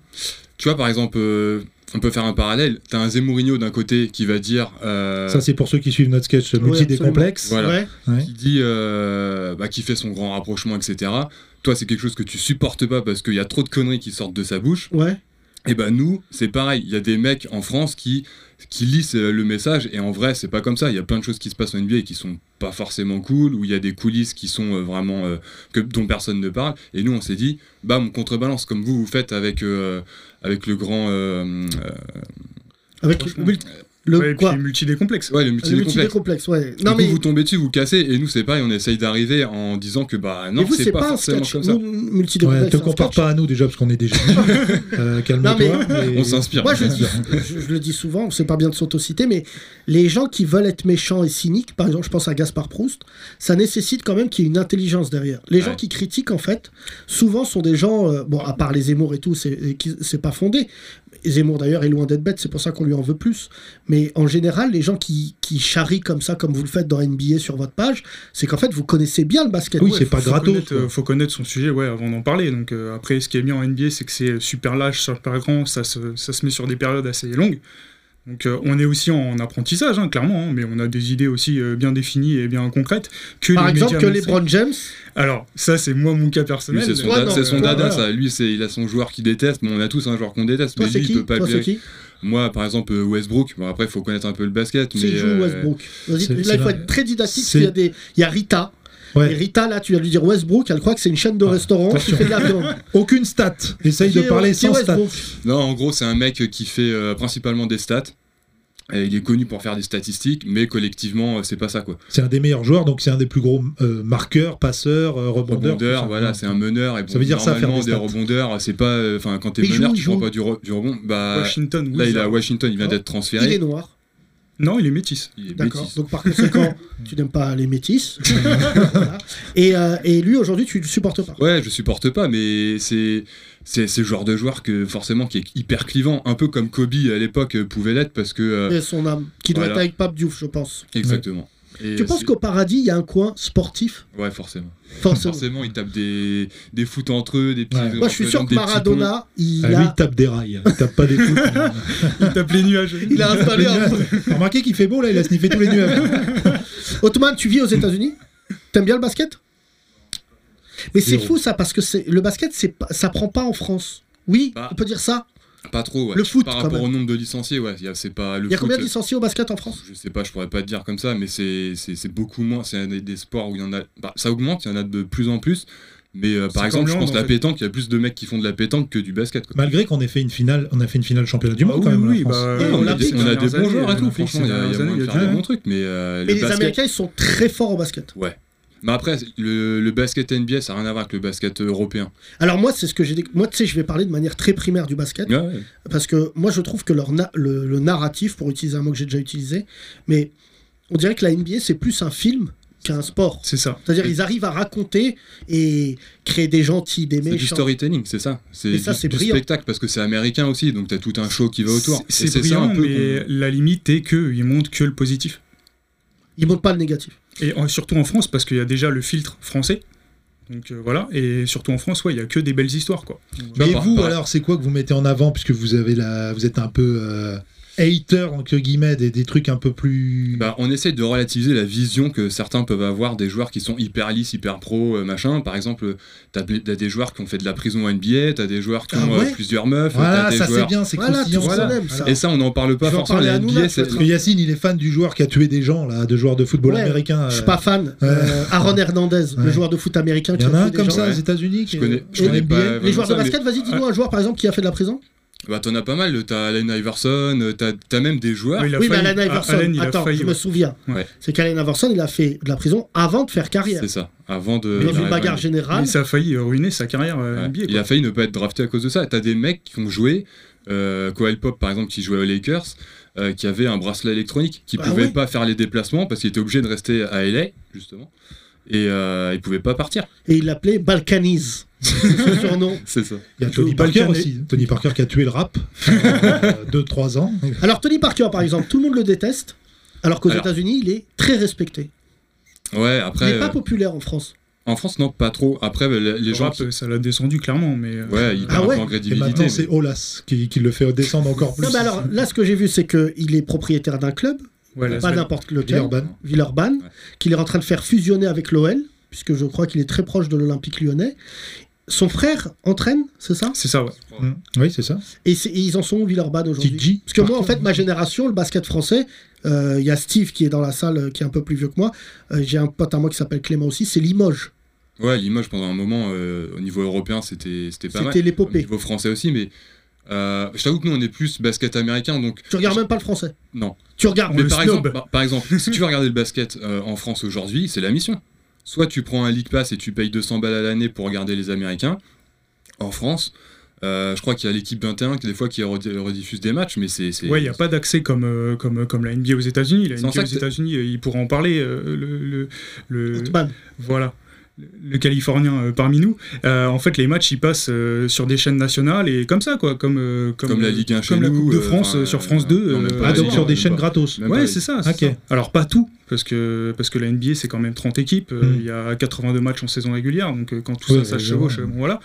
Speaker 9: Tu vois, par exemple, euh, on peut faire un parallèle. T'as un Zemourinho d'un côté qui va dire. euh,
Speaker 4: Ça, c'est pour ceux qui suivent notre sketch multi-décomplexe.
Speaker 9: Voilà.
Speaker 3: Ouais.
Speaker 4: Ouais.
Speaker 9: qui dit euh, bah, qui fait son grand rapprochement, etc. Toi, c'est quelque chose que tu supportes pas parce qu'il y a trop de conneries qui sortent de sa bouche.
Speaker 3: Ouais.
Speaker 9: Et ben nous, c'est pareil. Il y a des mecs en France qui qui lisent euh, le message et en vrai, c'est pas comme ça. Il y a plein de choses qui se passent en NBA qui sont pas forcément cool, où il y a des coulisses qui sont euh, vraiment euh, que dont personne ne parle. Et nous, on s'est dit, bah, on contrebalance comme vous vous faites avec euh, avec le grand euh,
Speaker 3: Avec le
Speaker 8: Ouais, et
Speaker 3: quoi
Speaker 8: puis multi-décomplexe.
Speaker 9: ouais le
Speaker 3: Le
Speaker 9: multi-complexe.
Speaker 3: multi-décomplexe, ouais.
Speaker 9: Non,
Speaker 3: Non mais
Speaker 9: vous tombez dessus, vous cassez, et nous c'est pareil, on essaye d'arriver en disant que bah
Speaker 3: mais
Speaker 9: non,
Speaker 3: vous
Speaker 9: c'est pas,
Speaker 3: un
Speaker 9: forcément
Speaker 3: sketch.
Speaker 9: comme ça.
Speaker 3: Nous, multi-décomplexe.
Speaker 4: Ouais, te
Speaker 3: c'est un
Speaker 4: compare
Speaker 3: sketch.
Speaker 4: pas à nous déjà parce qu'on est déjà. Euh, Calme-toi.
Speaker 3: Non,
Speaker 4: mais-
Speaker 9: On s'inspire.
Speaker 3: Moi, je, dis- je- je le dis souvent, c'est pas bien de s'autociter, mais les gens qui veulent être méchants et cyniques, par exemple, je pense à Gaspard Proust, ça nécessite quand même qu'il y ait une intelligence derrière. Les gens
Speaker 9: Ouais.
Speaker 3: qui critiquent, en fait, souvent sont des gens, euh, bon, à part les Zemmour et tout, c'est et qui- c'est pas fondé. Zemmour, d'ailleurs, est loin d'être bête, c'est pour ça qu'on lui en veut plus. Mais en général, les gens qui, qui charrient comme ça, comme vous le faites dans NBA sur votre page, c'est qu'en fait, vous connaissez bien le basket.
Speaker 4: Oui,
Speaker 8: Ouais,
Speaker 4: c'est
Speaker 8: faut-
Speaker 4: pas
Speaker 8: faut
Speaker 4: gratos.
Speaker 8: connaître,
Speaker 4: quoi.
Speaker 8: euh, faut connaître son sujet ouais, avant d'en parler. Donc, euh, après, ce qui est bien en NBA, c'est que c'est super lâche, super grand, ça se, ça se met sur des périodes assez longues. Donc, euh, on est aussi en apprentissage, hein, clairement, hein, mais on a des idées aussi euh, bien définies et bien concrètes. Que
Speaker 3: Par
Speaker 8: les
Speaker 3: exemple, que
Speaker 8: médias ne-
Speaker 3: LeBron James,
Speaker 8: Alors, ça, c'est moi mon cas personnel.
Speaker 9: Lui, c'est son,
Speaker 3: Toi,
Speaker 9: da-
Speaker 3: non,
Speaker 9: c'est son
Speaker 3: toi,
Speaker 9: dada,
Speaker 3: voilà.
Speaker 9: ça. Lui, c'est, il a son joueur qu'il déteste. mais on a tous un joueur qu'on déteste.
Speaker 3: toi,
Speaker 9: mais
Speaker 3: c'est
Speaker 9: lui,
Speaker 3: qui
Speaker 9: il peut pas
Speaker 3: Toi, c'est
Speaker 9: bien.
Speaker 3: qui
Speaker 9: Moi, par exemple, euh, Westbrook. Bon, après, il faut connaître un peu le basket.
Speaker 3: C'est
Speaker 9: mais,
Speaker 3: Jou
Speaker 9: euh,
Speaker 3: Westbrook.
Speaker 4: c'est-
Speaker 3: Vas-y, là,
Speaker 4: c'est
Speaker 3: il faut
Speaker 4: la-
Speaker 3: être très didactique. parce
Speaker 4: c'est-
Speaker 3: qu'il y a des- Il y a Rita.
Speaker 4: Ouais.
Speaker 3: Et Rita, là, tu vas lui dire Westbrook, elle croit que c'est une chaîne de
Speaker 4: Ah,
Speaker 3: restaurant. Tu
Speaker 4: attention.
Speaker 3: fais de la viande.
Speaker 4: Aucune stat. Essaye
Speaker 3: Qui
Speaker 4: de
Speaker 3: est-
Speaker 4: parler
Speaker 3: qui est
Speaker 4: sans stat.
Speaker 3: Westbrook
Speaker 9: Non, en gros, c'est un mec qui fait euh, principalement des stats. Et il est connu pour faire des statistiques, mais collectivement, euh, c'est pas ça, quoi.
Speaker 4: C'est un des meilleurs joueurs, donc c'est un des plus gros euh, marqueurs, passeurs, euh, rebondeurs.
Speaker 9: Rebondeur,
Speaker 4: tout ça.
Speaker 9: voilà, c'est un meneur. Et bon,
Speaker 4: Ça veut dire ça, faire des
Speaker 9: normalement, des
Speaker 4: stats.
Speaker 9: rebondeurs, c'est pas. euh, Enfin, quand t'es
Speaker 4: Mais il
Speaker 9: meneur,
Speaker 4: joue,
Speaker 9: tu
Speaker 4: il
Speaker 9: prends
Speaker 4: joue.
Speaker 9: pas du, re- du rebond. Bah,
Speaker 8: Washington,
Speaker 9: là, il est
Speaker 8: Wizards.
Speaker 9: à Washington, il vient
Speaker 3: Non. Ah.
Speaker 9: d'être
Speaker 3: Il est
Speaker 9: transféré.
Speaker 3: noir.
Speaker 8: Non, il est métis.
Speaker 9: Il est
Speaker 3: D'accord.
Speaker 9: métis.
Speaker 3: Donc, par conséquent, tu n'aimes pas les métis. Voilà. et, euh, et lui, aujourd'hui, tu ne le supportes pas.
Speaker 9: Ouais, je supporte pas, mais c'est c'est ce genre de joueur que forcément qui est hyper clivant, un peu comme Kobe à l'époque euh, pouvait l'être parce que euh,
Speaker 3: Mais son âme, qui doit
Speaker 9: Voilà.
Speaker 3: être avec Pape Diouf, je pense.
Speaker 9: exactement. Et
Speaker 3: Tu
Speaker 9: euh,
Speaker 3: penses
Speaker 9: c'est-
Speaker 3: qu'au paradis, il y a un coin sportif
Speaker 9: Ouais, forcément.
Speaker 3: Forcément.
Speaker 9: Forcément, ils tapent des des foot entre eux, des petits.
Speaker 4: Ouais.
Speaker 9: euh,
Speaker 3: Moi, je suis
Speaker 9: entre-
Speaker 3: sûr
Speaker 9: des
Speaker 3: que
Speaker 9: petits ponts.
Speaker 3: Maradona, il
Speaker 4: Ah, lui, il
Speaker 3: a.
Speaker 4: tape des rails. Il tape pas des coups.
Speaker 8: Il tape les nuages.
Speaker 3: Il a installé un.
Speaker 4: Remarquez qu'il fait beau là, il a sniffé tous les nuages.
Speaker 3: Ottoman, tu vis aux États-Unis T'aimes bien le basket Mais c'est
Speaker 4: Zéro.
Speaker 3: fou ça parce que c'est le basket, c'est pas- ça prend pas en France. Oui,
Speaker 9: Bah.
Speaker 3: on peut dire ça.
Speaker 9: Pas trop. Ouais.
Speaker 3: Le foot,
Speaker 9: Par
Speaker 3: quand
Speaker 9: rapport
Speaker 3: même.
Speaker 9: au nombre de licenciés, ouais, il y a- c'est pas le.
Speaker 3: Il y a combien de
Speaker 9: foot, euh,
Speaker 3: licenciés au basket en France
Speaker 9: je sais pas, je pourrais pas te dire comme ça, mais c'est c'est c'est beaucoup moins. C'est un des, des sports où il y en a. bah, ça augmente, il y en a de plus en plus. Mais euh, par
Speaker 8: C'est
Speaker 9: exemple, je
Speaker 8: comme
Speaker 9: pense
Speaker 8: l'Inde, en
Speaker 9: la
Speaker 8: fait.
Speaker 9: pétanque, il y a plus de mecs qui font de la pétanque que du basket. quoi.
Speaker 4: Malgré qu'on ait fait une finale, on a fait une finale championnat du
Speaker 8: Bah
Speaker 4: monde
Speaker 9: Ah
Speaker 8: oui,
Speaker 4: quand même.
Speaker 8: oui,
Speaker 4: la France.
Speaker 8: bah,
Speaker 3: Et
Speaker 9: Ouais, on, a
Speaker 3: Olympique,
Speaker 9: des, on a des bons joueurs et tout,
Speaker 8: Olympique,
Speaker 9: franchement, il y a,
Speaker 8: hein, ces
Speaker 9: il y a
Speaker 8: dernières
Speaker 9: moyen de
Speaker 8: années,
Speaker 9: faire
Speaker 8: ouais.
Speaker 9: des bons trucs, mais euh,
Speaker 3: Mais
Speaker 9: le
Speaker 3: les
Speaker 9: basket...
Speaker 3: Américains, ils sont très forts au basket.
Speaker 9: Mais après, le, le basket NBA, ça n'a rien à voir avec le basket européen.
Speaker 3: Alors moi, c'est ce que j'ai. déc- Moi, tu sais, je vais parler de manière très primaire du basket. parce que moi je trouve que leur na- le, le narratif, pour utiliser un mot que j'ai déjà utilisé, mais on dirait que la NBA c'est plus un film qu'un sport.
Speaker 8: C'est ça.
Speaker 3: C'est-à-dire ils arrivent à raconter et créer des gentils, des
Speaker 9: C'est du
Speaker 3: méchants.
Speaker 9: storytelling, c'est ça. C'est
Speaker 3: Et ça,
Speaker 9: du,
Speaker 3: c'est
Speaker 9: du
Speaker 3: brillant.
Speaker 9: spectacle, parce que c'est américain aussi, donc t'as tout un show qui va autour.
Speaker 8: C'est
Speaker 9: Et
Speaker 8: c'est
Speaker 9: ça
Speaker 8: brillant,
Speaker 9: un peu euh,
Speaker 8: mais la limite est qu'ils montrent que le positif.
Speaker 3: Ils montrent pas le négatif.
Speaker 8: Et en- surtout en France, parce qu'il y a déjà le filtre français. Donc euh, voilà, et surtout en France, ouais, il y a que des belles histoires, quoi.
Speaker 9: Tu vois,
Speaker 4: Mais
Speaker 9: par-
Speaker 4: vous,
Speaker 9: par-
Speaker 4: alors, c'est quoi que vous mettez en avant puisque vous avez la, vous êtes un peu euh, hater entre guillemets des, des trucs un peu plus.
Speaker 9: Bah, on essaie de relativiser la vision que certains peuvent avoir des joueurs qui sont hyper lisses, hyper pro, euh, machin. Par exemple, euh, t'as bl- t'as des joueurs qui ont fait de la prison en NBA, t'as des joueurs qui
Speaker 4: Ah
Speaker 9: ont euh,
Speaker 4: ouais
Speaker 9: plusieurs meufs,
Speaker 4: voilà,
Speaker 9: t'as des
Speaker 4: ça c'est
Speaker 9: joueurs.
Speaker 4: bien, c'est
Speaker 3: Voilà,
Speaker 4: croustillant.
Speaker 3: tout ce qu'on
Speaker 4: Voilà.
Speaker 3: aime, ça.
Speaker 9: Et ça, on n'en parle pas
Speaker 3: Je vais en
Speaker 9: forcément.
Speaker 3: parler à
Speaker 9: La
Speaker 3: Nouna,
Speaker 9: NBA,
Speaker 3: tu vas
Speaker 9: c'est
Speaker 4: Parce que Yacine, il est fan du joueur qui a tué des gens là, de joueurs de football
Speaker 3: Ouais,
Speaker 4: américain.
Speaker 3: Je suis
Speaker 4: euh,
Speaker 3: pas fan.
Speaker 4: Ouais.
Speaker 3: Euh, Aaron Hernandez, le
Speaker 4: Ouais.
Speaker 3: joueur de foot américain,
Speaker 4: Il
Speaker 3: qui
Speaker 4: y en a
Speaker 3: a
Speaker 4: un
Speaker 3: fait des
Speaker 4: comme
Speaker 3: gens-
Speaker 4: ça aux
Speaker 9: ouais.
Speaker 4: États-Unis.
Speaker 9: Je connais, je
Speaker 4: Et
Speaker 9: connais
Speaker 4: NBA.
Speaker 9: pas.
Speaker 4: Les
Speaker 3: Les
Speaker 9: vraiment
Speaker 3: joueurs de
Speaker 9: ça, mais-
Speaker 3: basket, vas-y, dis-nous un joueur par exemple qui a fait de la prison.
Speaker 9: Bah t'en as pas mal, t'as Allen Iverson, euh, t'as t'as même des joueurs.
Speaker 8: il a
Speaker 3: Ah, oui,
Speaker 8: failli-
Speaker 3: mais Allen Iverson.
Speaker 8: Allen, il a
Speaker 3: Attends,
Speaker 8: failli,
Speaker 3: je
Speaker 8: ouais.
Speaker 3: me souviens.
Speaker 9: Ouais.
Speaker 3: C'est qu'Allen Iverson, il a fait de la prison avant de faire carrière.
Speaker 9: C'est ça. Avant de.
Speaker 3: Dans une
Speaker 9: d'arriver
Speaker 3: bagarre
Speaker 9: à-
Speaker 3: générale.
Speaker 8: Mais ça a failli euh, ruiner sa carrière euh,
Speaker 9: Ouais.
Speaker 8: NBA,
Speaker 9: Il
Speaker 8: quoi.
Speaker 9: a failli ne pas être drafté à cause de ça. T'as des mecs qui ont joué, euh, Kawhi Pop par exemple, qui jouait aux Lakers, euh, qui avait un bracelet électronique, qui
Speaker 3: Bah
Speaker 9: pouvait
Speaker 3: ouais.
Speaker 9: pas faire les déplacements parce qu'il était obligé de rester à LA, justement. Et euh, il pouvait pas partir.
Speaker 3: Et il l'appelait Balkanese. C'est son surnom.
Speaker 9: C'est ça.
Speaker 4: Il y a
Speaker 8: Joe
Speaker 4: Tony Parker
Speaker 8: Balkan et-
Speaker 4: aussi. Tony Parker qui a tué le rap. 2-3 ans.
Speaker 3: Alors Tony Parker, par exemple, tout le monde le déteste, alors qu'aux
Speaker 9: Alors.
Speaker 3: États-Unis, il est très respecté.
Speaker 9: Ouais,
Speaker 3: Il
Speaker 9: après.
Speaker 3: n'est pas
Speaker 9: euh,
Speaker 3: populaire en France.
Speaker 9: En France, non, pas trop. Après, bah, les les
Speaker 8: Le
Speaker 9: gens.
Speaker 8: rap,
Speaker 9: qui-
Speaker 8: euh, ça l'a descendu clairement, mais. euh,
Speaker 9: Ouais, il perd
Speaker 3: Ah ouais.
Speaker 9: un peu en
Speaker 4: Et maintenant,
Speaker 9: crédibilité. mais-
Speaker 4: c'est Olas qui, qui le fait descendre encore plus.
Speaker 3: Non, mais alors là, ce que j'ai vu, c'est qu'il est propriétaire d'un club,
Speaker 8: ouais, la
Speaker 3: pas
Speaker 8: semaine-
Speaker 3: n'importe lequel,
Speaker 4: Villeurbanne.
Speaker 3: Villeurbanne,
Speaker 9: Ouais.
Speaker 3: qu'il est en train de faire fusionner avec l'OL, puisque je crois qu'il est très proche de l'Olympique lyonnais. Son frère entraîne, c'est ça
Speaker 8: C'est ça, ouais.
Speaker 4: Mm. Oui, c'est ça.
Speaker 3: et, c'est- et ils en sont où Villeurbanne aujourd'hui
Speaker 4: TG.
Speaker 3: Parce que moi, en fait, ma génération, le basket français, euh, il y a Steve qui est dans la salle, euh, qui est un peu plus vieux que moi. Euh, J'ai un pote à moi qui s'appelle Clément aussi, c'est Limoges.
Speaker 9: Ouais, Limoges, pendant un moment, euh, au niveau européen, c'était c'était pas mal.
Speaker 3: C'était
Speaker 9: Au
Speaker 3: l'épopée.
Speaker 9: niveau français aussi, mais. euh, je t'avoue que nous, on est plus basket américain, donc.
Speaker 3: Tu regardes même pas le français
Speaker 9: Non.
Speaker 3: Tu regardes
Speaker 9: Ah, Mais
Speaker 8: le
Speaker 9: par
Speaker 8: snob.
Speaker 9: exemple, par, par exemple, si tu veux regarder le basket euh, en France aujourd'hui, c'est la mission. Soit tu prends un League Pass et tu payes 200 balles à l'année pour regarder les Américains. En France, euh, je crois qu'il y a l'équipe 21 qui, des fois, qui redi- rediffuse des matchs, mais c'est. c'est-
Speaker 8: Ouais, il n'y a pas d'accès comme, euh, comme, comme la NBA aux États-Unis. La
Speaker 9: C'est en
Speaker 8: NBA aux
Speaker 9: ça que-
Speaker 8: États-Unis, euh, il pourra en parler. euh, le, le, le-
Speaker 3: Hotman.
Speaker 8: voilà. Le- Le Californien euh, parmi nous. Euh, en fait, les matchs, ils passent euh, sur des chaînes nationales et comme ça, quoi. Comme, euh, comme,
Speaker 9: Comme la Ligue 1 chez
Speaker 8: Comme la
Speaker 9: nous,
Speaker 8: Coupe de
Speaker 9: euh,
Speaker 8: France
Speaker 9: enfin,
Speaker 8: euh, sur
Speaker 9: euh,
Speaker 8: France
Speaker 9: non,
Speaker 8: 2.
Speaker 9: même
Speaker 8: euh,
Speaker 9: pas
Speaker 4: Ah, donc
Speaker 9: Ouais,
Speaker 4: sur des
Speaker 9: ouais,
Speaker 4: chaînes
Speaker 9: bah.
Speaker 4: gratos.
Speaker 9: Même pas
Speaker 8: Ouais,
Speaker 9: les-
Speaker 8: c'est ça. c'est
Speaker 4: Ok.
Speaker 8: ça. Alors, pas tout, parce que, parce que la NBA, c'est quand même 30 équipes. euh,
Speaker 4: Mm.
Speaker 8: Il y a 82 matchs en saison régulière. Donc, euh, quand tout
Speaker 4: Oui,
Speaker 8: ça, ça se
Speaker 4: évidemment.
Speaker 8: chevauche, euh, bon, voilà.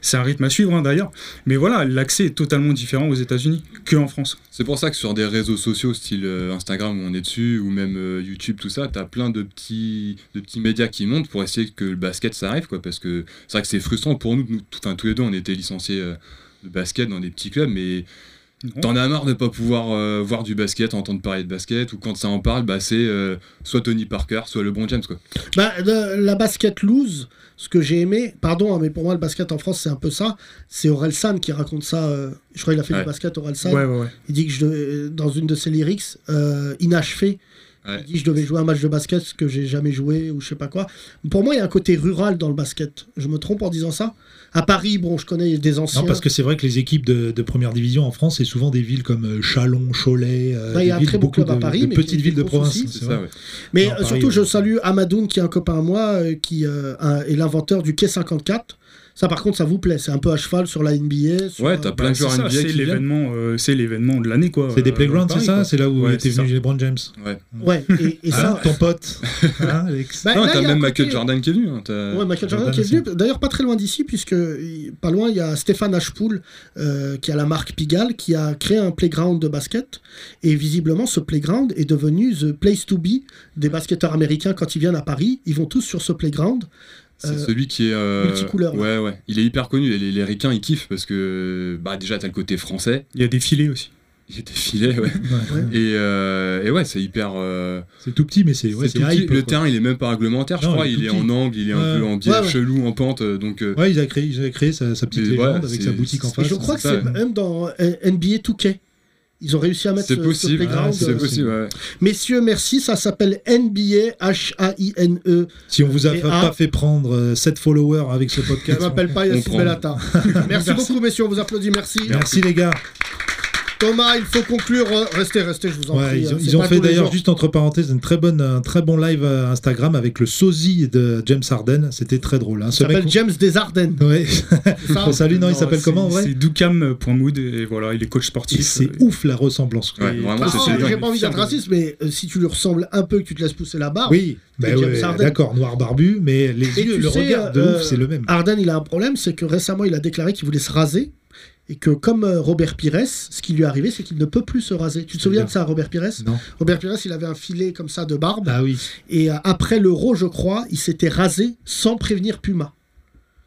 Speaker 8: C'est un rythme à suivre, hein, d'ailleurs. Mais voilà, l'accès est totalement différent aux États-Unis qu'en France.
Speaker 9: C'est pour ça que sur des réseaux sociaux, style euh, Instagram où on est dessus, ou même euh, YouTube, tout ça, t'as plein de petits, de petits médias qui montent pour essayer que le basket ça arrive, quoi. Parce que c'est vrai que c'est frustrant pour nous, nous tout- enfin, tous les deux, on était licenciés euh, de basket dans des petits clubs, mais
Speaker 8: Non.
Speaker 9: T'en as marre de pas pouvoir euh, voir du basket, entendre parler de basket, ou quand ça en parle, bah, c'est euh, soit Tony Parker, soit LeBron James. Quoi.
Speaker 3: Bah, le- la basket loose, ce que j'ai aimé, pardon, hein, mais pour moi, le basket en France, c'est un peu ça. C'est Aurel San qui raconte ça. euh, je crois qu'il a fait
Speaker 9: Ouais.
Speaker 3: du basket, Aurel San.
Speaker 8: Ouais, ouais, ouais.
Speaker 3: Il dit que je devais- euh, dans une de ses lyrics, euh, inachevé,
Speaker 9: Ouais.
Speaker 3: il dit je devais jouer un match de basket ce que j'ai jamais joué ou je sais pas quoi. Pour moi, il y a un côté rural dans le basket. Je me trompe en disant ça. À Paris, bon, je connais des anciens.
Speaker 4: Non, parce que c'est vrai que les équipes de, de première division en France, c'est souvent des villes comme euh, Chalon, Cholet, euh,
Speaker 3: Bah, il y
Speaker 4: des
Speaker 3: a un
Speaker 4: villes-
Speaker 3: très beau
Speaker 4: beaucoup
Speaker 3: club à
Speaker 4: de-
Speaker 3: Paris,
Speaker 4: de
Speaker 3: mais qui est
Speaker 4: petites villes de
Speaker 3: grosse
Speaker 4: province.
Speaker 3: aussi.
Speaker 9: C'est
Speaker 4: c'est
Speaker 9: ça,
Speaker 4: vrai.
Speaker 9: ouais.
Speaker 3: Mais euh,
Speaker 4: Non, pareil,
Speaker 3: surtout,
Speaker 4: ouais.
Speaker 3: je salue Amadoun, qui est un copain à moi, euh, qui euh, un- est l'inventeur du quai 54. Ça, par contre, ça vous plaît. C'est un peu à cheval sur la NBA. sur,
Speaker 9: Ouais, t'as
Speaker 3: euh,
Speaker 9: plein
Speaker 8: Bah,
Speaker 9: de
Speaker 8: c'est
Speaker 9: joueurs
Speaker 8: ça,
Speaker 9: NBA
Speaker 8: c'est
Speaker 9: qui viennent.
Speaker 8: l'événement, euh, c'est l'événement de l'année quoi.
Speaker 4: C'est des
Speaker 8: Euh,
Speaker 4: playgrounds, c'est
Speaker 8: pareil,
Speaker 4: ça
Speaker 8: quoi.
Speaker 4: C'est là où
Speaker 8: Ouais,
Speaker 4: était
Speaker 8: c'est ça.
Speaker 4: venu LeBron James.
Speaker 3: Ouais, et,
Speaker 9: Hein
Speaker 3: et ça.
Speaker 4: Ah, ton pote. Hein, Alex
Speaker 3: Bah,
Speaker 9: Non,
Speaker 3: là,
Speaker 9: t'as
Speaker 3: il y a
Speaker 9: même
Speaker 3: un côté-
Speaker 9: Michael Jordan qui est venu. hein, t'as-
Speaker 3: Ouais, Michael Jordan
Speaker 4: Jordan
Speaker 3: qui est
Speaker 4: aussi.
Speaker 3: venu, d'ailleurs pas très loin d'ici, puisque il- pas loin, il y a Stéphane Ashpool, euh, qui a la marque Pigalle, qui a créé un playground de basket. Et visiblement, ce playground est devenu the place to be des basketteurs américains quand ils viennent à Paris. Ils vont tous sur ce playground.
Speaker 9: C'est
Speaker 3: Euh,
Speaker 9: celui qui est. euh,
Speaker 3: multicouleur,
Speaker 9: Ouais, ouais. Il est hyper connu. et Les, les Ricains, ils kiffent parce que bah, déjà, t'as le côté français.
Speaker 8: Il y a des filets aussi.
Speaker 9: Il était filets, ouais.
Speaker 4: Ouais.
Speaker 9: Et, euh, et ouais, c'est hyper. euh,
Speaker 4: C'est tout petit, mais c'est ouais, c'est
Speaker 9: c'est tout petit.
Speaker 4: hype.
Speaker 9: le
Speaker 4: quoi.
Speaker 9: terrain, il est même pas réglementaire, je
Speaker 4: Non,
Speaker 9: crois.
Speaker 4: il est
Speaker 9: Il est
Speaker 4: tout
Speaker 9: en
Speaker 4: petit.
Speaker 9: angle, il est un
Speaker 4: Ouais.
Speaker 9: peu en biais
Speaker 3: Ouais, ouais.
Speaker 9: chelou, en pente. euh, Donc, euh,
Speaker 4: Ouais, ils ont créé, ils ont créé sa, sa petite
Speaker 9: Mais
Speaker 4: légende
Speaker 9: ouais,
Speaker 4: avec
Speaker 9: c'est-
Speaker 4: sa boutique en
Speaker 9: c'est-
Speaker 3: Et
Speaker 4: face.
Speaker 3: je crois que
Speaker 9: ça,
Speaker 3: c'est
Speaker 9: ouais.
Speaker 3: même dans euh, NBA 2K. Ils ont réussi à mettre
Speaker 9: c'est
Speaker 3: ce, ce
Speaker 9: possible.
Speaker 3: playground.
Speaker 4: Ah,
Speaker 9: C'est
Speaker 3: euh,
Speaker 9: possible, ouais.
Speaker 3: Messieurs, merci, ça s'appelle NBA H-A-I-N-E.
Speaker 4: Si on vous a
Speaker 3: Et
Speaker 4: pas
Speaker 3: un-
Speaker 4: fait prendre euh, 7 followers avec ce
Speaker 3: Je
Speaker 4: podcast.
Speaker 3: m'appelle pas Yassine
Speaker 9: prend.
Speaker 3: Bellata. merci beaucoup, messieurs, on vous applaudit, merci.
Speaker 4: on- Merci les gars.
Speaker 3: Thomas, il faut conclure. euh, Restez, restez, je vous en
Speaker 4: Ouais,
Speaker 3: prie.
Speaker 4: ils ont,
Speaker 3: hein,
Speaker 4: ils
Speaker 3: c'est
Speaker 4: ont
Speaker 3: pas
Speaker 4: fait
Speaker 3: tous les
Speaker 4: d'ailleurs
Speaker 3: jours.
Speaker 4: juste entre parenthèses une très bonne, un très bon live euh, Instagram avec le sosie de James Harden. C'était très drôle. Hein.
Speaker 3: Il
Speaker 4: Ce mec.
Speaker 3: s'appelle James Desardennes.
Speaker 4: Ouais.
Speaker 3: c'est ça
Speaker 4: On salue. Non, il
Speaker 8: Non,
Speaker 4: s'appelle
Speaker 8: c'est-
Speaker 4: comment en vrai
Speaker 8: Oh, C'est Doucam.mood et voilà, il est coach
Speaker 4: Et
Speaker 8: sportif.
Speaker 4: C'est
Speaker 8: Euh,
Speaker 4: ouf la ressemblance. quoi.
Speaker 9: Ouais,
Speaker 8: Et-
Speaker 9: vraiment,
Speaker 3: Ah,
Speaker 9: c'est
Speaker 8: Oh,
Speaker 9: c'est
Speaker 8: dingue.
Speaker 3: J'ai
Speaker 9: dingue.
Speaker 3: pas envie d'être raciste, mais euh, si tu lui ressembles un peu, que tu te laisses pousser la barre.
Speaker 4: Oui, bah
Speaker 3: James
Speaker 4: ouais,
Speaker 3: Harden.
Speaker 4: d'accord, noir barbu, mais les
Speaker 3: Et
Speaker 4: yeux,
Speaker 3: tu
Speaker 4: le
Speaker 3: sais,
Speaker 4: regard de
Speaker 3: euh,
Speaker 4: ouf, c'est le même.
Speaker 3: Arden, il a un problème, c'est que récemment, il a déclaré qu'il voulait se raser. Et que comme euh, Robert Pires, ce qui lui est arrivé, c'est qu'il ne peut plus se raser. Tu te souviens de ça, Robert Pires
Speaker 4: Non.
Speaker 3: Robert Pires, il avait un filet comme ça de barbe.
Speaker 4: Ah oui.
Speaker 3: Et euh, après l'euro, je crois, il s'était rasé sans prévenir Puma.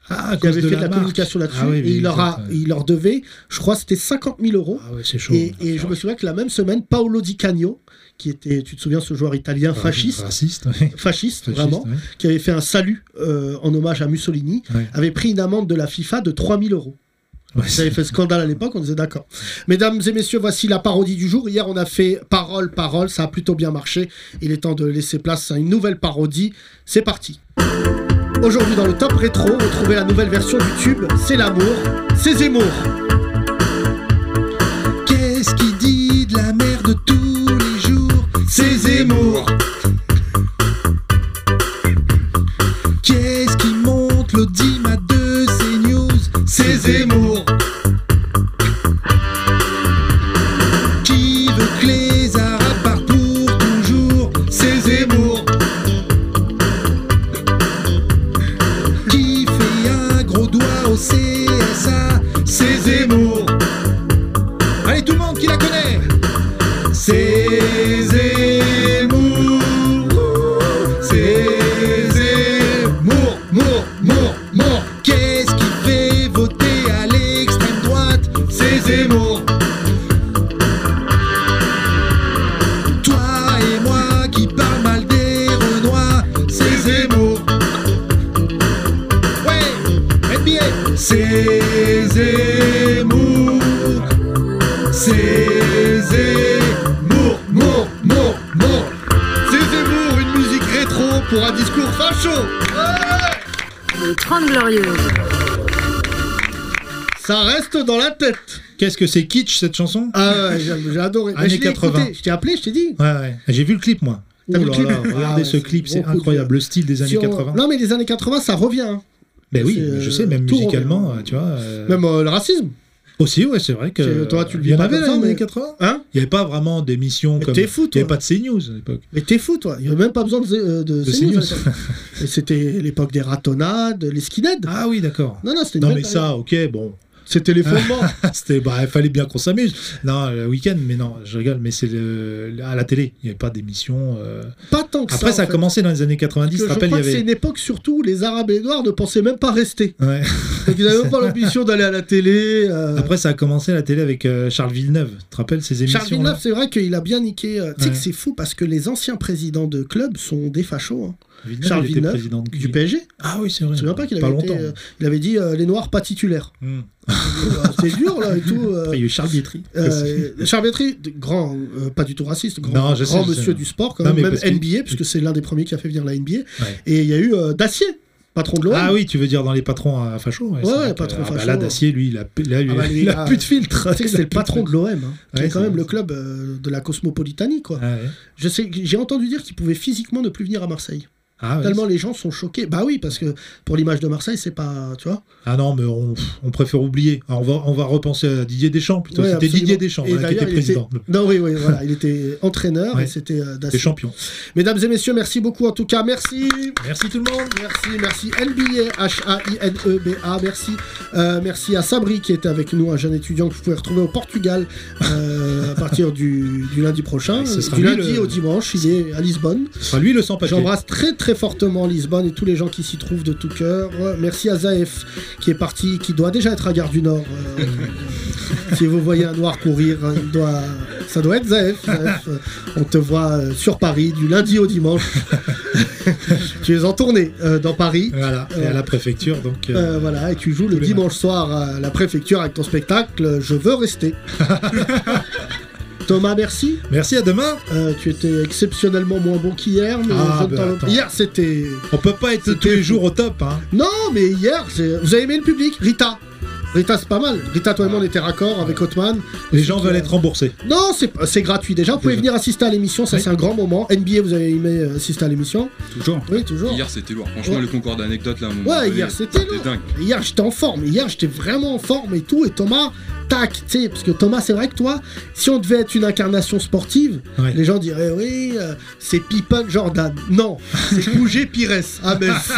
Speaker 4: Ah, à
Speaker 3: Il
Speaker 4: cause
Speaker 3: avait fait de la
Speaker 4: marque.
Speaker 3: communication là-dessus.
Speaker 4: Ah oui,
Speaker 3: et
Speaker 4: oui,
Speaker 3: il leur, a,
Speaker 4: ça, ça.
Speaker 3: il leur devait, je crois, c'était 50 000 euros.
Speaker 4: Ah ouais, c'est chaud.
Speaker 3: Et, et je me souviens que la même semaine, Paolo Di Canio, qui était, tu te souviens, ce joueur italien
Speaker 4: Ah,
Speaker 3: fasciste,
Speaker 4: Raciste, ouais.
Speaker 3: fasciste,
Speaker 4: Fasciste,
Speaker 3: vraiment,
Speaker 4: ouais.
Speaker 3: qui avait fait un salut euh, en hommage à Mussolini,
Speaker 4: Ouais.
Speaker 3: avait pris une amende de la FIFA de 3000 euros.
Speaker 4: Ouais,
Speaker 3: Ça avait fait scandale à l'époque, on disait d'accord. Mesdames et messieurs, voici la parodie du jour. Hier, on a fait parole, parole, ça a plutôt bien marché. Il est temps de laisser place à une nouvelle parodie. C'est parti. Aujourd'hui, dans le top rétro, retrouvez la nouvelle version du tube C'est l'amour, c'est Zemmour.
Speaker 4: Qu'est-ce qu'il dit de la merde tous les jours
Speaker 3: C'est Zemmour.
Speaker 4: Qu'est-ce qui monte l'audimat de CNews
Speaker 3: C'est Zemmour.
Speaker 4: Qui veut que les Arabes partent pour toujours
Speaker 3: C'est Zemmour.
Speaker 4: c'est Zemmour. Allez, tout le monde qui la connaît. C'est Zemmour. C'est Zemmour. Mour, mour, mour. Qu'est-ce qui fait voter à l'extrême droite C'est Zemmour. Toi et moi qui parle mal des Renois, c'est Zemmour. Ouais, NBA, c'est Zemmour. C'est Zemmour, mour, mour, mour.
Speaker 3: C'est Zemmour, une musique rétro pour un discours facho
Speaker 2: Les 30 Glorieuses.
Speaker 3: Ça reste dans la tête
Speaker 4: Qu'est-ce que c'est kitsch cette chanson
Speaker 3: Ah ouais, j'ai j'ai adoré. Mais
Speaker 4: Années
Speaker 3: je l'ai
Speaker 4: 80.
Speaker 3: écouté, Je t'ai appelé, je t'ai dit.
Speaker 4: Ouais, ouais. J'ai vu le clip, moi.
Speaker 3: T'as
Speaker 4: Oh
Speaker 3: vu le
Speaker 4: là
Speaker 3: clip
Speaker 4: là, regardez
Speaker 3: Ah
Speaker 4: ce
Speaker 3: ouais,
Speaker 4: clip,
Speaker 3: c'est
Speaker 4: c'est
Speaker 3: beaucoup de-
Speaker 4: incroyable. Le style des années
Speaker 3: Sur-
Speaker 4: 80.
Speaker 3: Non, mais les années 80, ça revient. hein.
Speaker 4: Ben oui,
Speaker 3: c'est, euh,
Speaker 4: je sais, même
Speaker 3: tout
Speaker 4: musicalement,
Speaker 3: revient.
Speaker 4: euh, tu vois. euh,
Speaker 3: Même euh, le racisme.
Speaker 4: Aussi, ouais, c'est vrai que.
Speaker 3: C'est- toi, tu le
Speaker 4: Il y
Speaker 3: vis
Speaker 4: en
Speaker 3: pas
Speaker 4: avait
Speaker 3: comme
Speaker 4: dans
Speaker 3: ça,
Speaker 4: les années
Speaker 3: mais-
Speaker 4: 80
Speaker 3: Hein
Speaker 4: Il n'y avait pas vraiment d'émissions
Speaker 3: Mais
Speaker 4: comme.
Speaker 3: t'es fou,
Speaker 4: Il n'y avait
Speaker 3: toi.
Speaker 4: pas de CNews à l'époque.
Speaker 3: Mais t'es fou, toi. Il n'y avait même pas besoin de, euh, de,
Speaker 4: De
Speaker 3: CNews,
Speaker 4: CNews.
Speaker 3: à l'époque. Et C'était l'époque des ratonnades, les skinheads.
Speaker 4: Ah oui, d'accord.
Speaker 3: Non, non, c'était une
Speaker 4: Non,
Speaker 3: belle
Speaker 4: mais
Speaker 3: période.
Speaker 4: ça, ok, bon.
Speaker 3: C'était les fondements.
Speaker 4: C'était, bah, il fallait bien qu'on s'amuse. Non, le week-end, mais non, je rigole, mais c'est le- à la télé. Il n'y avait pas d'émission. euh.
Speaker 3: pas tant que ça.
Speaker 4: Après,
Speaker 3: en
Speaker 4: ça, a
Speaker 3: fait.
Speaker 4: commencé dans les années 90.
Speaker 3: Parce
Speaker 4: Je
Speaker 3: que je
Speaker 4: rappelle, il
Speaker 3: crois
Speaker 4: y
Speaker 3: que c'est
Speaker 4: avait.
Speaker 3: une époque surtout où les Arabes et les Noirs ne pensaient même pas rester.
Speaker 4: Ouais.
Speaker 3: Donc ils n'avaient même pas l'ambition d'aller à la télé. euh,
Speaker 4: Après, ça a commencé à la télé avec euh, Charles Villeneuve. Tu te rappelles ces émissions
Speaker 3: Charles Villeneuve, c'est vrai qu'il a bien niqué. euh, Tu sais
Speaker 4: Ouais.
Speaker 3: que c'est fou parce que les anciens présidents de clubs sont des fachos. hein. Charles
Speaker 4: Charles
Speaker 3: Villeneuve,
Speaker 4: président de
Speaker 3: Du
Speaker 4: Cuba.
Speaker 3: PSG.
Speaker 4: Ah oui, c'est vrai.
Speaker 3: Je me souviens pas qu'il
Speaker 4: Pas
Speaker 3: avait, été,
Speaker 4: longtemps. hein.
Speaker 3: euh, il avait dit euh, les Noirs pas titulaires.
Speaker 4: Hmm.
Speaker 3: C'est dur là et tout. euh,
Speaker 4: Après, il y a eu Charles Bietri.
Speaker 3: Euh, Charles Bietri, de- grand, euh, pas du tout raciste, grand,
Speaker 4: Non, je sais,
Speaker 3: grand
Speaker 4: je sais.
Speaker 3: monsieur du sport, quand
Speaker 4: Non,
Speaker 3: même,
Speaker 4: mais
Speaker 3: même
Speaker 4: parce que-
Speaker 3: NBA, puisque c'est l'un des premiers qui a fait venir la NBA.
Speaker 4: Ouais.
Speaker 3: Et il y a eu euh, Dacier, patron de l'OM.
Speaker 4: Ah oui, tu veux dire dans les patrons à facho
Speaker 3: Ouais,
Speaker 4: c'est vrai
Speaker 3: ouais,
Speaker 4: que,
Speaker 3: patron
Speaker 4: ah bah
Speaker 3: facho.
Speaker 4: Là, Dacier, lui, il a, il a-
Speaker 3: Ah bah, lui,
Speaker 4: il a
Speaker 3: ah,
Speaker 4: plus de filtre.
Speaker 3: Tu sais que c'est le patron de l'OM, hein, qui
Speaker 4: Ouais,
Speaker 3: est quand
Speaker 4: c'est
Speaker 3: même
Speaker 4: vrai.
Speaker 3: le club euh, de la cosmopolitanie. Quoi.
Speaker 4: Ah ouais.
Speaker 3: Je sais, j'ai entendu dire qu'il pouvait physiquement ne plus venir à Marseille.
Speaker 4: Ah, ouais,
Speaker 3: Tellement les gens sont choqués. Bah oui, parce que pour l'image de Marseille, c'est pas, tu vois.
Speaker 4: Ah non, mais on, pff, on préfère oublier. Alors, on, va, on va repenser à Didier Deschamps plutôt.
Speaker 3: Ouais,
Speaker 4: C'était
Speaker 3: absolument.
Speaker 4: Didier Deschamps
Speaker 3: Et
Speaker 4: voilà, qui
Speaker 3: d'ailleurs,
Speaker 4: était
Speaker 3: il était-
Speaker 4: président.
Speaker 3: Non, oui, oui, voilà, il était entraîneur
Speaker 4: Ouais.
Speaker 3: et c'était euh,
Speaker 4: C'était
Speaker 3: Dacier.
Speaker 4: champion.
Speaker 3: Mesdames et messieurs, merci beaucoup en tout cas. Merci.
Speaker 4: Merci tout le monde.
Speaker 3: Merci, merci NBA, H-A-I-N-E-B-A, E merci. Euh, merci à Sabri qui était avec nous, un jeune étudiant que vous pouvez retrouver au Portugal euh, à partir du, du lundi prochain.
Speaker 4: Ouais, ce sera
Speaker 3: du
Speaker 4: lui,
Speaker 3: lundi
Speaker 4: le-
Speaker 3: au dimanche, il est à Lisbonne.
Speaker 4: Ce sera lui le sans-papier.
Speaker 3: J'embrasse très très fortement Lisbonne et tous les gens qui s'y trouvent de tout cœur. Euh, Merci à Zaef qui est parti, qui doit déjà être à Gare du Nord. Euh, si vous voyez un noir courir, hein, il doit... ça doit être Zaef. Zaef, euh, on te voit euh, sur Paris du lundi au dimanche. tu es en tournée euh, dans Paris.
Speaker 4: Voilà. Et à la préfecture, donc. euh,
Speaker 3: Euh, voilà, et tu joues le
Speaker 4: Tous les
Speaker 3: dimanche soir à la préfecture avec ton spectacle euh, Je veux rester. Thomas, merci.
Speaker 4: Merci, à demain.
Speaker 3: Euh, tu étais exceptionnellement moins bon qu'hier, mais
Speaker 4: Ah,
Speaker 3: je ne
Speaker 4: bah,
Speaker 3: t'en veux-
Speaker 4: attends.
Speaker 3: Hier, c'était.
Speaker 4: On peut pas être tous les jours au top. Hein.
Speaker 3: Non, mais hier, c'est- vous avez aimé le public Rita Rita, c'est pas mal. Rita, toi et moi, on était raccord avec Hotman.
Speaker 4: Les gens
Speaker 3: qui,
Speaker 4: veulent
Speaker 3: euh,
Speaker 4: être remboursés.
Speaker 3: Non, c'est c'est gratuit. Déjà, vous pouvez venir assister à l'émission, ça
Speaker 4: Oui.
Speaker 3: c'est un grand moment. NBA, vous avez aimé euh, assister à l'émission
Speaker 8: Toujours.
Speaker 3: Oui, toujours.
Speaker 9: Hier, c'était lourd. Franchement,
Speaker 3: Ouais.
Speaker 9: le concours d'anecdotes, là, à un moment
Speaker 3: Ouais,
Speaker 9: donné,
Speaker 3: hier, c'était lourd.
Speaker 9: dingue.
Speaker 3: Hier, j'étais en forme. Hier, j'étais vraiment en forme et tout. Et Thomas, tac, tu sais, parce que Thomas, c'est vrai que toi, si on devait être une incarnation sportive,
Speaker 4: Ouais.
Speaker 3: les gens diraient oui, euh, c'est Pippen Jordan. Non, c'est Bouger Pires. Ah, mais si.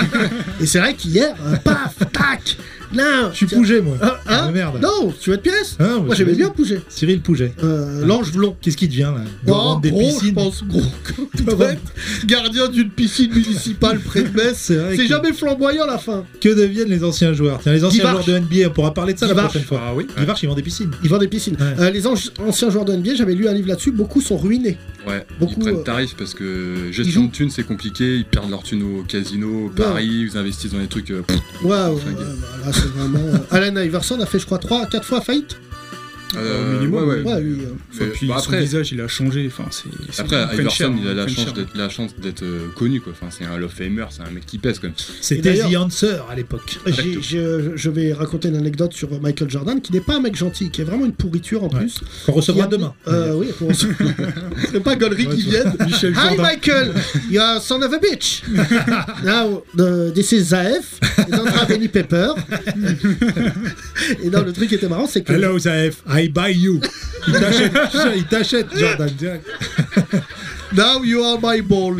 Speaker 3: Et c'est vrai qu'hier, euh, paf, tac, là.
Speaker 4: Je suis
Speaker 3: tiens.
Speaker 4: Pouget, moi.
Speaker 3: Hein, hein
Speaker 4: Ah, merde.
Speaker 3: Non, tu veux être Pires
Speaker 4: Hein,
Speaker 3: Moi,
Speaker 4: je
Speaker 3: j'aimais
Speaker 4: l'ai
Speaker 3: bien
Speaker 4: dit.
Speaker 3: Pouger.
Speaker 4: Cyril Pouget.
Speaker 3: Euh, L'ange blond.
Speaker 4: Qu'est-ce qui devient là Il doit
Speaker 3: Oh,
Speaker 4: vendre des
Speaker 3: gros, je
Speaker 4: piscines.
Speaker 3: pense, gros. Il doit
Speaker 4: Ouais.
Speaker 3: être gardien d'une piscine municipale près de Metz.
Speaker 4: C'est vrai
Speaker 3: C'est
Speaker 4: que-
Speaker 3: jamais flamboyant la fin.
Speaker 4: Que deviennent les anciens joueurs Tiens, les anciens
Speaker 3: Divarche.
Speaker 4: joueurs de NBA, on pourra parler de ça la
Speaker 3: Divarche.
Speaker 4: prochaine fois.
Speaker 8: Ah oui.
Speaker 4: Divarche, ils vendent des piscines.
Speaker 3: Ils vendent des piscines.
Speaker 4: Ouais.
Speaker 3: Euh, les ange- anciens joueurs de NBA, j'avais lu un livre là-dessus, beaucoup sont ruinés.
Speaker 9: Ouais,
Speaker 3: Beaucoup,
Speaker 9: ils
Speaker 3: euh,
Speaker 9: prennent tarif parce que
Speaker 3: jouent.
Speaker 9: gestion de thunes, c'est compliqué. Ils perdent leur thunes au casino, au Paris, ils investissent dans des trucs. euh, pff,
Speaker 3: Ouais, ouais, ouais,
Speaker 9: flingués.
Speaker 3: bah, là, c'est vraiment. euh, Allen Iverson a fait, je crois, 3 4 fois faillite.
Speaker 9: Euh,
Speaker 8: Au minimum,
Speaker 9: ouais, ouais.
Speaker 3: Ouais, lui. euh,
Speaker 8: Enfin,
Speaker 9: Mais,
Speaker 8: puis
Speaker 9: bah,
Speaker 8: son
Speaker 9: après,
Speaker 8: visage, il a changé. Enfin, c'est. c'est-
Speaker 9: après,
Speaker 8: ils prennent cher,
Speaker 9: Iverson,
Speaker 8: hein,
Speaker 9: il a la
Speaker 8: prennent
Speaker 9: chance
Speaker 8: cher.
Speaker 9: d'être la chance d'être euh, connu quoi. Enfin, c'est un Love Famer, c'est un mec qui pèse quand même.
Speaker 4: C'était The
Speaker 3: d'ailleurs-
Speaker 4: Answer à l'époque.
Speaker 3: j'ai- je, je vais raconter une anecdote sur Michael Jordan, qui n'est pas un mec gentil, qui est vraiment une pourriture en
Speaker 4: Ouais.
Speaker 3: plus.
Speaker 4: On recevra
Speaker 3: Qui a-
Speaker 4: demain.
Speaker 3: Euh, oui, pour- c'est pas Golry qui vienne.
Speaker 4: Michel
Speaker 3: Hi
Speaker 4: Jordan.
Speaker 3: Michael, you are son of a bitch. Now, uh, this is Zaef, et dans Benny Pepper. et non, le truc qui était marrant, c'est que.
Speaker 4: Hello, Zaef, I buy you. Il t'achète, il t'achète, Jordan. direct.
Speaker 3: Now you are my ball.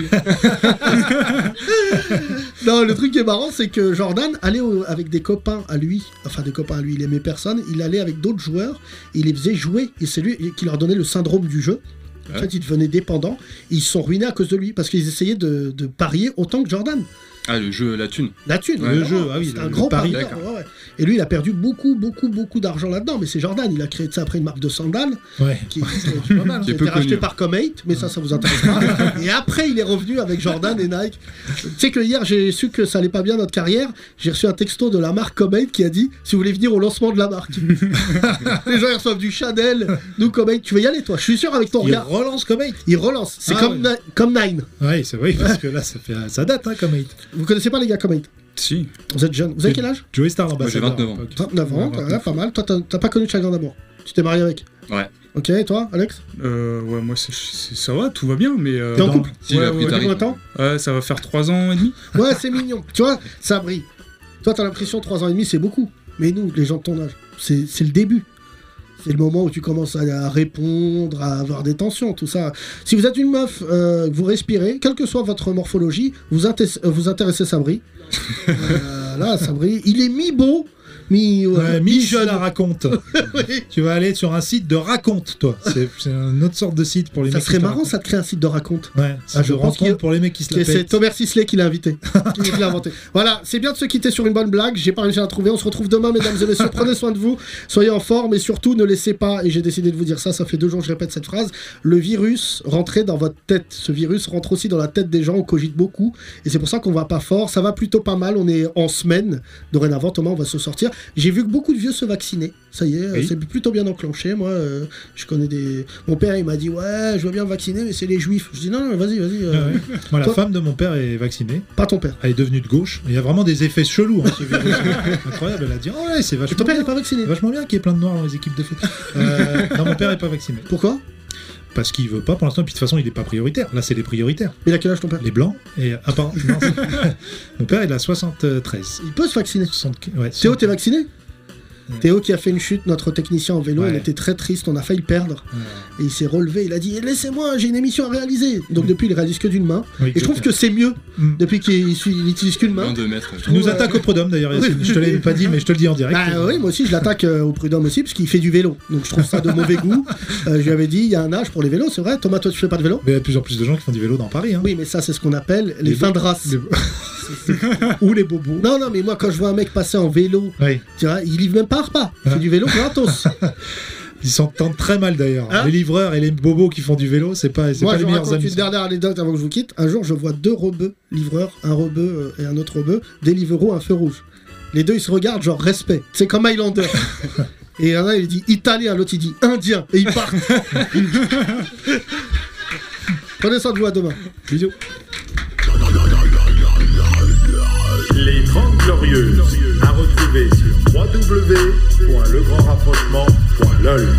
Speaker 3: non, le truc qui est marrant, c'est que Jordan allait au- avec des copains à lui, enfin des copains à lui, il aimait personne, il allait avec d'autres joueurs, il les faisait jouer, et c'est lui qui leur donnait le syndrome du jeu. En
Speaker 9: Ouais.
Speaker 3: fait, ils devenaient dépendants, et ils se sont ruinés à cause de lui, parce qu'ils essayaient de, de parier autant que Jordan.
Speaker 9: Ah, le jeu, la thune.
Speaker 3: La thune,
Speaker 9: Ouais,
Speaker 3: vraiment,
Speaker 4: le jeu, ah oui,
Speaker 3: c'était
Speaker 4: le-
Speaker 3: un
Speaker 4: le
Speaker 3: grand
Speaker 4: pari,
Speaker 3: parieur,
Speaker 9: d'accord.
Speaker 3: ouais, ouais. Et lui, il a perdu beaucoup, beaucoup, beaucoup d'argent là-dedans, mais c'est Jordan, il a créé de ça après une marque de sandales
Speaker 4: Ouais.
Speaker 3: qui, qui est pas mal, hein.
Speaker 9: Qui est
Speaker 3: Il a
Speaker 9: peu
Speaker 3: été racheté
Speaker 9: connu.
Speaker 3: par Comate, mais ça, ça vous intéresse pas. et après, il est revenu avec Jordan et Nike. Tu sais que hier, j'ai su que ça allait pas bien notre carrière. J'ai reçu un texto de la marque Comate qui a dit si vous voulez venir au lancement de la marque. Les gens ils reçoivent du Chanel. Nous, Comate, tu veux y aller toi Je suis sûr avec ton
Speaker 4: Il
Speaker 3: regard.
Speaker 4: relance comme Eight.
Speaker 3: Il relance. C'est
Speaker 4: Ah,
Speaker 3: comme,
Speaker 4: ouais.
Speaker 3: Ni- comme Nine.
Speaker 4: Ouais, c'est vrai, parce que là, ça, fait, ça date hein, comme Eight.
Speaker 3: Vous connaissez pas les gars Comate
Speaker 8: Si.
Speaker 3: Vous êtes jeunes. Vous avez quel âge
Speaker 4: Joey Star, l'ambassadeur.
Speaker 9: j'ai 29
Speaker 4: à
Speaker 9: ans.
Speaker 4: l'époque.
Speaker 3: 39 ans,
Speaker 4: Ouais,
Speaker 3: t'as- pas mal. Toi, t'as t'as pas connu de chagrin d'amour. Tu t'es marié avec
Speaker 9: Ouais.
Speaker 3: Ok, et toi, Alex
Speaker 8: Euh, ouais, moi, c'est- c'est- ça va, tout va bien, mais. euh,
Speaker 3: T'es en
Speaker 4: non.
Speaker 3: couple
Speaker 9: Si, il a pris
Speaker 8: ouais,
Speaker 9: ta
Speaker 3: Depuis
Speaker 9: rythme.
Speaker 3: combien de temps
Speaker 8: ouais, ça va faire 3 ans et demi.
Speaker 3: Ouais, c'est mignon. Tu vois, ça brille. Toi, t'as l'impression 3 ans et demi, c'est beaucoup. Mais nous, les gens de ton âge, c'est c'est le début. C'est le moment où tu commences à à répondre, à avoir des tensions, tout ça. Si vous êtes une meuf, euh, vous respirez, quelle que soit votre morphologie, vous, inté- euh, vous intéressez Sabri. Euh, là, Sabri, il est mi-beau, mi-
Speaker 4: Ouais,
Speaker 3: euh,
Speaker 4: Michel
Speaker 3: mi-jeune.
Speaker 4: la raconte.
Speaker 3: Oui.
Speaker 4: tu vas aller sur un site de raconte, toi. C'est c'est une autre sorte de site pour les
Speaker 3: Ça
Speaker 4: mecs. qui
Speaker 3: serait
Speaker 4: te
Speaker 3: marrant,
Speaker 4: racontent.
Speaker 3: ça, de créer un site de raconte.
Speaker 4: Ouais, c'est
Speaker 3: Ah,
Speaker 4: je
Speaker 3: je pense
Speaker 4: rencontre
Speaker 3: qu'il-
Speaker 4: pour les mecs qui se
Speaker 3: Et
Speaker 4: la
Speaker 3: c'est
Speaker 4: pètent.
Speaker 3: Thomas Sisley qui l'a invité. qui l'a inventé. Voilà, c'est bien de se quitter sur une bonne blague. J'ai pas réussi à la trouver. On se retrouve demain, mesdames et messieurs. Prenez soin de vous. Soyez en forme et surtout ne laissez pas, et j'ai décidé de vous dire ça, ça fait deux jours que je répète cette phrase, le virus rentrer dans votre tête. Ce virus rentre aussi dans la tête des gens, on cogite beaucoup. Et c'est pour ça qu'on va pas fort. Ça va plutôt pas mal. On est en semaine. Dorénavant, Thomas, on va se sortir. J'ai vu que beaucoup de vieux se vaccinaient. Ça y est, euh,
Speaker 4: Oui.
Speaker 3: c'est plutôt bien enclenché. Moi, euh, je connais des. Mon père, il m'a dit Ouais, je veux bien me vacciner, mais c'est les juifs. Je dis Non, non, vas-y, vas-y. euh,
Speaker 4: Ouais, ouais. Moi, la
Speaker 3: Toi-
Speaker 4: femme de mon père est vaccinée.
Speaker 3: Pas ton père.
Speaker 4: Elle est devenue de gauche. Il y a vraiment des effets chelous. hein, ce virus. Incroyable. Elle a dit Oh, ouais, c'est
Speaker 3: Mais Ah, ton père
Speaker 4: vachement bien.
Speaker 3: n'est pas vacciné.
Speaker 4: C'est vachement bien qu'il y ait plein de noirs dans les équipes de foot. Euh, non, mon père est pas vacciné.
Speaker 3: Pourquoi
Speaker 4: Parce qu'il veut pas pour l'instant. Puis de toute façon, il est pas prioritaire. Là, c'est les prioritaires.
Speaker 3: Il a quel âge ton père
Speaker 4: Les blancs. Et, ah, pardon, non, c'est- mon père, il a 73.
Speaker 3: Il peut se vacciner.
Speaker 4: 75, ouais,
Speaker 3: Théo,
Speaker 4: 75.
Speaker 3: t'es vacciné
Speaker 4: Ouais.
Speaker 3: Théo qui a fait une chute, notre technicien en vélo,
Speaker 4: Ouais.
Speaker 3: il était très triste, on a failli perdre. Et il s'est relevé, il a dit Laissez-moi, j'ai une émission à réaliser. Donc depuis, il réalise que d'une main.
Speaker 4: Oui,
Speaker 3: Et je trouve que c'est mieux
Speaker 4: Mm.
Speaker 3: depuis qu'il suit- il utilise qu'une main.
Speaker 9: Un, deux mètres.
Speaker 4: Tu nous
Speaker 3: Ouais.
Speaker 4: attaques au prod'homme d'ailleurs, Yacine. Je te l'ai pas dit, mais je te le dis en direct.
Speaker 3: Bah oui, moi aussi je l'attaque euh, au prud'homme aussi parce qu'il fait du vélo. Donc je trouve ça de mauvais goût. Euh, je lui avais dit, il y a un âge pour les vélos, c'est vrai. Thomas, toi tu fais pas de vélo
Speaker 4: Mais il y a de plus en plus de gens qui font du vélo dans Paris. Hein.
Speaker 3: Oui, mais ça c'est ce qu'on appelle les,
Speaker 4: Les
Speaker 3: fins de race.
Speaker 4: Les- Ou les bobos.
Speaker 3: Non, non, mais moi quand je vois un mec passer en vélo,
Speaker 4: Oui.
Speaker 3: tu vois, il livre même pas un repas. Il fait
Speaker 4: Ouais.
Speaker 3: du vélo gratos.
Speaker 4: Ils s'entendent très mal d'ailleurs.
Speaker 3: Hein
Speaker 4: les livreurs et les bobos qui font du vélo, c'est pas, c'est
Speaker 3: Moi,
Speaker 4: pas
Speaker 3: je
Speaker 4: les
Speaker 3: vous
Speaker 4: meilleurs
Speaker 3: raconte
Speaker 4: amis.
Speaker 3: une dernière anecdote avant que je vous quitte. Un jour, je vois deux rebeux livreurs, un rebeu euh, et un autre rebeu, des livreaux, un feu rouge. Les deux, ils se regardent, genre respect. C'est comme Highlander. et il y en a, il dit italien, l'autre, il dit indien. Et ils partent. Prenez soin de vous à demain.
Speaker 4: Bisous.
Speaker 7: Les 30 Glorieuses. À retrouver sur www.legrandrapprochement.lol.